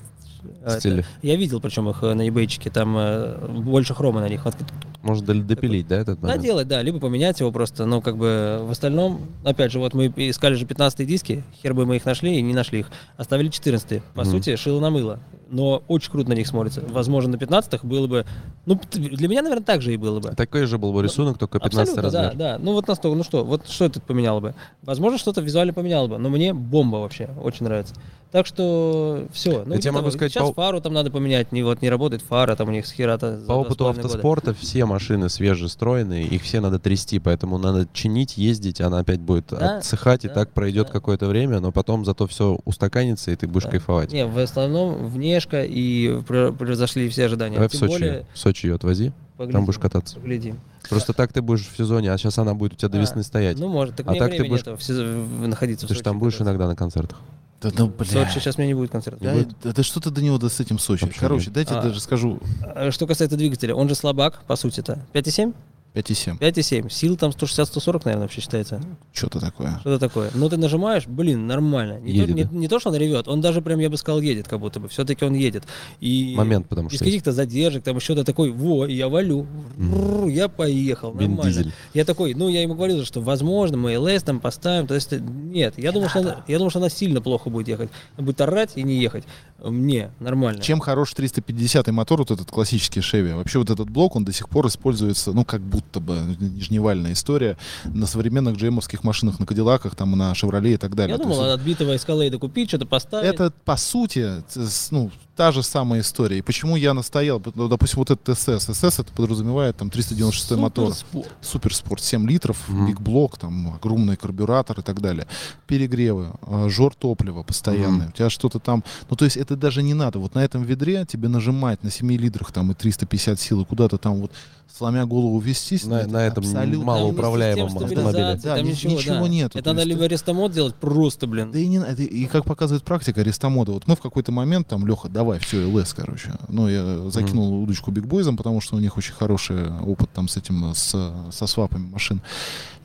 [SPEAKER 3] э,
[SPEAKER 2] Стиле.
[SPEAKER 3] это- Я видел причем их э, на ebay там э, больше хрома на них. Вот
[SPEAKER 2] Может дол- допилить, да, этот момент?
[SPEAKER 3] Доделать, да, либо поменять его просто, но как бы в остальном, опять же, вот мы искали же 15 диски, хер бы мы их нашли и не нашли их, оставили 14 по
[SPEAKER 2] Мгм.
[SPEAKER 3] сути, шило на мыло, но очень круто на них смотрится, возможно, на 15 было бы, ну, т- для меня, наверное, так же и было бы.
[SPEAKER 2] Такой же был бы рисунок, только 15
[SPEAKER 3] Абсолютно,
[SPEAKER 2] размер.
[SPEAKER 3] да, да. Ну вот настолько, ну что, вот что это поменяло бы? Возможно, что-то визуально поменяло бы, но мне бомба вообще очень нравится. Так что все. Ну,
[SPEAKER 2] Я тебе
[SPEAKER 3] где-то
[SPEAKER 2] могу
[SPEAKER 3] вот
[SPEAKER 2] сказать,
[SPEAKER 3] сейчас
[SPEAKER 2] по-
[SPEAKER 3] фару там надо поменять, не вот не работает фара, там у них с херата.
[SPEAKER 2] По опыту автоспорта все машины свежестроенные, их все надо трясти, поэтому надо чинить, ездить, она опять будет
[SPEAKER 3] Да,
[SPEAKER 2] отсыхать, и
[SPEAKER 3] да,
[SPEAKER 2] так пройдет
[SPEAKER 3] да.
[SPEAKER 2] какое-то время, но потом зато все устаканится, и ты будешь
[SPEAKER 3] Да.
[SPEAKER 2] кайфовать.
[SPEAKER 3] Не, в основном внешка и пре- превзошли все ожидания.
[SPEAKER 2] Давай в
[SPEAKER 3] Тем
[SPEAKER 2] Сочи,
[SPEAKER 3] более,
[SPEAKER 2] в Сочи ее отвози, там
[SPEAKER 3] поглядим,
[SPEAKER 2] будешь кататься.
[SPEAKER 3] поглядим.
[SPEAKER 2] Просто так ты будешь в сезоне, а сейчас она будет у тебя до
[SPEAKER 3] А,
[SPEAKER 2] весны стоять.
[SPEAKER 3] Ну, может, так
[SPEAKER 2] А
[SPEAKER 3] мне
[SPEAKER 2] так ты
[SPEAKER 3] времени
[SPEAKER 2] будешь-
[SPEAKER 3] этого в сезон- в- находиться в
[SPEAKER 2] ты же
[SPEAKER 3] Сочи
[SPEAKER 2] там будешь
[SPEAKER 3] кататься.
[SPEAKER 2] иногда на концертах.
[SPEAKER 1] Да, ну,
[SPEAKER 3] В
[SPEAKER 1] бля.
[SPEAKER 3] Сочи сейчас у меня не будет концерта.
[SPEAKER 1] Да, да, да что ты до него да с этим Сочи?
[SPEAKER 2] Вообще
[SPEAKER 1] Короче,
[SPEAKER 2] нет.
[SPEAKER 1] дайте
[SPEAKER 3] А.
[SPEAKER 1] даже скажу
[SPEAKER 3] А Что касается двигателя, он же слабак, по сути-то. 5,7?
[SPEAKER 1] 5,7.
[SPEAKER 3] 5,7. Сил там 160-140, наверное, вообще считается.
[SPEAKER 1] Что-то такое.
[SPEAKER 3] Что-то такое. Но ты нажимаешь, блин, нормально. Не,
[SPEAKER 2] Едет,
[SPEAKER 3] то, не-
[SPEAKER 2] да?
[SPEAKER 3] не то, что он ревет, он даже прям, я бы сказал, едет, как будто бы. Все-таки он едет. И
[SPEAKER 2] Момент, потому
[SPEAKER 3] Без
[SPEAKER 2] что есть.
[SPEAKER 3] каких-то задержек, там еще то такой, во, я валю, Рррр, я поехал,
[SPEAKER 2] Вин
[SPEAKER 3] Ну, нормально.
[SPEAKER 2] Дизель.
[SPEAKER 3] Я такой, ну, я ему говорил, что, возможно, мы ЛС там поставим, то есть, э, нет, я думал, что она, я думал, что она сильно плохо будет ехать. Она будет орать и не ехать. Мне нормально.
[SPEAKER 1] Чем хорош 350 мотор, вот этот классический Chevy? Вообще вот этот блок, он до сих пор используется, ну, как будто бы, нижневальная история, на современных джеймовских машинах, на Кадиллаках, там, на Шевроле и так далее.
[SPEAKER 3] я
[SPEAKER 1] То
[SPEAKER 3] думал,
[SPEAKER 1] есть
[SPEAKER 3] от битого эскалейда купить, что-то поставить.
[SPEAKER 1] это, по сути, ц- с- ну, та же самая история. И почему я настоял? Ну, допустим, вот этот СС. СС это подразумевает там 396 мотор.
[SPEAKER 3] Суперспорт.
[SPEAKER 1] Суперспорт, 7 литров,
[SPEAKER 2] Мгм.
[SPEAKER 1] бигблок, там огромный карбюратор и так далее. Перегревы, э, жор топлива постоянный.
[SPEAKER 2] Мгм.
[SPEAKER 1] У тебя что-то там... Ну, то есть это даже не надо. Вот на этом ведре тебе нажимать на 7 литрах там и 350 сил, и куда-то там вот сломя голову вестись.
[SPEAKER 2] На-
[SPEAKER 1] ну,
[SPEAKER 2] на этом
[SPEAKER 1] абсолютно-
[SPEAKER 2] мало-
[SPEAKER 3] Там
[SPEAKER 2] малоуправляемом
[SPEAKER 3] систем
[SPEAKER 1] автомобиле.
[SPEAKER 3] стабилизации,
[SPEAKER 1] Да,
[SPEAKER 3] там
[SPEAKER 1] ни-
[SPEAKER 3] ничего,
[SPEAKER 1] ничего
[SPEAKER 3] да.
[SPEAKER 1] нету, то
[SPEAKER 3] Это надо
[SPEAKER 1] есть
[SPEAKER 3] либо рестомод делать просто, блин.
[SPEAKER 1] Да и, не, надо. и как показывает практика рестомода, вот мы в какой-то момент там, Леха, давай, все, ЛС, короче. Ну, я закинул удочку бигбойзом, потому что у них очень хороший опыт там с этим, с, со свапами машин.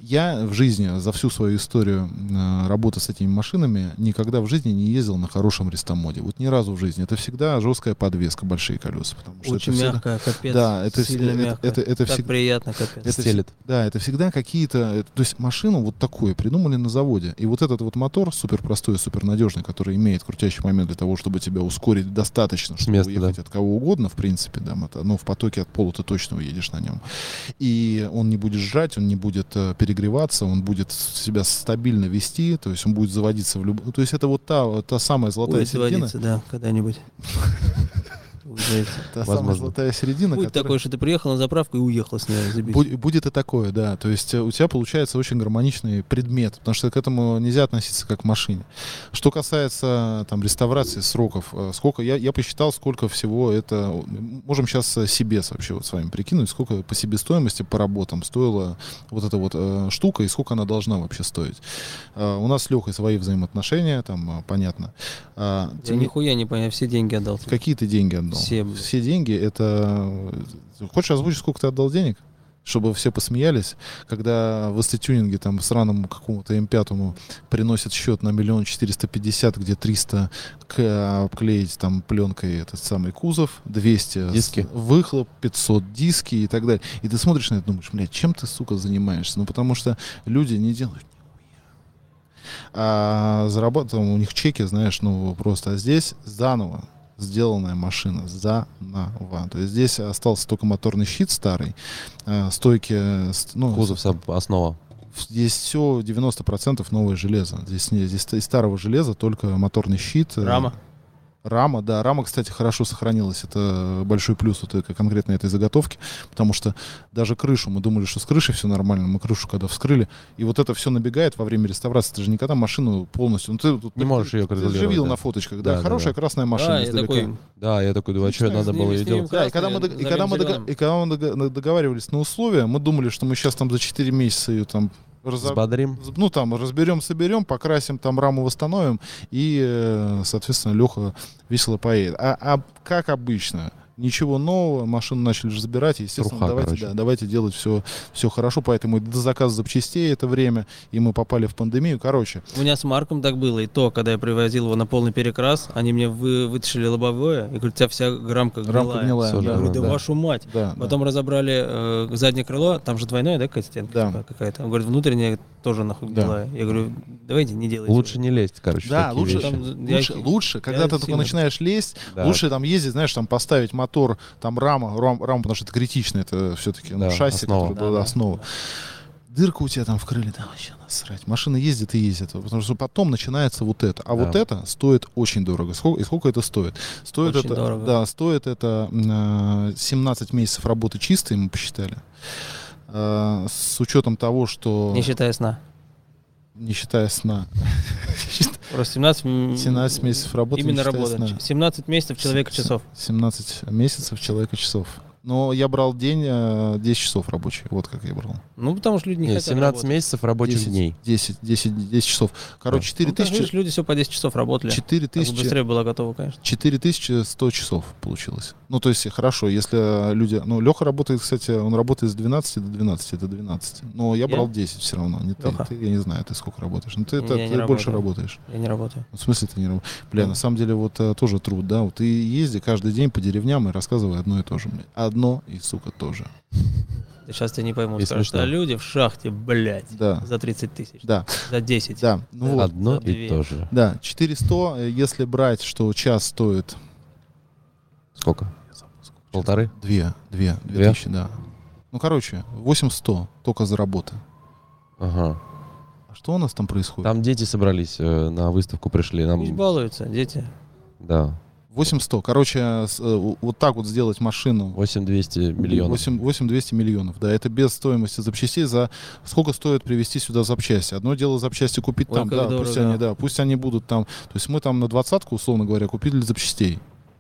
[SPEAKER 1] Я в жизни, за всю свою историю э, работы с этими машинами, никогда в жизни не ездил на хорошем рестомоде. Вот ни разу в жизни. Это всегда жесткая подвеска, большие колеса. Потому что это
[SPEAKER 3] Очень
[SPEAKER 1] всегда-
[SPEAKER 3] мягко, капец.
[SPEAKER 1] Да, это
[SPEAKER 3] сильно
[SPEAKER 1] всегда- это-
[SPEAKER 3] мягко.
[SPEAKER 1] это- это
[SPEAKER 3] так
[SPEAKER 1] всегда-
[SPEAKER 3] приятно, капец.
[SPEAKER 1] Это
[SPEAKER 2] Стелит.
[SPEAKER 1] да, это всегда какие-то... это- То есть машину вот такую придумали на заводе. И вот этот вот мотор супер простой, супер надежный, который имеет крутящий момент для того, чтобы тебя ускорить достаточно, чтобы
[SPEAKER 2] места,
[SPEAKER 1] уехать от кого угодно, в принципе, да, мото- но в потоке от пола ты точно уедешь на нем. И он не будет жрать, он не будет э, перегреваться, он будет себя стабильно вести, то есть он будет заводиться в любом... То есть это вот та, та самая золотая
[SPEAKER 3] Будет
[SPEAKER 1] середина.
[SPEAKER 3] заводиться, да, когда-нибудь. Будет заводиться.
[SPEAKER 1] Та самая
[SPEAKER 2] Возможно.
[SPEAKER 1] золотая середина,
[SPEAKER 3] Будет
[SPEAKER 1] которая-
[SPEAKER 3] такое, что ты приехал на заправку и уехал с нее забить.
[SPEAKER 1] Бу- Будет и такое, да. То есть э, у тебя получается очень гармоничный предмет, потому что к этому нельзя относиться как к машине. Что касается там реставрации сроков, э, сколько я, я посчитал, сколько всего это. м, Можем сейчас э, Сибес вообще вот с вами прикинуть, сколько по себестоимости по работам стоила вот эта вот э, штука и сколько она должна вообще стоить. Э, у нас с Лехой свои взаимоотношения, там э, понятно. А,
[SPEAKER 3] Я
[SPEAKER 1] тем не-
[SPEAKER 3] нихуя не понял, я все деньги отдал. тебе.
[SPEAKER 1] Какие ты деньги отдал?
[SPEAKER 3] Все, блядь.
[SPEAKER 1] Все деньги это. э, Хочешь озвучить, сколько ты отдал денег? Чтобы все посмеялись, когда в эстетюнинге там сраному какому-то М5 приносят счет на миллион четыреста пятьдесят, где 300 к- обклеить там пленкой этот самый кузов, 200 с-
[SPEAKER 2] Диски.
[SPEAKER 1] выхлоп, 500 диски и так далее. И ты смотришь на это, думаешь, блядь, чем ты, сука, занимаешься? Ну, потому что люди не делают нихуя. а заработал у них чеки, знаешь, ну просто. А здесь заново сделанная машина заново. То есть здесь остался только моторный щит старый, э, стойки, э, ст- ну,
[SPEAKER 2] Кузов сам основа.
[SPEAKER 1] здесь все 90% новое железо. Здесь, не- здесь из старого железа только моторный щит. э,
[SPEAKER 3] Рама.
[SPEAKER 1] Рама, да. Рама, кстати, хорошо сохранилась. Это большой плюс вот этой- конкретно этой заготовки, потому что даже крышу, мы думали, что с крышей все нормально, мы крышу когда вскрыли, и вот это все набегает во время реставрации. Ты же никогда машину полностью... Ну, ты, тут-
[SPEAKER 2] Не можешь её
[SPEAKER 1] ты же
[SPEAKER 2] контролировать,
[SPEAKER 1] видел
[SPEAKER 2] да.
[SPEAKER 1] на фоточках, да,
[SPEAKER 2] Да, да,
[SPEAKER 1] хорошая красная машина.
[SPEAKER 3] Да, я
[SPEAKER 1] издалека.
[SPEAKER 3] такой,
[SPEAKER 2] Да, я такой ну, думаю, а что
[SPEAKER 1] Отлично,
[SPEAKER 2] надо
[SPEAKER 3] с
[SPEAKER 2] было
[SPEAKER 3] ними-
[SPEAKER 2] ее
[SPEAKER 3] с ними
[SPEAKER 2] делать?
[SPEAKER 1] Да, и когда мы, дог-
[SPEAKER 3] Красная,
[SPEAKER 1] и когда мы,
[SPEAKER 3] зелёным.
[SPEAKER 1] дога- и когда мы дога- договаривались на условия, мы думали, что мы сейчас там за 4 месяца ее там разоб-
[SPEAKER 2] Сбодрим.
[SPEAKER 1] ну там разберем, соберем, покрасим, там раму восстановим, и, э, соответственно, Леха весело поедет. А, а как обычно, ничего нового, машину начали разбирать, естественно,
[SPEAKER 2] Труха,
[SPEAKER 1] давайте,
[SPEAKER 2] короче.
[SPEAKER 1] да, давайте делать все, все хорошо, поэтому и до заказа запчастей это время, и мы попали в пандемию, короче.
[SPEAKER 3] У меня с Марком так было, и то, когда я привозил его на полный перекрас, они мне вы, вытащили лобовое, и говорят, у тебя вся грамка гнилая.
[SPEAKER 1] Рамка гнилая.
[SPEAKER 2] Всё,
[SPEAKER 3] Я
[SPEAKER 1] да.
[SPEAKER 3] говорю, да,
[SPEAKER 2] да.
[SPEAKER 3] вашу мать.
[SPEAKER 1] Да, да.
[SPEAKER 3] Потом разобрали э, заднее крыло, там же двойное, да, какая-то стенка
[SPEAKER 1] Да.
[SPEAKER 3] типа какая-то. Он говорит, внутренняя тоже нахуй
[SPEAKER 1] Да.
[SPEAKER 3] гнилая. Я говорю, давайте не делайте.
[SPEAKER 2] Лучше не лезть, короче. в
[SPEAKER 1] Да,
[SPEAKER 2] такие
[SPEAKER 1] лучше,
[SPEAKER 2] вещи.
[SPEAKER 1] там,
[SPEAKER 3] Я- ну,
[SPEAKER 1] лучше, лучше, когда ты только
[SPEAKER 3] сильно-
[SPEAKER 1] начинаешь лезть,
[SPEAKER 2] Да.
[SPEAKER 1] лучше там ездить, знаешь, там поставить мотор, там рама, рам- рама, потому что это критично, это все-таки
[SPEAKER 2] Да,
[SPEAKER 1] шасси,
[SPEAKER 2] основа.
[SPEAKER 1] которое- да, да, основа. Дырка у тебя там в крыле, да вообще насрать. Машина ездит и ездит, потому что потом начинается вот это. А
[SPEAKER 2] Да.
[SPEAKER 1] вот это стоит очень дорого. Сколько, и сколько это стоит? Стоит
[SPEAKER 3] Очень
[SPEAKER 1] это,
[SPEAKER 3] дорого.
[SPEAKER 1] да, стоит это м, э, 17 месяцев работы чистой, мы посчитали. Э, С учетом того, что
[SPEAKER 3] Не считая сна.
[SPEAKER 1] не считая сна,
[SPEAKER 3] Просто 17, м-
[SPEAKER 1] 17 месяцев работы. не
[SPEAKER 3] именно
[SPEAKER 1] считая
[SPEAKER 3] работа.
[SPEAKER 1] сна.
[SPEAKER 3] 17 месяцев человека часов.
[SPEAKER 1] 17 месяцев человека часов. Но я брал день э, 10 часов рабочих. Вот как я брал.
[SPEAKER 3] Ну, потому что люди не
[SPEAKER 2] Не,
[SPEAKER 3] хотят
[SPEAKER 2] 17
[SPEAKER 3] работать.
[SPEAKER 2] месяцев рабочих
[SPEAKER 1] 10,
[SPEAKER 2] дней.
[SPEAKER 1] 10, 10, 10 часов. Короче,
[SPEAKER 3] Ну, ты же видишь,
[SPEAKER 1] 4000,
[SPEAKER 3] люди все по 10 часов работали. 4000.
[SPEAKER 1] 4000,
[SPEAKER 3] быстрее было готово, конечно.
[SPEAKER 1] 4100 часов получилось. Ну, то есть, хорошо, если люди... Ну, Леха работает, кстати, он работает с 12 до 12, это 12. Но я
[SPEAKER 3] Я?
[SPEAKER 1] брал 10 все равно. Не ты,
[SPEAKER 3] Леха?
[SPEAKER 1] Ты, я не знаю, ты сколько работаешь. Но ты,
[SPEAKER 3] Я
[SPEAKER 1] это-
[SPEAKER 3] не
[SPEAKER 1] ты больше
[SPEAKER 3] работаю.
[SPEAKER 1] работаешь. Ну,
[SPEAKER 3] Я не работаю.
[SPEAKER 1] В смысле ты не раб- Бля, на самом деле вот э, тоже труд, да. Вот ты езди каждый день по деревням и рассказывай одно и то же. блядь. Одно и, сука, тоже.
[SPEAKER 3] Сейчас ты не пойму.
[SPEAKER 2] И
[SPEAKER 3] Скажешь,
[SPEAKER 2] смешно.
[SPEAKER 3] что люди в шахте, блядь,
[SPEAKER 1] Да.
[SPEAKER 3] за 30 тысяч,
[SPEAKER 1] Да,
[SPEAKER 3] за 10.
[SPEAKER 1] да. Ну вот,
[SPEAKER 2] Одно
[SPEAKER 3] Да,
[SPEAKER 2] и
[SPEAKER 3] две.
[SPEAKER 2] то же.
[SPEAKER 1] да, 400, э, если брать, что час стоит
[SPEAKER 2] Сколько? Полторы?
[SPEAKER 1] две, две, две
[SPEAKER 2] Две?
[SPEAKER 1] тысячи, да. Ну, короче, 8100 только за работу.
[SPEAKER 2] Ага.
[SPEAKER 1] А что у нас там происходит?
[SPEAKER 2] Там дети собрались, э, на выставку пришли.
[SPEAKER 3] Пусть
[SPEAKER 2] Нам...
[SPEAKER 3] балуются, дети.
[SPEAKER 2] Да.
[SPEAKER 1] 8100. Короче, с- э, у- вот так вот сделать машину
[SPEAKER 2] 8200 миллионов.
[SPEAKER 1] 8200 миллионов, да. Это без стоимости запчастей. За сколько стоит привезти сюда запчасти? Одно дело запчасти купить
[SPEAKER 3] Ой,
[SPEAKER 1] там,
[SPEAKER 3] как
[SPEAKER 1] да,
[SPEAKER 3] дорого.
[SPEAKER 1] пусть они, да, пусть они будут там. То есть мы там на двадцатку, условно говоря, купили запчастей.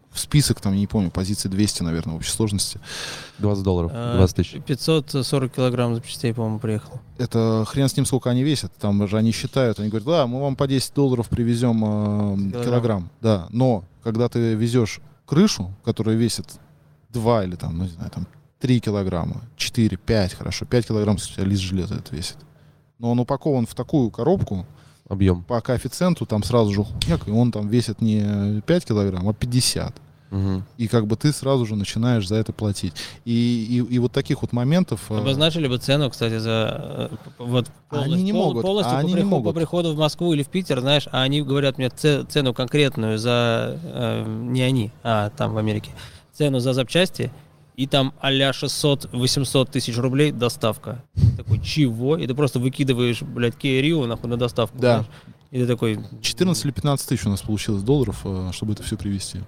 [SPEAKER 1] В список там, я не помню, позиции 200, наверное, в общей сложности.
[SPEAKER 2] 20 долларов,
[SPEAKER 3] А,
[SPEAKER 2] 20 тысяч.
[SPEAKER 3] 540 килограмм запчастей, по-моему, приехал.
[SPEAKER 1] Это хрен с ним, сколько они весят. Там же они считают, они говорят, да, мы вам по 10 долларов привезем эм,
[SPEAKER 3] Килограмм.
[SPEAKER 1] килограмм. Да, но когда ты везешь крышу, которая весит 2 или там, ну не знаю, там 3 килограмма, 4, 5, хорошо, 5 килограмм у тебя лист железа это весит. Но он упакован в такую коробку,
[SPEAKER 2] Объем.
[SPEAKER 1] по коэффициенту там сразу же хуяк, и он там весит не 5 килограмм, а 50.
[SPEAKER 2] Мгм.
[SPEAKER 1] И как бы ты сразу же начинаешь за это платить. И, и, и вот таких вот моментов... э,
[SPEAKER 3] Обозначили бы цену, кстати, за э, п- вот полностью,
[SPEAKER 1] Они не могут,
[SPEAKER 3] полностью
[SPEAKER 1] а
[SPEAKER 3] по,
[SPEAKER 1] они не
[SPEAKER 3] приход-
[SPEAKER 1] могут.
[SPEAKER 3] по приходу в Москву или в Питер, знаешь, а они говорят мне ц- цену конкретную за э, не они, а там в Америке цену за запчасти и там а-ля 600-800 тысяч рублей доставка. Такой, чего? И ты просто выкидываешь, блядь, Kia Rio нахуй на доставку.
[SPEAKER 1] Да.
[SPEAKER 3] знаешь. И ты такой...
[SPEAKER 1] 14 или 15 тысяч у нас получилось долларов, э, чтобы это все привезти.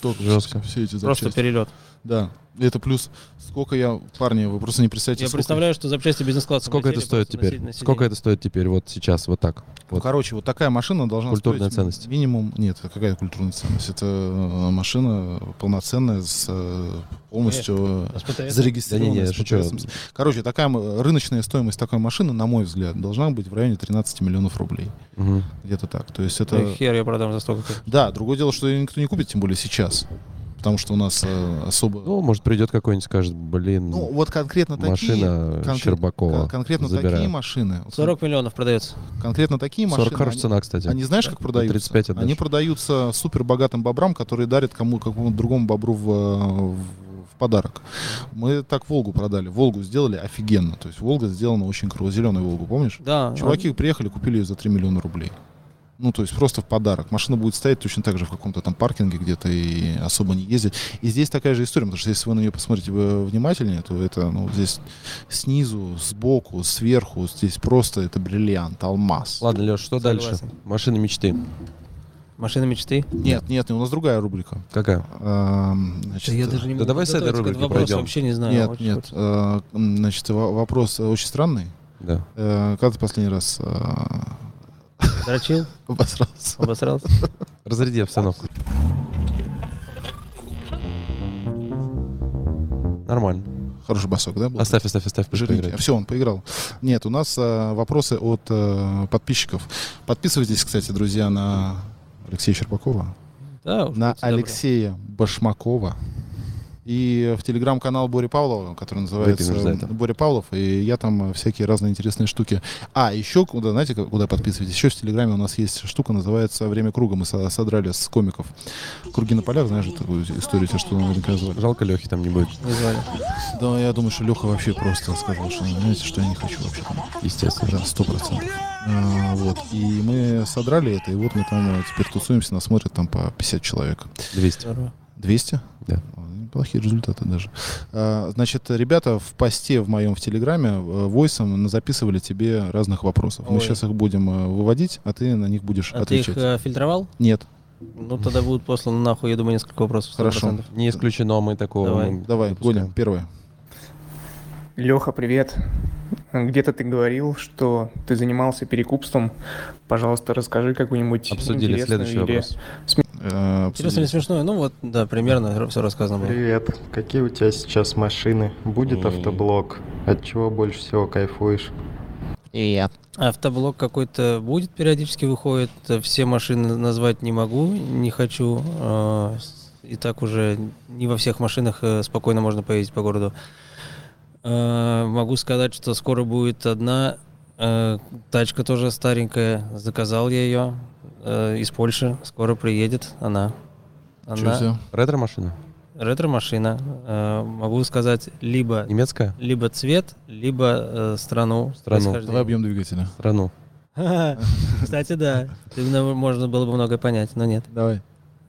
[SPEAKER 1] Только
[SPEAKER 2] Жестко.
[SPEAKER 1] Все, все эти
[SPEAKER 3] Просто
[SPEAKER 1] запчасти.
[SPEAKER 3] перелет.
[SPEAKER 1] Да. Это плюс сколько я... Парни, вы просто не представляете,
[SPEAKER 3] Я
[SPEAKER 1] сколько-
[SPEAKER 3] представляю, что запчасти бизнес-класса.
[SPEAKER 2] Сколько это
[SPEAKER 3] носили
[SPEAKER 2] стоит
[SPEAKER 3] просто
[SPEAKER 2] теперь?
[SPEAKER 3] носить- носить
[SPEAKER 2] Сколько
[SPEAKER 3] деньги.
[SPEAKER 2] это стоит теперь вот сейчас, вот так?
[SPEAKER 1] Ну,
[SPEAKER 2] Вот.
[SPEAKER 1] короче, вот такая машина должна
[SPEAKER 2] Культурная
[SPEAKER 1] стоить
[SPEAKER 2] ценность.
[SPEAKER 1] минимум... Нет, это какая культурная ценность? Это э, машина полноценная с э, полностью э,
[SPEAKER 3] Сейчас пытаюсь-
[SPEAKER 2] Да не, не,
[SPEAKER 1] зарегистрированная.
[SPEAKER 2] я
[SPEAKER 1] с
[SPEAKER 2] шучу.
[SPEAKER 1] ПТСом. Короче, такая м- рыночная стоимость такой машины, на мой взгляд, должна быть в районе 13 миллионов рублей.
[SPEAKER 2] Мгм.
[SPEAKER 1] Где-то так. То есть
[SPEAKER 3] Да
[SPEAKER 1] это...
[SPEAKER 3] и хер я продам за столько.
[SPEAKER 1] Да, другое дело, что ее никто не купит, тем более сейчас. Потому что у нас э, особо...
[SPEAKER 2] Ну, может, придет какой-нибудь, скажет, блин,
[SPEAKER 1] Ну, вот конкретно такие...
[SPEAKER 2] машина
[SPEAKER 1] конкрет-
[SPEAKER 2] Щербакова.
[SPEAKER 1] кон- Конкретно такие
[SPEAKER 2] забираю.
[SPEAKER 1] машины. вот
[SPEAKER 3] 40 миллионов продается.
[SPEAKER 1] Конкретно такие
[SPEAKER 2] 40
[SPEAKER 1] машины.
[SPEAKER 2] хорошая
[SPEAKER 1] они-
[SPEAKER 2] цена, кстати.
[SPEAKER 1] Они знаешь, как
[SPEAKER 2] Да,
[SPEAKER 1] продаются?
[SPEAKER 2] 35 отдашь.
[SPEAKER 1] Они продаются супер богатым бобрам, которые дарят кому какому-то другому бобру в, э, в- в подарок. Мы так Волгу продали. Волгу сделали офигенно. То есть Волга сделана очень круто. Зеленую Волгу, помнишь?
[SPEAKER 3] Да.
[SPEAKER 1] Чуваки приехали, купили ее за 3 миллиона рублей. Ну, то есть просто в подарок. Машина будет стоять точно так же в каком-то там паркинге где-то и особо не ездить. И здесь такая же история, потому что если вы на нее посмотрите э, внимательнее, то это, ну, здесь снизу, сбоку, сверху, здесь просто это бриллиант, алмаз.
[SPEAKER 2] Ладно, Леш, что
[SPEAKER 3] Согласен.
[SPEAKER 2] дальше? Машина мечты.
[SPEAKER 3] Машина мечты.
[SPEAKER 1] Нет, нет, у нас другая рубрика.
[SPEAKER 2] Какая?
[SPEAKER 1] Эм, значит,
[SPEAKER 3] не
[SPEAKER 2] Да давай с этой
[SPEAKER 3] подготовиться к
[SPEAKER 2] рубрики
[SPEAKER 3] этому вопросу,
[SPEAKER 2] пойдем.
[SPEAKER 3] вообще не знаю.
[SPEAKER 1] Нет,
[SPEAKER 3] Вот
[SPEAKER 1] нет.
[SPEAKER 3] что-то.
[SPEAKER 1] э, м, Значит, во- вопрос э, очень странный.
[SPEAKER 2] Да.
[SPEAKER 1] Э, Когда ты последний раз э,
[SPEAKER 3] Дрочил,
[SPEAKER 1] обосрался?
[SPEAKER 3] обосрался.
[SPEAKER 2] Разряди обстановку. Нормально.
[SPEAKER 1] Хороший басок, да? был?
[SPEAKER 2] Оставь, оставь, оставь. пусть поиграет.
[SPEAKER 1] Все, он поиграл. Нет, у нас э, вопросы от э, подписчиков. Подписывайтесь, кстати, друзья, на Алексея Щербакова,
[SPEAKER 3] Да, уж
[SPEAKER 1] на
[SPEAKER 3] будьте добры.
[SPEAKER 1] Алексея Башмакова и в телеграм-канал Бори Павлова, который называется
[SPEAKER 2] Выпьем за
[SPEAKER 1] э,
[SPEAKER 2] это.
[SPEAKER 1] Бори Павлов, и я там э, всякие разные интересные штуки. А, еще куда, знаете, как- куда подписывайтесь? Еще в телеграме у нас есть штука, называется «Время круга». Мы со- содрали с комиков круги на полях, знаешь, такую историю, те, что наверняка звали.
[SPEAKER 2] Жалко, Лехи там не будет,
[SPEAKER 3] Не звали.
[SPEAKER 1] Да, я думаю, что Леха вообще просто сказал, что, знаете, что я не хочу вообще там
[SPEAKER 2] естественно.
[SPEAKER 1] да, сто процентов. А, вот. И мы содрали это, и вот мы там э, теперь тусуемся, нас смотрят там по 50 человек.
[SPEAKER 2] 200.
[SPEAKER 3] Здорово.
[SPEAKER 1] 200?
[SPEAKER 2] Да.
[SPEAKER 1] О, Неплохие результаты даже. А, значит, ребята в посте в моем в Телеграме э, войсом записывали тебе разных вопросов. Мы
[SPEAKER 3] Ой.
[SPEAKER 1] сейчас их будем э, выводить, а ты на них будешь
[SPEAKER 3] А ты их
[SPEAKER 1] отвечать.
[SPEAKER 3] э, фильтровал?
[SPEAKER 1] Нет,
[SPEAKER 3] Ну, тогда будут посланы нахуй, я думаю, несколько вопросов.
[SPEAKER 1] Хорошо.
[SPEAKER 3] 100%.
[SPEAKER 2] Не исключено, мы такого...
[SPEAKER 3] Давай.
[SPEAKER 2] мы
[SPEAKER 1] давай,
[SPEAKER 2] допускаем.
[SPEAKER 1] Гоня, первое.
[SPEAKER 5] Леха, привет. Где-то ты говорил, что ты занимался перекупством. Пожалуйста, расскажи какую-нибудь
[SPEAKER 2] Обсудили
[SPEAKER 5] интересную
[SPEAKER 2] следующий
[SPEAKER 5] или
[SPEAKER 2] вопрос.
[SPEAKER 1] Э,
[SPEAKER 3] Интересно или смешное? Ну вот, да, примерно все рассказано было.
[SPEAKER 6] Привет, какие у тебя сейчас машины? Будет
[SPEAKER 2] М.
[SPEAKER 6] автоблок? От чего больше всего кайфуешь?
[SPEAKER 3] Автоблок какой-то будет, периодически выходит. Все машины назвать не могу, не хочу. А, с- И так уже не во всех машинах э, спокойно можно поездить по городу. А, Могу сказать, что скоро будет одна э, тачка тоже старенькая. Заказал я ее э, из Польши. Скоро приедет она.
[SPEAKER 1] Чё
[SPEAKER 3] Она
[SPEAKER 1] за-
[SPEAKER 2] Ретро-машина?
[SPEAKER 3] ретро-машина. Э, Могу сказать, либо,
[SPEAKER 2] Немецкая?
[SPEAKER 3] либо цвет, либо э, страну.
[SPEAKER 2] Страну.
[SPEAKER 3] происхождения.
[SPEAKER 1] Давай объем двигателя.
[SPEAKER 2] Страну.
[SPEAKER 3] Кстати, да. Ты, ну, Можно было бы многое понять, но нет.
[SPEAKER 1] Давай.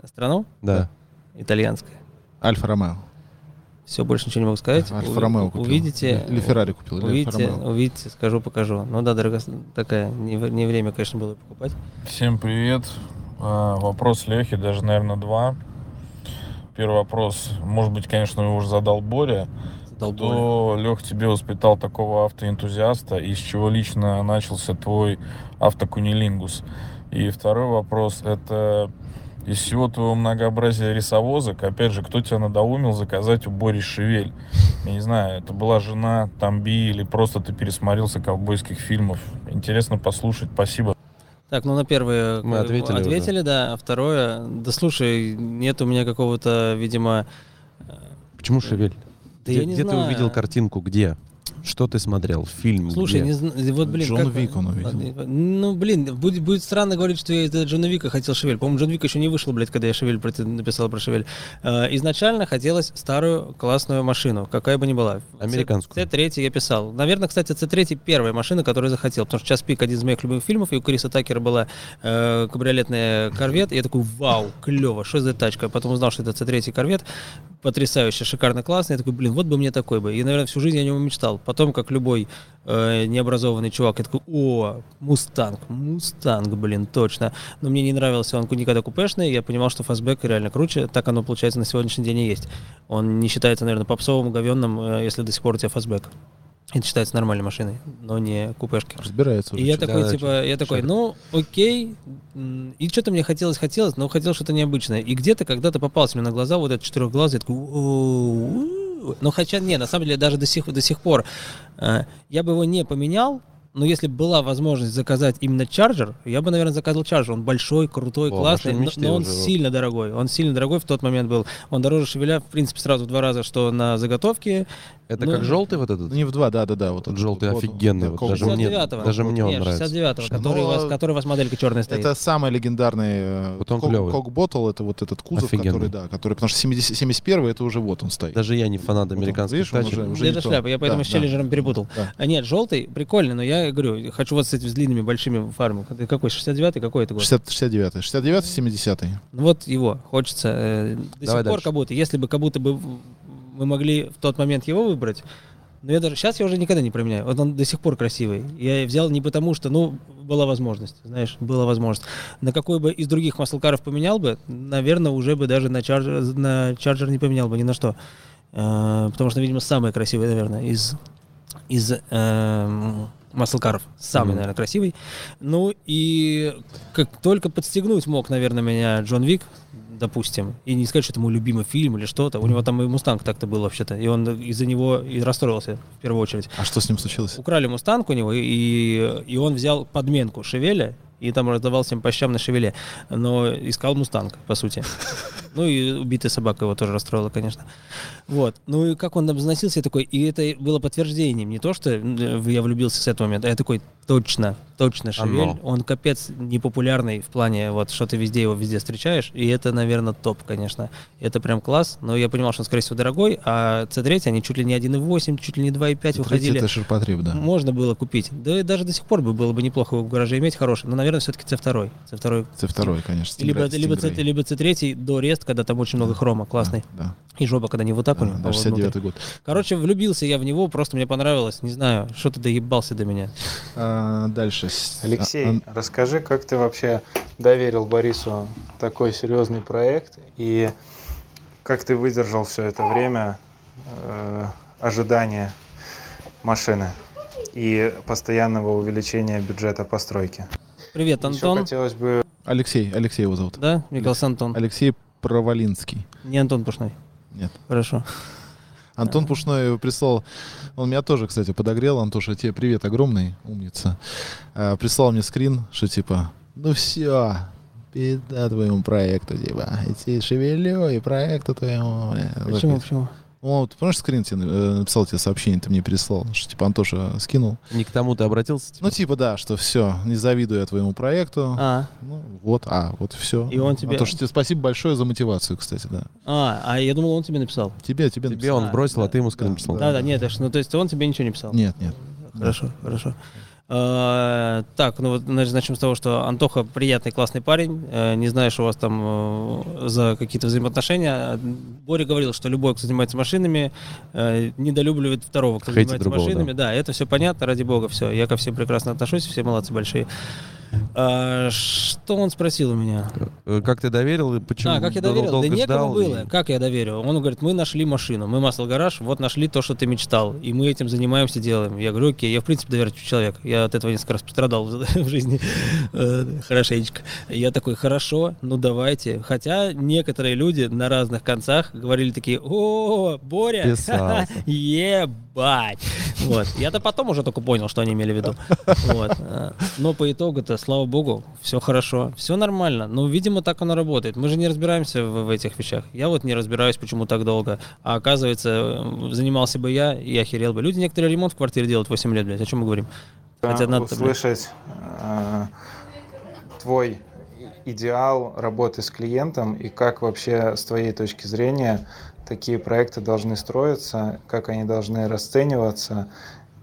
[SPEAKER 3] Страну
[SPEAKER 2] Да.
[SPEAKER 3] итальянская.
[SPEAKER 1] Альфа-Ромео.
[SPEAKER 3] Все, больше ничего не могу сказать. У-
[SPEAKER 1] Альфа-Ромео купил.
[SPEAKER 3] Увидите.
[SPEAKER 1] Или Феррари купил. или
[SPEAKER 3] Увидите,
[SPEAKER 1] Альфа-Ромео.
[SPEAKER 3] увидите, скажу, покажу. Ну да, дорого, такая, не, в- не время, конечно, было покупать.
[SPEAKER 7] Всем привет. А, Вопрос Лехи, даже, наверное, два. Первый вопрос, может быть, конечно, его уже задал Боря.
[SPEAKER 3] Долбой.
[SPEAKER 7] Кто, Лех, тебе воспитал такого автоэнтузиаста, из чего лично начался твой автокунилингус? И второй вопрос, это из всего твоего многообразия рисовозок, опять же, кто тебя надоумил заказать у Бори Шевель? Я не знаю, это была жена Тамби или просто ты пересмотрелся ковбойских фильмов? Интересно послушать, спасибо.
[SPEAKER 3] Так, ну на первое
[SPEAKER 2] Мы
[SPEAKER 3] э,
[SPEAKER 2] ответили уже.
[SPEAKER 3] ответили да. А второе, да слушай, нет у меня какого-то, видимо... э,
[SPEAKER 2] Почему Шевель?
[SPEAKER 3] Да
[SPEAKER 2] где
[SPEAKER 3] я не
[SPEAKER 2] где
[SPEAKER 3] знаю.
[SPEAKER 2] ты увидел картинку? Где? Что ты смотрел? Фильм?
[SPEAKER 3] Слушай,
[SPEAKER 2] где?
[SPEAKER 3] не зн- вот, блин,
[SPEAKER 1] Джон
[SPEAKER 3] как-
[SPEAKER 1] Вик он увидел.
[SPEAKER 3] Ну, блин, будет, будет странно говорить, что я из-за Джона Вика хотел Шевель. По-моему, Джон Вик еще не вышел, блядь, когда я Шевель про- написал про Шевель. Э, Изначально хотелось старую классную машину, какая бы ни была.
[SPEAKER 2] Американскую.
[SPEAKER 3] С3 я писал. Наверное, кстати, С3 первая машина, которую я захотел, потому что «Час пик» один из моих любимых фильмов, и у Криса Такера была э, кабриолетная корвет, и я такой, вау, клево, что за тачка? Потом узнал, что это С3 корвет, потрясающе, шикарно, классно. Я такой, блин, вот бы мне такой бы. И, наверное, всю жизнь я о нем и мечтал. Потом, как любой э, необразованный чувак, я такой, о, Мустанг, Мустанг, блин, точно. Но мне не нравился он никогда купешный, я понимал, что фастбэк реально круче, так оно, получается, на сегодняшний день и есть. Он не считается, наверное, попсовым, говенным, э, если до сих пор у тебя фастбэк. Это считается нормальной машиной, но не
[SPEAKER 2] э,
[SPEAKER 3] купешкой.
[SPEAKER 1] Разбирается уже.
[SPEAKER 3] И я
[SPEAKER 1] чё.
[SPEAKER 3] такой,
[SPEAKER 2] да,
[SPEAKER 3] типа, я такой, ну, окей. М, И что-то мне хотелось, хотелось, но хотел что-то необычное. И где-то когда-то попался мне на глаза вот этот четырехглазый, я такой, «Оу, у». ну, хотя, не, на самом деле, даже до сих, до сих пор э, я бы его не поменял, но если бы была возможность заказать именно чарджер, я бы, наверное, заказал чарджер. Он большой, крутой,
[SPEAKER 2] О,
[SPEAKER 3] классный,
[SPEAKER 2] машина
[SPEAKER 3] но,
[SPEAKER 2] мечты
[SPEAKER 3] но он
[SPEAKER 2] уже, вот.
[SPEAKER 3] сильно дорогой. Он сильно дорогой в тот момент был. Он дороже шевеля, в принципе, сразу в два раза, что на заготовке,
[SPEAKER 2] Это
[SPEAKER 3] Ну,
[SPEAKER 2] как желтый вот этот?
[SPEAKER 1] Не в два, да, да, да. Вот
[SPEAKER 2] Вот
[SPEAKER 1] этот
[SPEAKER 2] желтый
[SPEAKER 1] вот,
[SPEAKER 2] офигенный,
[SPEAKER 1] да,
[SPEAKER 2] вот
[SPEAKER 1] кол-
[SPEAKER 2] даже мне,
[SPEAKER 3] 69-го.
[SPEAKER 2] даже мне он
[SPEAKER 3] Не,
[SPEAKER 2] нравится.
[SPEAKER 3] 69-го,
[SPEAKER 1] Слушай,
[SPEAKER 3] который, у
[SPEAKER 1] ну,
[SPEAKER 3] вас, который у вас моделька черная стоит.
[SPEAKER 1] Это самый легендарный э,
[SPEAKER 2] Вот он
[SPEAKER 1] кок-
[SPEAKER 2] клёвый.
[SPEAKER 1] кокботл, это вот этот кузов,
[SPEAKER 2] Офигенный.
[SPEAKER 1] который, да, который, потому что 70, 71 это уже вот он стоит.
[SPEAKER 2] Даже я не фанат
[SPEAKER 3] ну,
[SPEAKER 1] Вот он,
[SPEAKER 2] американских
[SPEAKER 1] видишь, он
[SPEAKER 2] тачек.
[SPEAKER 1] уже
[SPEAKER 3] Да это
[SPEAKER 1] не то.
[SPEAKER 3] шляпа, я
[SPEAKER 1] Да,
[SPEAKER 3] поэтому с
[SPEAKER 1] да.
[SPEAKER 3] челленджером перепутал.
[SPEAKER 1] Да.
[SPEAKER 3] А нет, желтый прикольный, но я говорю, хочу вот с этим с длинными большими фарами. Ты какой, 69-й, какой это год?
[SPEAKER 1] 60, 69 69 70
[SPEAKER 3] Ну Вот его хочется. э, До
[SPEAKER 2] Давай
[SPEAKER 3] сих пор
[SPEAKER 2] дальше.
[SPEAKER 3] как будто, если бы как будто бы в- мы могли в тот момент его выбрать, но я даже сейчас я уже никогда не применяю. Вот он до сих пор красивый. Я взял не потому, что, ну, была возможность, знаешь, была возможность. На какой бы из других маслкаров поменял бы, наверное, уже бы даже на чарджер, на чарджер не поменял бы ни на что. Э, Потому что, видимо, самый красивый, наверное, из, из эм, маслкаров. Самый,
[SPEAKER 2] Мгм.
[SPEAKER 3] наверное, красивый. Ну и как только подстегнуть мог, наверное, меня Джон Вик, допустим, и не сказать, что это мой любимый фильм или что-то. У него там и Мустанг так-то был вообще-то, и он из-за него и расстроился в первую очередь.
[SPEAKER 1] А что с ним случилось?
[SPEAKER 3] Украли Мустанг у него, и, и он взял подменку Шевеля, и там раздавал всем по щам на Шевеле, но искал Мустанг, по сути. Ну и убитая собака его тоже расстроила, конечно. Вот. Ну и как он обзносился, я такой, и это было подтверждением. Не то, что э, я влюбился с этого момента, а я такой, точно, точно, Шевель.
[SPEAKER 2] Оно.
[SPEAKER 3] Он капец непопулярный в плане, вот, что ты везде его везде встречаешь, и это, наверное, топ, конечно. Это прям класс, но я понимал, что он, скорее всего, дорогой, а C3, они чуть ли не 1.8, чуть ли не 2.5
[SPEAKER 1] Третий
[SPEAKER 3] выходили.
[SPEAKER 1] это ширпотреб, да.
[SPEAKER 3] Можно было купить. Да и даже до сих пор бы было бы неплохо его в гараже иметь хороший. Но, наверное, все-таки C2. C2.
[SPEAKER 1] Это второй, конечно.
[SPEAKER 3] Либо,
[SPEAKER 1] Stingray,
[SPEAKER 3] либо, C,
[SPEAKER 1] Stingray.
[SPEAKER 3] либо C3 до рест, когда там очень много хрома, классный.
[SPEAKER 1] Да,
[SPEAKER 3] И жопа, когда не вот
[SPEAKER 1] да,
[SPEAKER 3] так у
[SPEAKER 1] да,
[SPEAKER 3] него,
[SPEAKER 1] да,
[SPEAKER 3] а вот внутрь.
[SPEAKER 1] 69 год.
[SPEAKER 3] Короче, влюбился я в него, просто мне понравилось. Не знаю, что-то доебался до меня.
[SPEAKER 1] А, дальше. С- а,
[SPEAKER 8] Алексей,
[SPEAKER 1] а,
[SPEAKER 8] расскажи, как ты вообще доверил Борису такой серьезный проект и как ты выдержал все это время э, ожидания машины и постоянного увеличения бюджета постройки.
[SPEAKER 3] Привет,
[SPEAKER 8] Еще
[SPEAKER 3] Антон.
[SPEAKER 8] хотелось бы
[SPEAKER 1] Алексей, Алексей его зовут.
[SPEAKER 3] Да, Михаил Антон.
[SPEAKER 1] Алексей Провалинский.
[SPEAKER 3] Не Антон Пушной.
[SPEAKER 1] Нет.
[SPEAKER 3] Хорошо.
[SPEAKER 1] Антон Пушной прислал, он меня тоже, кстати, подогрел. Антоша, тебе привет огромный, умница. А, прислал мне скрин, что типа, ну все, беда твоему проекту, типа, идти шевелю и проекту твоему. бля».
[SPEAKER 3] Почему,
[SPEAKER 1] Вот.
[SPEAKER 3] почему?
[SPEAKER 1] Он, ты помнишь, скрин тебе э, написал тебе сообщение, ты мне переслал, что типа Антоша скинул.
[SPEAKER 2] Не к тому ты обратился? типа?
[SPEAKER 1] Ну типа да, что все, не завидую я твоему проекту.
[SPEAKER 3] А,
[SPEAKER 1] Ну вот, а, вот все.
[SPEAKER 3] И он тебе-
[SPEAKER 1] Антоша, тебе спасибо большое за мотивацию, кстати, да.
[SPEAKER 3] а, а я думал, он тебе написал.
[SPEAKER 1] Тебе, тебе.
[SPEAKER 2] Тебе он
[SPEAKER 3] А,
[SPEAKER 2] бросил, а
[SPEAKER 3] да,
[SPEAKER 2] ты ему скрин
[SPEAKER 1] да,
[SPEAKER 2] прислал.
[SPEAKER 3] Да, да, нет, это ж- ну то есть он тебе ничего не писал.
[SPEAKER 1] написал. Нет, нет.
[SPEAKER 3] Хорошо, хорошо. Э, Так, ну вот значит, начнем с того, что Антоха приятный, классный парень. Э, Не знаю, что у вас там э, за какие-то взаимоотношения. Боря говорил, что любой, кто занимается машинами, э, недолюбливает второго, кто
[SPEAKER 2] Хейтит
[SPEAKER 3] занимается
[SPEAKER 2] другого,
[SPEAKER 3] машинами. Да. это все понятно, ради бога, все. Я ко всем прекрасно отношусь, все молодцы большие. А, Что он спросил у меня?
[SPEAKER 2] Э, Как ты доверил и почему
[SPEAKER 3] А, как я
[SPEAKER 2] дол-
[SPEAKER 3] доверил?
[SPEAKER 2] долго
[SPEAKER 3] да некому
[SPEAKER 2] ждал?
[SPEAKER 3] было.
[SPEAKER 2] и-
[SPEAKER 3] Как я доверил? Он говорит, мы нашли машину, мы масло гараж, вот нашли то, что ты мечтал, и мы этим занимаемся, делаем. Я говорю, окей, я в принципе доверчивый человек. Я от этого несколько раз пострадал в жизни э, хорошенечко. Я такой, хорошо, ну давайте. Хотя некоторые люди на разных концах говорили такие, о, Боря,
[SPEAKER 2] Писался.
[SPEAKER 3] ебать. Вот. Я-то потом уже только понял, что они имели в виду. Вот. Э, Но по итогу-то, слава богу, все хорошо, все нормально. Ну, видимо, так оно работает. Мы же не разбираемся в, в этих вещах. Я вот не разбираюсь, почему так долго. А оказывается, э, занимался бы я, и охерел бы. Люди некоторые ремонт в квартире делают 8 лет, блядь. О чем мы говорим? Хотя
[SPEAKER 8] э,
[SPEAKER 3] надо-то, блядь.
[SPEAKER 8] услышать э, твой идеал работы с клиентом и как вообще с твоей точки зрения такие проекты должны строиться, как они должны расцениваться,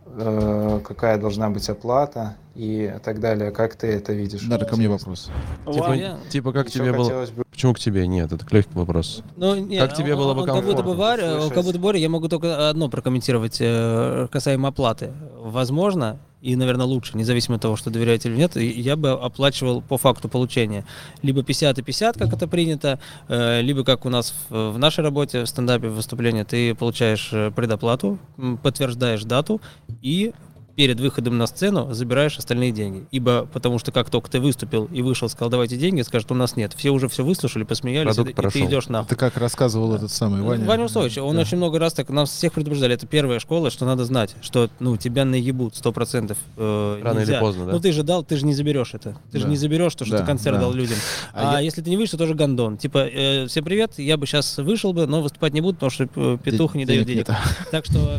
[SPEAKER 8] э, какая должна быть оплата и так далее. Как ты это видишь?
[SPEAKER 1] Надо ко мне вопрос.
[SPEAKER 2] Типа,
[SPEAKER 3] Я-
[SPEAKER 2] типа как
[SPEAKER 8] Еще
[SPEAKER 2] тебе было...
[SPEAKER 8] хотелось бы
[SPEAKER 2] Почему к тебе? Нет, это легкий вопрос.
[SPEAKER 3] Ну, не,
[SPEAKER 2] Как тебе
[SPEAKER 3] он-
[SPEAKER 2] было бы
[SPEAKER 3] он Как будто бы
[SPEAKER 8] комфортно
[SPEAKER 3] Варя,
[SPEAKER 8] услышать?
[SPEAKER 3] как будто Боря, я могу только одно прокомментировать э, касаемо оплаты. Возможно, и, наверное, лучше, независимо от того, что доверяете или нет, я бы оплачивал по факту получения. Либо 50 и 50, как это принято, э, либо как у нас в, в нашей работе, в стендапе, в выступлении, ты получаешь э, предоплату, м, подтверждаешь дату и перед выходом на сцену забираешь остальные деньги. Ибо потому что как только ты выступил и вышел, сказал, давайте деньги, скажут, у нас нет. Все уже все выслушали, посмеялись,
[SPEAKER 2] Продукт
[SPEAKER 3] и, ты- и ты
[SPEAKER 2] прошел.
[SPEAKER 3] идешь нахуй.
[SPEAKER 1] Ты как рассказывал этот самый Ну, Ваня.
[SPEAKER 3] Ну, Ваня Усович, он
[SPEAKER 1] Да.
[SPEAKER 3] очень много раз так нас всех предупреждали. Это первая школа, что надо знать, что ну тебя наебут сто процентов.
[SPEAKER 2] Рано или поздно, да?
[SPEAKER 3] Ну ты же дал, ты же не заберешь это. Ты же
[SPEAKER 1] Да.
[SPEAKER 3] не заберешь то, что
[SPEAKER 1] Да,
[SPEAKER 3] ты концерт
[SPEAKER 1] да.
[SPEAKER 3] дал людям.
[SPEAKER 1] А
[SPEAKER 3] А,
[SPEAKER 1] я-
[SPEAKER 3] если ты не выйдешь, то тоже гондон. Типа, э, все привет, я бы сейчас вышел бы, но выступать не буду, потому что э, петух не дает денег.
[SPEAKER 1] нет.
[SPEAKER 3] Так что,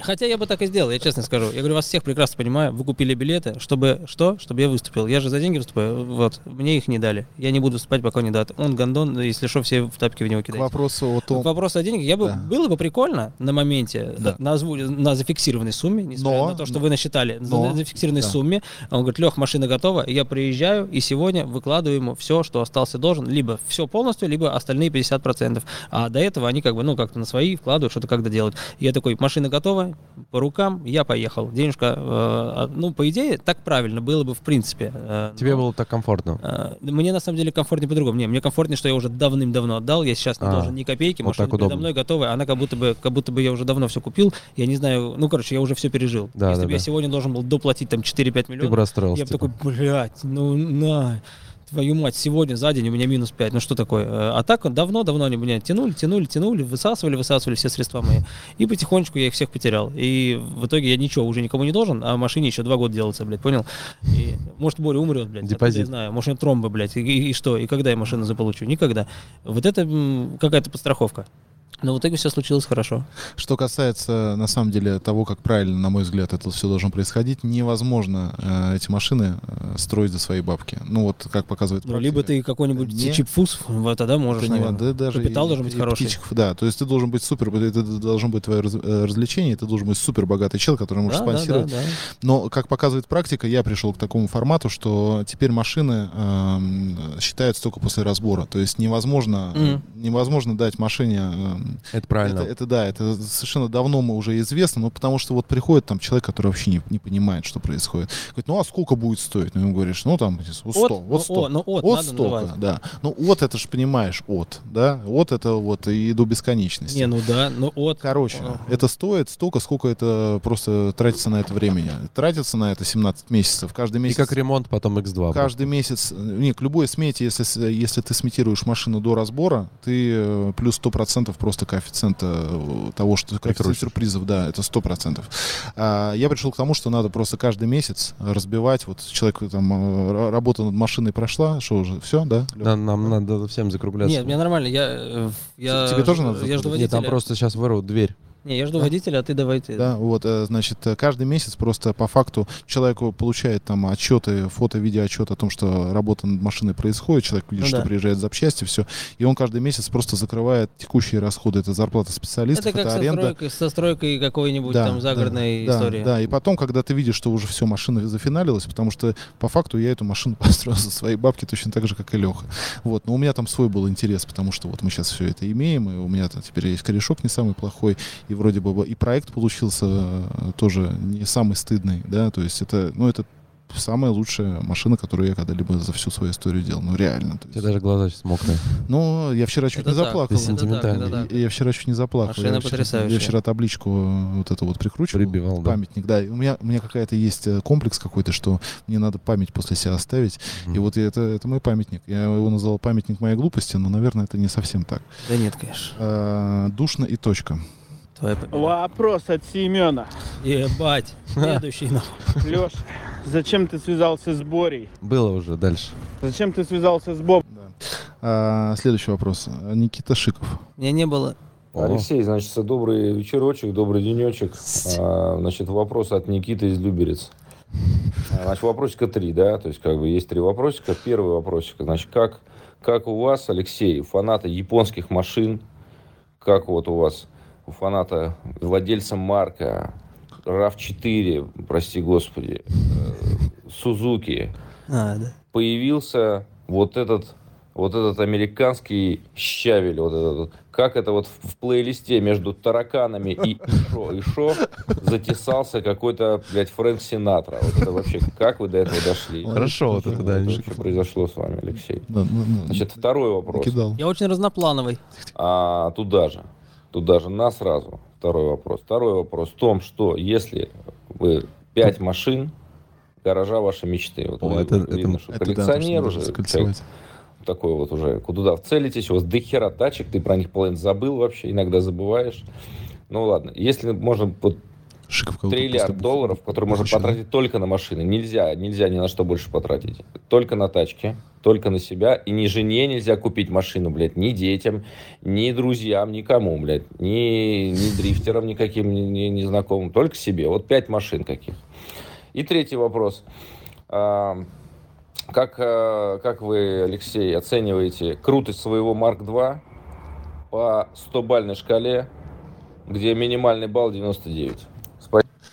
[SPEAKER 3] хотя я бы так и сделал, я честно скажу. Я говорю, вас всех прекрасно понимаю, вы купили билеты, чтобы что? Чтобы я выступил. Я же за деньги выступаю, вот. Мне их не дали. Я не буду выступать, пока не дат. Он гондон, если что, все в тапки в него
[SPEAKER 1] К
[SPEAKER 3] кидают.
[SPEAKER 1] вопросу о
[SPEAKER 3] К
[SPEAKER 1] том,
[SPEAKER 3] вопросу о деньгах, я бы
[SPEAKER 1] Да.
[SPEAKER 3] было бы прикольно на моменте э,
[SPEAKER 1] Да.
[SPEAKER 3] на, зву- на зафиксированной сумме, несмотря
[SPEAKER 1] Но-
[SPEAKER 3] на то, что вы насчитали,
[SPEAKER 1] но-
[SPEAKER 3] на зафиксированной
[SPEAKER 1] да.
[SPEAKER 3] сумме. Он говорит, Лех, машина готова, я приезжаю и сегодня выкладываю ему все, что остался должен, либо все полностью, либо остальные 50%. А до этого они как бы, ну, как-то на свои вкладывают, что-то как-то делают. Я такой, машина готова, по рукам, я поехал. Денежка, э, ну, по идее, так правильно было бы в принципе. э,
[SPEAKER 2] Тебе
[SPEAKER 3] но-
[SPEAKER 2] было так комфортно.
[SPEAKER 3] а, Мне на самом деле комфортнее по-другому. Не, мне комфортнее, что я уже давным-давно отдал. Я сейчас не
[SPEAKER 2] А,
[SPEAKER 3] должен ни копейки,
[SPEAKER 2] вот
[SPEAKER 3] машина
[SPEAKER 2] так
[SPEAKER 3] передо
[SPEAKER 2] удобно.
[SPEAKER 3] мной готовая. Она как будто бы как будто бы я уже давно все купил. Я не знаю, ну короче, я уже все пережил.
[SPEAKER 2] Да,
[SPEAKER 3] Если
[SPEAKER 2] да,
[SPEAKER 3] бы я
[SPEAKER 2] да.
[SPEAKER 3] сегодня должен был доплатить там 4-5
[SPEAKER 2] Ты бы
[SPEAKER 3] миллионов,
[SPEAKER 2] расстроился.
[SPEAKER 3] я бы
[SPEAKER 2] типа.
[SPEAKER 3] такой, блядь, ну на. Твою мать, сегодня за день у меня минус 5. Ну что такое? Э, А так он давно-давно они меня тянули, тянули, тянули, высасывали, высасывали все средства мои. И потихонечку я их всех потерял. И в итоге я ничего уже никому не должен, а машине еще два года делается, блядь, понял? И, может, Боря умрет, блядь. откуда
[SPEAKER 2] Депозит.
[SPEAKER 3] Я знаю. Может, у него тромбы, блядь. И, и- и что? И когда я машину заполучу? Никогда. Вот это м, какая-то подстраховка. Но в итоге все случилось хорошо.
[SPEAKER 1] Что касается, на самом деле, того, как правильно, на мой взгляд, это все должно происходить, невозможно э, эти машины э, строить за свои бабки. Ну вот, как показывает
[SPEAKER 3] Ну, либо ты
[SPEAKER 1] практика.
[SPEAKER 3] какой-нибудь
[SPEAKER 1] Не.
[SPEAKER 3] чипфус, вот тогда можешь,
[SPEAKER 1] Это не
[SPEAKER 3] наверное.
[SPEAKER 1] надо, даже
[SPEAKER 3] Капитал
[SPEAKER 1] и-
[SPEAKER 3] должен быть
[SPEAKER 1] и
[SPEAKER 3] хороший.
[SPEAKER 1] птичек, да, то есть ты должен быть супер, это должно быть твое раз- э, развлечение, ты должен быть супер богатый чел, который может
[SPEAKER 3] Да, да,
[SPEAKER 1] спонсировать.
[SPEAKER 3] да, да.
[SPEAKER 1] Но, как показывает практика, я пришел к такому формату, что теперь машины эм, считаются только после разбора. То есть невозможно, э,
[SPEAKER 3] Мгм.
[SPEAKER 1] невозможно дать машине... эм,
[SPEAKER 2] Это правильно.
[SPEAKER 1] Это, это да, это совершенно давно мы уже известно, но потому что вот приходит там человек, который вообще не, не понимает, что происходит. Говорит, ну а сколько будет стоить? Ну, ему говоришь, ну там, 100,
[SPEAKER 3] От, ну,
[SPEAKER 1] вот 100.
[SPEAKER 3] о, ну, от,
[SPEAKER 1] от
[SPEAKER 3] надо
[SPEAKER 1] столько,
[SPEAKER 3] называть.
[SPEAKER 1] да. Ну, от это же понимаешь, от, да? От это вот и до бесконечности.
[SPEAKER 3] Не, ну да, ну от.
[SPEAKER 1] Короче,
[SPEAKER 3] Ага.
[SPEAKER 1] это стоит столько, сколько это просто тратится на это времени. Тратится на это 17 месяцев. Каждый
[SPEAKER 2] И
[SPEAKER 1] месяц.
[SPEAKER 2] как ремонт, потом X2.
[SPEAKER 1] Каждый месяц, э, не, к любой смете, если, с- если ты сметируешь машину до разбора, ты э, плюс 100% просто коэффициента э, того, что коэффициент
[SPEAKER 2] Прикрутишь.
[SPEAKER 1] сюрпризов, да, это 100%. А, я пришел к тому, что надо просто каждый месяц разбивать, вот человек там, э, ра- работа над машиной прошла, что уже, все, да? Лёш?
[SPEAKER 2] На- нам надо всем закругляться.
[SPEAKER 3] Нет, мне нормально, я, э, я...
[SPEAKER 1] Тебе тоже надо
[SPEAKER 3] Я жду
[SPEAKER 1] заказать?
[SPEAKER 3] водителя.
[SPEAKER 2] Нет, там просто сейчас вырвут дверь.
[SPEAKER 3] Не, я жду
[SPEAKER 1] Да?
[SPEAKER 3] водителя, а ты давай ты.
[SPEAKER 1] Да, вот, э, значит, э, каждый месяц просто по факту человеку получает там отчеты, фото, видео отчет о том, что работа над машиной происходит, человек видит,
[SPEAKER 3] Ну
[SPEAKER 1] что
[SPEAKER 3] да.
[SPEAKER 1] приезжает запчасти, все, и он каждый месяц просто закрывает текущие расходы, это зарплата специалистов,
[SPEAKER 3] Это
[SPEAKER 1] это,
[SPEAKER 3] как со
[SPEAKER 1] аренда.
[SPEAKER 3] стройкой, со стройкой какой-нибудь
[SPEAKER 1] Да,
[SPEAKER 3] там загородной
[SPEAKER 1] да,
[SPEAKER 3] истории.
[SPEAKER 1] Да, и потом, когда ты видишь, что уже все, машина зафиналилась, потому что по факту я эту машину построил за свои бабки точно так же, как и Леха. Вот, но у меня там свой был интерес, потому что вот мы сейчас все это имеем, и у меня там теперь есть корешок не самый плохой, и вроде бы бы и проект получился э, тоже не самый стыдный, да, то есть это, ну, это самая лучшая машина, которую я когда-либо за всю свою историю делал, ну, реально. то
[SPEAKER 2] У
[SPEAKER 1] есть.
[SPEAKER 2] тебя даже глаза сейчас мокрые.
[SPEAKER 1] Ну, я вчера чуть
[SPEAKER 3] Это
[SPEAKER 1] не
[SPEAKER 3] так,
[SPEAKER 1] заплакал.
[SPEAKER 3] это так, это
[SPEAKER 2] Сентиментально.
[SPEAKER 3] так.
[SPEAKER 1] Я вчера чуть не заплакал.
[SPEAKER 3] Машина
[SPEAKER 1] я, вчера,
[SPEAKER 3] потрясающая.
[SPEAKER 1] я вчера табличку э, вот эту вот прикручивал.
[SPEAKER 2] Прибивал, да.
[SPEAKER 1] Памятник, да. И У меня, у меня какая-то есть э, комплекс какой-то, что мне надо память после себя оставить.
[SPEAKER 2] Мгм.
[SPEAKER 1] И вот я- это, это мой памятник. Я его назвал памятник моей глупости, но, наверное, это не совсем так.
[SPEAKER 3] Да нет, конечно.
[SPEAKER 1] Э, душно и точка.
[SPEAKER 3] Твоя победа.
[SPEAKER 9] Вопрос от Семена.
[SPEAKER 3] Ебать. Следующий. ну.
[SPEAKER 9] Леш, зачем ты связался с Борей?
[SPEAKER 2] Было уже дальше.
[SPEAKER 9] Зачем ты связался с Боб?
[SPEAKER 1] А, следующий вопрос. Никита Шиков.
[SPEAKER 3] Меня не было.
[SPEAKER 2] О,
[SPEAKER 10] Алексей, значит, добрый вечерочек, добрый денечек. А, Значит, вопрос от Никиты из Люберец. А, Значит, вопросика три, да? То есть, как бы, есть три вопросика. Первый вопросик, значит, как, как у вас, Алексей, фанаты японских машин, как вот у вас, у фаната, владельца Марка, RAV4, прости господи, э, Сузуки,
[SPEAKER 3] А, да.
[SPEAKER 10] появился вот этот вот этот американский щавель, вот этот, вот. как это вот в в плейлисте между тараканами и Ишо, Ишо затесался какой-то, блядь, Фрэнк Синатра. Вот это вообще, как вы до этого дошли?
[SPEAKER 2] Хорошо, вот это, да.
[SPEAKER 10] Что вообще произошло с вами, Алексей?
[SPEAKER 1] Да, ну, ну,
[SPEAKER 10] Значит, второй вопрос.
[SPEAKER 1] накидал.
[SPEAKER 3] Я очень разноплановый.
[SPEAKER 10] А туда же, туда же, на сразу. Второй вопрос. Второй вопрос в том, что если вы пять машин гаража вашей мечты. Вот
[SPEAKER 2] О,
[SPEAKER 10] вы-
[SPEAKER 2] это-
[SPEAKER 10] видно,
[SPEAKER 2] это-
[SPEAKER 10] что
[SPEAKER 1] это да,
[SPEAKER 10] коллекционер
[SPEAKER 1] точно,
[SPEAKER 10] уже.
[SPEAKER 1] нужно
[SPEAKER 10] человек
[SPEAKER 1] закольцевать.
[SPEAKER 10] Такой вот уже, куда вцелитесь, у вас дохера тачек, ты про них половину забыл вообще, иногда забываешь. Ну ладно, если можно вот
[SPEAKER 1] Шиков кого-то
[SPEAKER 10] триллиард
[SPEAKER 1] просто
[SPEAKER 10] долларов, который можно
[SPEAKER 1] включил.
[SPEAKER 10] потратить только на машины. Нельзя, нельзя ни на что больше потратить. Только на тачки, только на себя. И ни жене нельзя купить машину, блядь, ни детям, ни друзьям, никому, блядь, ни, ни дрифтерам никаким, ни, ни- ни знакомым. Только себе. Вот пять машин каких. И третий вопрос. А, Как, э, как вы, Алексей, оцениваете крутость своего Марк 2 по 100-бальной шкале, где минимальный балл 99?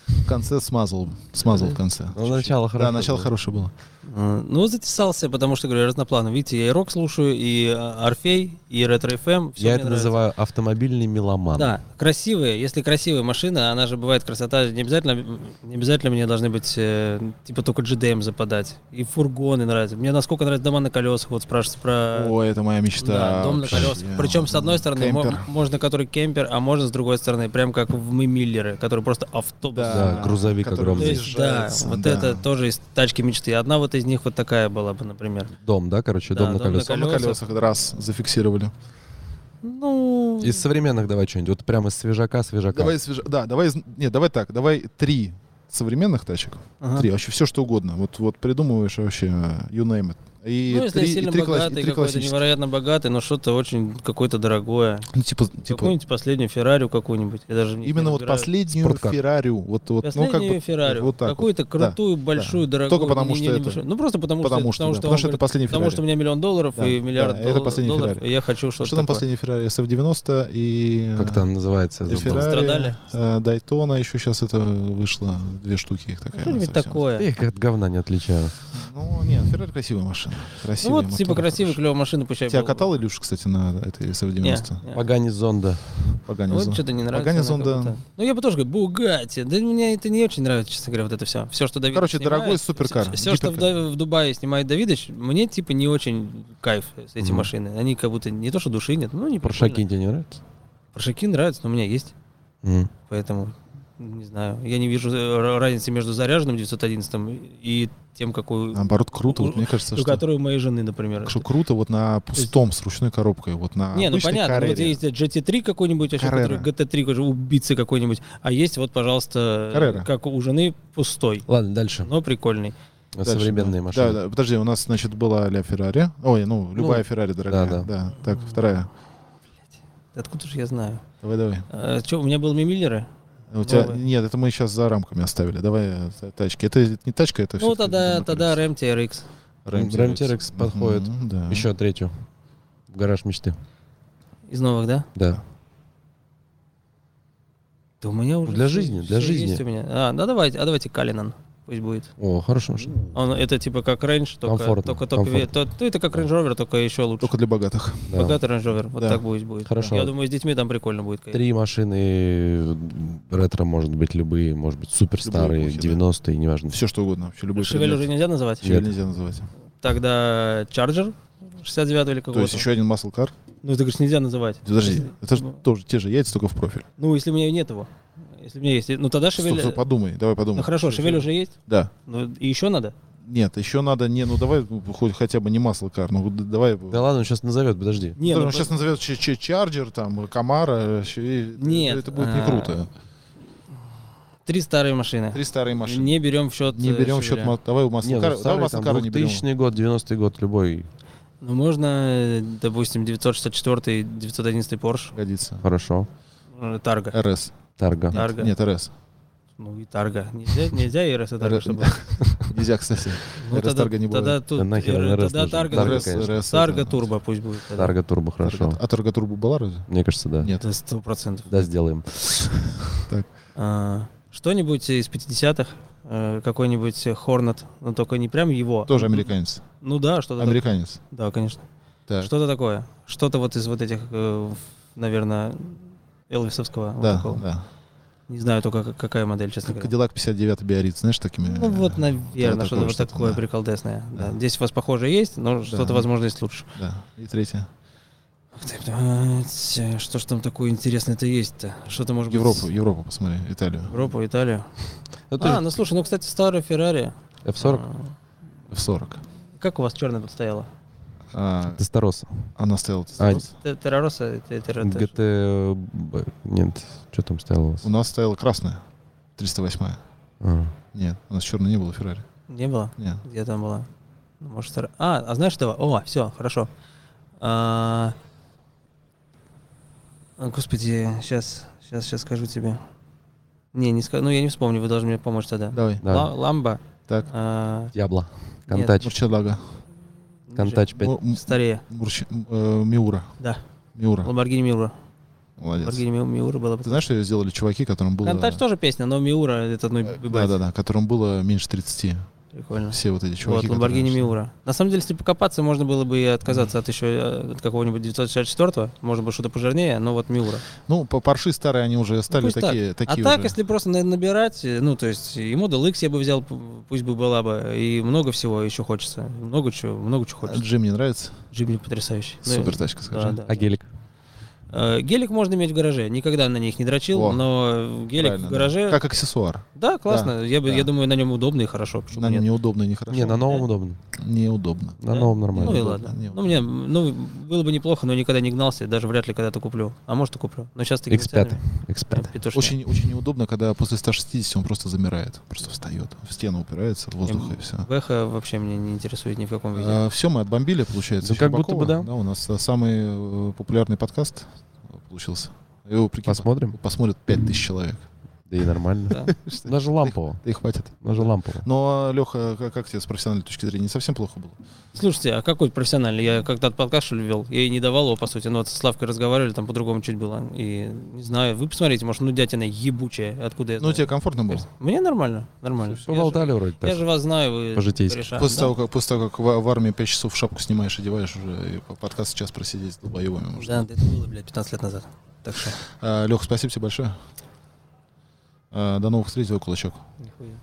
[SPEAKER 1] В конце смазал, смазал в конце.
[SPEAKER 2] Ну, начало
[SPEAKER 1] Да,
[SPEAKER 2] хорошо
[SPEAKER 1] начало
[SPEAKER 2] было.
[SPEAKER 1] хорошее было.
[SPEAKER 3] Э, Ну, затесался, потому что, говорю, разноплановый. Видите, я и рок слушаю, и э, Орфей, и Ретро FM. Всё
[SPEAKER 2] Я
[SPEAKER 3] мне
[SPEAKER 2] это
[SPEAKER 3] нравится.
[SPEAKER 2] называю автомобильный меломан.
[SPEAKER 3] Да, красивая. Если красивая машина, она же бывает красота. Не обязательно, не обязательно мне должны быть э, типа только GDM западать. И фургоны нравятся. Мне насколько нравятся дома на колесах. Вот спрашивают про
[SPEAKER 1] О, это моя мечта.
[SPEAKER 3] да, дом на
[SPEAKER 1] вообще.
[SPEAKER 3] колесах. Причем с одной стороны мо-
[SPEAKER 1] Кемпер.
[SPEAKER 3] можно который кемпер, а можно с другой стороны прям как в мы Миллеры, который просто автобус.
[SPEAKER 2] Да, грузовик
[SPEAKER 1] который
[SPEAKER 3] То
[SPEAKER 2] огромный.
[SPEAKER 3] есть, да,
[SPEAKER 1] разъезжается,
[SPEAKER 3] вот
[SPEAKER 1] да.
[SPEAKER 3] это тоже из тачки мечты. Одна вот из них вот такая была бы, например.
[SPEAKER 2] Дом, да, короче,
[SPEAKER 3] Да,
[SPEAKER 2] дом на
[SPEAKER 3] дом на
[SPEAKER 2] колесах.
[SPEAKER 1] Дом на
[SPEAKER 3] колесах.
[SPEAKER 1] колесах раз зафиксировали.
[SPEAKER 3] Ну,
[SPEAKER 2] Из современных давай что-нибудь. Вот прямо из свежака, свежака.
[SPEAKER 1] Давай свежа- Да, давай. из- Нет, давай так. Давай три современных тачек.
[SPEAKER 3] Ага.
[SPEAKER 1] Три. Вообще все, что угодно. Вот, вот придумываешь вообще э, you name it. И
[SPEAKER 3] ну, если
[SPEAKER 1] три, и
[SPEAKER 3] сильно
[SPEAKER 1] три класс- и
[SPEAKER 3] богатый,
[SPEAKER 1] три
[SPEAKER 3] какой-то
[SPEAKER 1] классических.
[SPEAKER 3] невероятно богатый, но что-то очень какое-то дорогое.
[SPEAKER 1] Ну, типа, типа
[SPEAKER 3] Какую-нибудь последнюю Феррарию какую-нибудь. Я даже не
[SPEAKER 1] именно вот
[SPEAKER 3] разбираюсь.
[SPEAKER 1] последнюю
[SPEAKER 2] Спорткар.
[SPEAKER 1] Феррарию. Вот, вот, ну,
[SPEAKER 3] Последнюю
[SPEAKER 1] как бы,
[SPEAKER 3] Феррари.
[SPEAKER 1] вот так вот.
[SPEAKER 3] Какую-то крутую, большую, дорогую.
[SPEAKER 1] Только потому, что это-
[SPEAKER 3] большую. Ну, просто потому,
[SPEAKER 1] Потому что,
[SPEAKER 3] что...
[SPEAKER 1] да. Потому что это последний
[SPEAKER 3] Потому что у
[SPEAKER 1] Феррари.
[SPEAKER 3] меня миллион долларов
[SPEAKER 1] Да,
[SPEAKER 3] и
[SPEAKER 1] да,
[SPEAKER 3] миллиард
[SPEAKER 1] это
[SPEAKER 3] дол-
[SPEAKER 1] последний
[SPEAKER 3] долларов,
[SPEAKER 1] Феррари.
[SPEAKER 3] и я хочу
[SPEAKER 1] Что,
[SPEAKER 3] что-то
[SPEAKER 1] там
[SPEAKER 3] такое.
[SPEAKER 1] последний Феррари? SF90 и... э,
[SPEAKER 2] Как там называется?
[SPEAKER 1] и
[SPEAKER 2] Забыл.
[SPEAKER 1] Феррари,
[SPEAKER 3] Страдали?
[SPEAKER 1] э, Дайтона, еще сейчас это вышло, две штуки их такая.
[SPEAKER 3] Что-нибудь
[SPEAKER 1] совсем.
[SPEAKER 2] Я
[SPEAKER 3] Ну, такое.
[SPEAKER 2] их от говна не отличаю.
[SPEAKER 1] Ну, нет, Феррари красивая машина.
[SPEAKER 3] Ну
[SPEAKER 1] Красивый
[SPEAKER 3] вот, типа,
[SPEAKER 1] мотор,
[SPEAKER 3] красивая,
[SPEAKER 1] хороший.
[SPEAKER 3] клевая машина, пусть
[SPEAKER 1] Тебя катал Илюш, кстати, на этой SF90?
[SPEAKER 2] Погани зонда.
[SPEAKER 1] Поганец.
[SPEAKER 3] Вот что-то не нравится.
[SPEAKER 1] Погани
[SPEAKER 3] она
[SPEAKER 1] Зонда.
[SPEAKER 3] как будто. Ну, я бы тоже говорю, Бугати. Да мне это не очень нравится, честно говоря, вот это все. Все, что Давидыч
[SPEAKER 1] Короче,
[SPEAKER 3] снимает,
[SPEAKER 1] дорогой
[SPEAKER 3] всё-
[SPEAKER 1] суперкар,
[SPEAKER 3] Все, что в,
[SPEAKER 1] гиперкар.
[SPEAKER 3] Да- в Дубае снимает Давидыч, мне, типа, не очень кайф с эти
[SPEAKER 2] Мгм.
[SPEAKER 3] машины. Они как будто не то, что души нет, ну, не
[SPEAKER 2] Паршаки
[SPEAKER 3] прикольно.
[SPEAKER 2] тебе не нравятся?
[SPEAKER 3] Паршаки нравятся, но у меня есть.
[SPEAKER 2] М.
[SPEAKER 3] Поэтому, не знаю, я не вижу э, разницы между заряженным 911 и тем, какую...
[SPEAKER 1] Наоборот, круто. Вот мне кажется,
[SPEAKER 3] у
[SPEAKER 1] что,
[SPEAKER 3] которой у моей жены, например.
[SPEAKER 1] что круто вот на пустом с ручной коробкой, вот
[SPEAKER 2] А
[SPEAKER 1] на
[SPEAKER 3] Не, ну
[SPEAKER 1] обычной
[SPEAKER 3] понятно, ну, вот
[SPEAKER 1] Carrera.
[SPEAKER 3] есть GT3 какой-нибудь, вообще, который
[SPEAKER 1] Carrera.
[SPEAKER 3] GT3 уже убийцы какой-нибудь, а есть вот, пожалуйста,
[SPEAKER 1] Carrera.
[SPEAKER 3] как у жены, пустой,
[SPEAKER 2] Ладно, дальше.
[SPEAKER 3] но прикольный.
[SPEAKER 1] Дальше,
[SPEAKER 2] Ну, Современные
[SPEAKER 1] да. Да,
[SPEAKER 2] машины.
[SPEAKER 1] да, подожди, у нас, значит, была ля Феррари. Ой, ну, любая Феррари, дорогая.
[SPEAKER 2] да,
[SPEAKER 1] Да,
[SPEAKER 2] да.
[SPEAKER 1] Так, вторая.
[SPEAKER 3] Откуда же я знаю?
[SPEAKER 1] Давай, давай.
[SPEAKER 3] А, чё, у меня был Мимиллеры?
[SPEAKER 1] У тебя...
[SPEAKER 3] Новая.
[SPEAKER 1] Нет, это мы сейчас за рамками оставили. Давай э, та- тачки. Это не тачка, это
[SPEAKER 3] Ну,
[SPEAKER 1] всё-таки
[SPEAKER 3] тогда,
[SPEAKER 1] дом на
[SPEAKER 3] тогда
[SPEAKER 1] колесах.
[SPEAKER 3] Ram TRX.
[SPEAKER 1] Ну,
[SPEAKER 2] Ram TRX подходит.
[SPEAKER 1] Мгм, да.
[SPEAKER 2] Еще третью. В гараж мечты.
[SPEAKER 3] Из новых, да?
[SPEAKER 2] Да.
[SPEAKER 3] Да у меня уже
[SPEAKER 2] Для
[SPEAKER 3] всё-
[SPEAKER 2] жизни, для
[SPEAKER 3] всё
[SPEAKER 2] жизни.
[SPEAKER 3] есть у меня. А, да давайте, а давайте Калинан. Пусть будет.
[SPEAKER 2] О, хорошая машина.
[SPEAKER 3] Он, это типа как Range, только...
[SPEAKER 2] Комфортно,
[SPEAKER 3] только, только
[SPEAKER 2] комфортно.
[SPEAKER 3] ве- то- ну, это как Range Rover, только еще лучше.
[SPEAKER 1] Только для богатых.
[SPEAKER 2] Да.
[SPEAKER 3] Богатый Range Rover, вот
[SPEAKER 1] Да.
[SPEAKER 3] так будет. будет.
[SPEAKER 2] Хорошо.
[SPEAKER 3] Я думаю, с детьми там прикольно будет. конечно.
[SPEAKER 2] Три машины э, ретро, может быть, любые, может быть, супер старые,
[SPEAKER 1] эпохи, да.
[SPEAKER 2] 90-е, неважно.
[SPEAKER 1] Все что угодно. Вообще любой
[SPEAKER 3] Шевель уже
[SPEAKER 1] предмет.
[SPEAKER 3] нельзя называть?
[SPEAKER 1] Шевель
[SPEAKER 2] Нет.
[SPEAKER 1] нельзя называть.
[SPEAKER 3] Тогда Charger 69 или
[SPEAKER 1] То
[SPEAKER 3] какого-то.
[SPEAKER 1] есть еще один масл кар.
[SPEAKER 3] Ну, это, говоришь, нельзя называть.
[SPEAKER 1] Подожди,
[SPEAKER 3] Если-
[SPEAKER 1] это же тоже те же яйца, только в профиль.
[SPEAKER 3] Ну, если у меня нет его. Если у меня есть. Ну, тогда
[SPEAKER 1] Стоп,
[SPEAKER 3] Шевель...
[SPEAKER 1] стоп, подумай, давай подумай.
[SPEAKER 3] Ну, хорошо, Шевель уже есть.
[SPEAKER 1] Да.
[SPEAKER 3] Ну, и еще надо?
[SPEAKER 1] Нет, еще надо не, ну давай ну, хоть хотя бы не масло кар, ну д- давай.
[SPEAKER 2] Да ладно, он сейчас назовет, подожди.
[SPEAKER 3] Не, ну,
[SPEAKER 1] он сейчас назовет Ч- Ч- Чарджер, там, Камара,
[SPEAKER 3] Нет,
[SPEAKER 1] это будет не
[SPEAKER 3] а,
[SPEAKER 1] круто.
[SPEAKER 3] Три старые машины.
[SPEAKER 1] Три старые машины.
[SPEAKER 3] Не берем в счет.
[SPEAKER 1] Не берем в счет, ма- давай у
[SPEAKER 2] Не,
[SPEAKER 1] масла
[SPEAKER 2] ну,
[SPEAKER 1] кар, давай
[SPEAKER 2] старые,
[SPEAKER 1] масло
[SPEAKER 2] там,
[SPEAKER 1] кар не берем.
[SPEAKER 2] 2000 год, 90-й год, любой.
[SPEAKER 3] Ну, можно, э, допустим, 964 911 Porsche
[SPEAKER 1] Годится.
[SPEAKER 2] Хорошо.
[SPEAKER 3] э, Тарга.
[SPEAKER 1] РС.
[SPEAKER 2] Тарга.
[SPEAKER 3] Да. Тарга.
[SPEAKER 1] Нет, РС.
[SPEAKER 3] Ну, и Тарга. Нельзя, нельзя и РС и Тарга,
[SPEAKER 1] Р-
[SPEAKER 3] чтобы...
[SPEAKER 1] да. Нельзя, кстати.
[SPEAKER 3] Ну,
[SPEAKER 1] РС Тарга не
[SPEAKER 3] тогда
[SPEAKER 1] будет.
[SPEAKER 3] тут...
[SPEAKER 2] Да нахер
[SPEAKER 3] э,
[SPEAKER 2] она РС
[SPEAKER 3] Тогда
[SPEAKER 2] нужна.
[SPEAKER 3] Тарга...
[SPEAKER 2] Тарга,
[SPEAKER 1] РС,
[SPEAKER 2] конечно.
[SPEAKER 1] РС,
[SPEAKER 3] Тарга
[SPEAKER 1] это-
[SPEAKER 3] Турбо пусть будет. тогда.
[SPEAKER 2] Тарга Турбо, хорошо.
[SPEAKER 1] А Тарга Турбо была разве?
[SPEAKER 2] Мне кажется, да.
[SPEAKER 1] Нет.
[SPEAKER 3] Это сто процентов.
[SPEAKER 2] Да, сделаем.
[SPEAKER 3] А, Что-нибудь из 50-х, э, какой-нибудь Хорнет, но только не прям его.
[SPEAKER 1] Тоже американец.
[SPEAKER 3] Ну да, что-то такое.
[SPEAKER 1] Американец.
[SPEAKER 3] Да, конечно.
[SPEAKER 1] Так.
[SPEAKER 3] Что-то такое. Что-то вот из вот этих, э, наверное, Элвисовского. вот
[SPEAKER 1] Да,
[SPEAKER 3] такого.
[SPEAKER 1] да.
[SPEAKER 3] Не знаю только, как- какая модель, честно говоря.
[SPEAKER 1] Кадиллак 59 Биарриц, знаешь, такими... э,
[SPEAKER 3] Ну вот, наверное,
[SPEAKER 1] такое
[SPEAKER 3] что-то вот
[SPEAKER 1] что-то,
[SPEAKER 3] такое
[SPEAKER 1] да.
[SPEAKER 3] приколдесное. да.
[SPEAKER 1] Да.
[SPEAKER 3] Здесь у вас похоже есть, но что-то, возможно, есть лучше.
[SPEAKER 1] Да. И третье.
[SPEAKER 3] Так, блядь, э, Что ж там такое интересное-то есть-то? Что-то может
[SPEAKER 1] Европу,
[SPEAKER 3] быть...
[SPEAKER 1] Европу посмотри, Италию.
[SPEAKER 3] Европу, Италию.
[SPEAKER 2] Это
[SPEAKER 3] а,
[SPEAKER 2] же-
[SPEAKER 3] ну а. слушай, ну, кстати, старая Феррари.
[SPEAKER 2] F40?
[SPEAKER 1] В 40.
[SPEAKER 3] Как у вас черная тут стояла?
[SPEAKER 1] А,
[SPEAKER 2] Тестороса.
[SPEAKER 1] она стояла...
[SPEAKER 2] А,
[SPEAKER 3] Те- Террароса? те- терра- те-
[SPEAKER 2] ГТ... Нет, что там стояло у вас?
[SPEAKER 1] У нас стояла красная, 308
[SPEAKER 2] А.
[SPEAKER 1] Нет, у нас черной не было Феррари.
[SPEAKER 3] Не было?
[SPEAKER 1] Нет.
[SPEAKER 3] Где там была? Ну, Может, Терра- а, а знаешь этого? О, все, хорошо. А, а, Господи, сейчас, сейчас, сейчас скажу тебе. Не, не скажу, ну я не вспомню, вы должны мне помочь тогда.
[SPEAKER 1] Давай.
[SPEAKER 2] Да.
[SPEAKER 3] Ла- Ламба.
[SPEAKER 1] Так.
[SPEAKER 3] а,
[SPEAKER 2] Диабло.
[SPEAKER 3] Нет.
[SPEAKER 2] Контач.
[SPEAKER 1] Мурчелага.
[SPEAKER 3] ниже.
[SPEAKER 2] Контач 5.
[SPEAKER 1] М- м-
[SPEAKER 3] Старее,
[SPEAKER 1] Мурч- э, Миура.
[SPEAKER 3] да.
[SPEAKER 1] Миура.
[SPEAKER 3] Ламборгини Миура.
[SPEAKER 1] Молодец.
[SPEAKER 3] Ламборгини Ми- Миура была бы.
[SPEAKER 1] Ты знаешь, что её сделали чуваки, которым было...
[SPEAKER 3] Контач тоже песня, но Миура это ну,
[SPEAKER 1] Э, Да, да, да, которым было меньше 30.
[SPEAKER 3] Прикольно.
[SPEAKER 1] Все вот эти чуваки.
[SPEAKER 3] вот,
[SPEAKER 1] которые-
[SPEAKER 3] Lamborghini Miura. На самом деле, если покопаться, можно было бы и отказаться от еще э, от какого-нибудь 964-го. Можно было что-то пожирнее, но вот Miura.
[SPEAKER 1] Ну, по- парши старые, они уже стали
[SPEAKER 3] пусть
[SPEAKER 1] такие,
[SPEAKER 3] А
[SPEAKER 1] такие
[SPEAKER 3] так,
[SPEAKER 1] уже.
[SPEAKER 3] если просто на- набирать, э, ну, то есть и Model X я бы взял, п- пусть бы была бы, и много всего еще хочется. Много чего, много чего
[SPEAKER 1] А
[SPEAKER 3] хочется.
[SPEAKER 1] Джим не нравится?
[SPEAKER 3] Джимми потрясающий. Ну,
[SPEAKER 1] Супер тачка, скажи.
[SPEAKER 3] да, да,
[SPEAKER 2] А
[SPEAKER 3] да.
[SPEAKER 2] гелик?
[SPEAKER 3] Э, Гелик можно иметь в гараже. Никогда на них не дрочил,
[SPEAKER 1] Во.
[SPEAKER 3] но гелик
[SPEAKER 1] Правильно,
[SPEAKER 3] в
[SPEAKER 1] да.
[SPEAKER 3] гараже...
[SPEAKER 1] Как аксессуар.
[SPEAKER 3] Да, классно. я, бы,
[SPEAKER 1] да.
[SPEAKER 3] я думаю, на нем удобно и хорошо. Почему
[SPEAKER 1] Нам
[SPEAKER 3] нет?
[SPEAKER 1] неудобно и нехорошо.
[SPEAKER 2] Не, ну, на новом удобно.
[SPEAKER 1] Неудобно.
[SPEAKER 2] На
[SPEAKER 3] Да?
[SPEAKER 2] новом
[SPEAKER 3] Ну и
[SPEAKER 2] нормально.
[SPEAKER 3] ладно.
[SPEAKER 1] не
[SPEAKER 3] Ну, мне, ну, было бы неплохо, но никогда не гнался, даже вряд ли когда-то куплю. А может и куплю. Но сейчас такие
[SPEAKER 2] X5.
[SPEAKER 3] цены, прям
[SPEAKER 2] X5.
[SPEAKER 3] петушня.
[SPEAKER 1] Очень, очень неудобно, когда после 160 он просто замирает, просто встает, в стену упирается, в воздух и все.
[SPEAKER 3] Бэха вообще меня не интересует ни в каком виде.
[SPEAKER 1] все, мы отбомбили, получается.
[SPEAKER 2] Ну, как будто бы
[SPEAKER 1] Щербакова.
[SPEAKER 2] да.
[SPEAKER 1] у нас э, самый э, популярный подкаст получился. Его, прикинь,
[SPEAKER 2] Посмотрим.
[SPEAKER 1] посмотрят 5000 человек.
[SPEAKER 2] Да и нормально.
[SPEAKER 3] Да.
[SPEAKER 2] Даже лампово.
[SPEAKER 1] Да и хватит.
[SPEAKER 2] Даже лампово.
[SPEAKER 1] Но, Леха, как, как тебе с профессиональной точки зрения? Не совсем плохо было?
[SPEAKER 3] Слушайте, а какой профессиональный? Я когда-то подкаст что ли, вел, я и не давал его, по сути. Но вот с Славкой разговаривали, там по-другому чуть было. И не знаю, вы посмотрите, может, ну дятина ебучая, откуда я
[SPEAKER 1] Ну,
[SPEAKER 3] знаю.
[SPEAKER 1] тебе комфортно было?
[SPEAKER 3] Мне нормально,
[SPEAKER 2] Ну,
[SPEAKER 3] нормально. Я же-
[SPEAKER 2] Поболтали вроде
[SPEAKER 3] Я
[SPEAKER 2] так.
[SPEAKER 3] же вас знаю, вы
[SPEAKER 2] По-житейски.
[SPEAKER 3] кореша.
[SPEAKER 1] после,
[SPEAKER 3] Да.
[SPEAKER 1] того, как, после того, как в, в армии 5 часов шапку снимаешь, одеваешь уже, и по- подкаст сейчас просидеть с долбоебами
[SPEAKER 3] Да,
[SPEAKER 1] можно.
[SPEAKER 3] это было, блядь, 15 лет назад. Так что,
[SPEAKER 1] Леха, спасибо тебе большое. А, до новых встреч, твой кулачок.
[SPEAKER 3] нихуя.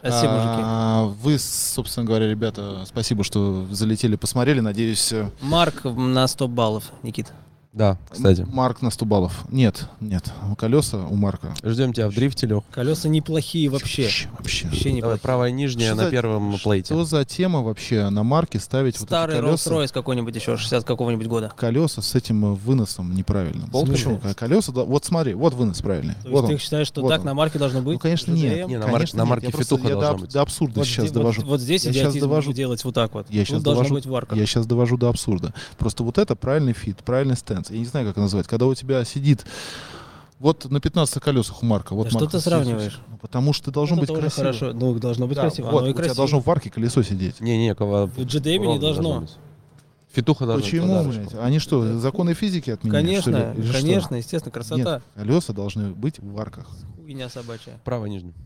[SPEAKER 3] Спасибо, мужики.
[SPEAKER 1] А, Вы, собственно говоря, ребята, спасибо, что залетели, посмотрели. Надеюсь, э,
[SPEAKER 3] Марк на 100 баллов, Никит.
[SPEAKER 2] Да, кстати.
[SPEAKER 1] Марк на 100 баллов. Нет, нет. Колеса у Марка.
[SPEAKER 2] Ждем тебя в дрифте, Лех.
[SPEAKER 3] Колеса неплохие вообще.
[SPEAKER 1] Вообще.
[SPEAKER 3] Вообще
[SPEAKER 2] Давай,
[SPEAKER 3] неплохие.
[SPEAKER 2] правая нижняя
[SPEAKER 1] Что
[SPEAKER 2] на
[SPEAKER 1] за-
[SPEAKER 2] первом плейте.
[SPEAKER 1] Что за тема вообще на марке ставить
[SPEAKER 3] Старый
[SPEAKER 1] вот эти колеса?
[SPEAKER 3] Rolls-Royce какой-нибудь еще, 60 какого-нибудь года.
[SPEAKER 1] Колеса с этим э, выносом неправильным.
[SPEAKER 2] Болт
[SPEAKER 1] Почему? Колеса, да, вот смотри, вот вынос правильный.
[SPEAKER 3] То
[SPEAKER 1] Вот он.
[SPEAKER 3] есть ты считаешь, что
[SPEAKER 1] Вот
[SPEAKER 3] так
[SPEAKER 1] он.
[SPEAKER 3] на марке должно быть?
[SPEAKER 1] Ну, конечно, нет.
[SPEAKER 3] ЖДМ?
[SPEAKER 2] Не, на
[SPEAKER 1] Конечно,
[SPEAKER 2] марке- на
[SPEAKER 1] нет.
[SPEAKER 2] марке
[SPEAKER 1] Я просто-
[SPEAKER 2] фитуха
[SPEAKER 1] я до
[SPEAKER 2] должна
[SPEAKER 1] аб-
[SPEAKER 2] быть.
[SPEAKER 1] до абсурда
[SPEAKER 3] Вот,
[SPEAKER 1] сейчас
[SPEAKER 3] здесь-
[SPEAKER 1] довожу.
[SPEAKER 3] вот, вот здесь
[SPEAKER 1] Я щас
[SPEAKER 3] идиотизм
[SPEAKER 1] довожу.
[SPEAKER 3] делать вот так вот.
[SPEAKER 1] Я
[SPEAKER 3] Тут
[SPEAKER 1] щас
[SPEAKER 3] должна
[SPEAKER 1] довожу.
[SPEAKER 3] быть варка.
[SPEAKER 1] Я сейчас довожу до абсурда. Просто вот это правильный фит, правильный стенс. Я не знаю, как это назвать. Когда у тебя сидит вот на 15 колесах у Марка. Вот
[SPEAKER 3] Да что
[SPEAKER 1] Марк
[SPEAKER 3] ты
[SPEAKER 1] сидит.
[SPEAKER 3] сравниваешь?
[SPEAKER 1] Ну, Потому что должно
[SPEAKER 3] Ну,
[SPEAKER 1] быть
[SPEAKER 3] это уже
[SPEAKER 1] красиво.
[SPEAKER 3] хорошо. Ну, должно быть
[SPEAKER 1] Да,
[SPEAKER 3] красиво.
[SPEAKER 1] вот,
[SPEAKER 3] Оно и
[SPEAKER 1] у тебя
[SPEAKER 3] красиво.
[SPEAKER 1] должно в варке колесо сидеть.
[SPEAKER 2] Не, не, кого...
[SPEAKER 3] В GDM не
[SPEAKER 2] ровно
[SPEAKER 3] должно.
[SPEAKER 2] быть. Фитуха должна
[SPEAKER 1] Почему,
[SPEAKER 2] быть.
[SPEAKER 1] блядь? А Они что, законы физики отменяют? что
[SPEAKER 3] Конечно,
[SPEAKER 1] ли? Или что?
[SPEAKER 3] конечно, естественно, красота.
[SPEAKER 1] Нет, колеса должны быть в арках.
[SPEAKER 3] Хуйня собачья.
[SPEAKER 2] Правая нижняя.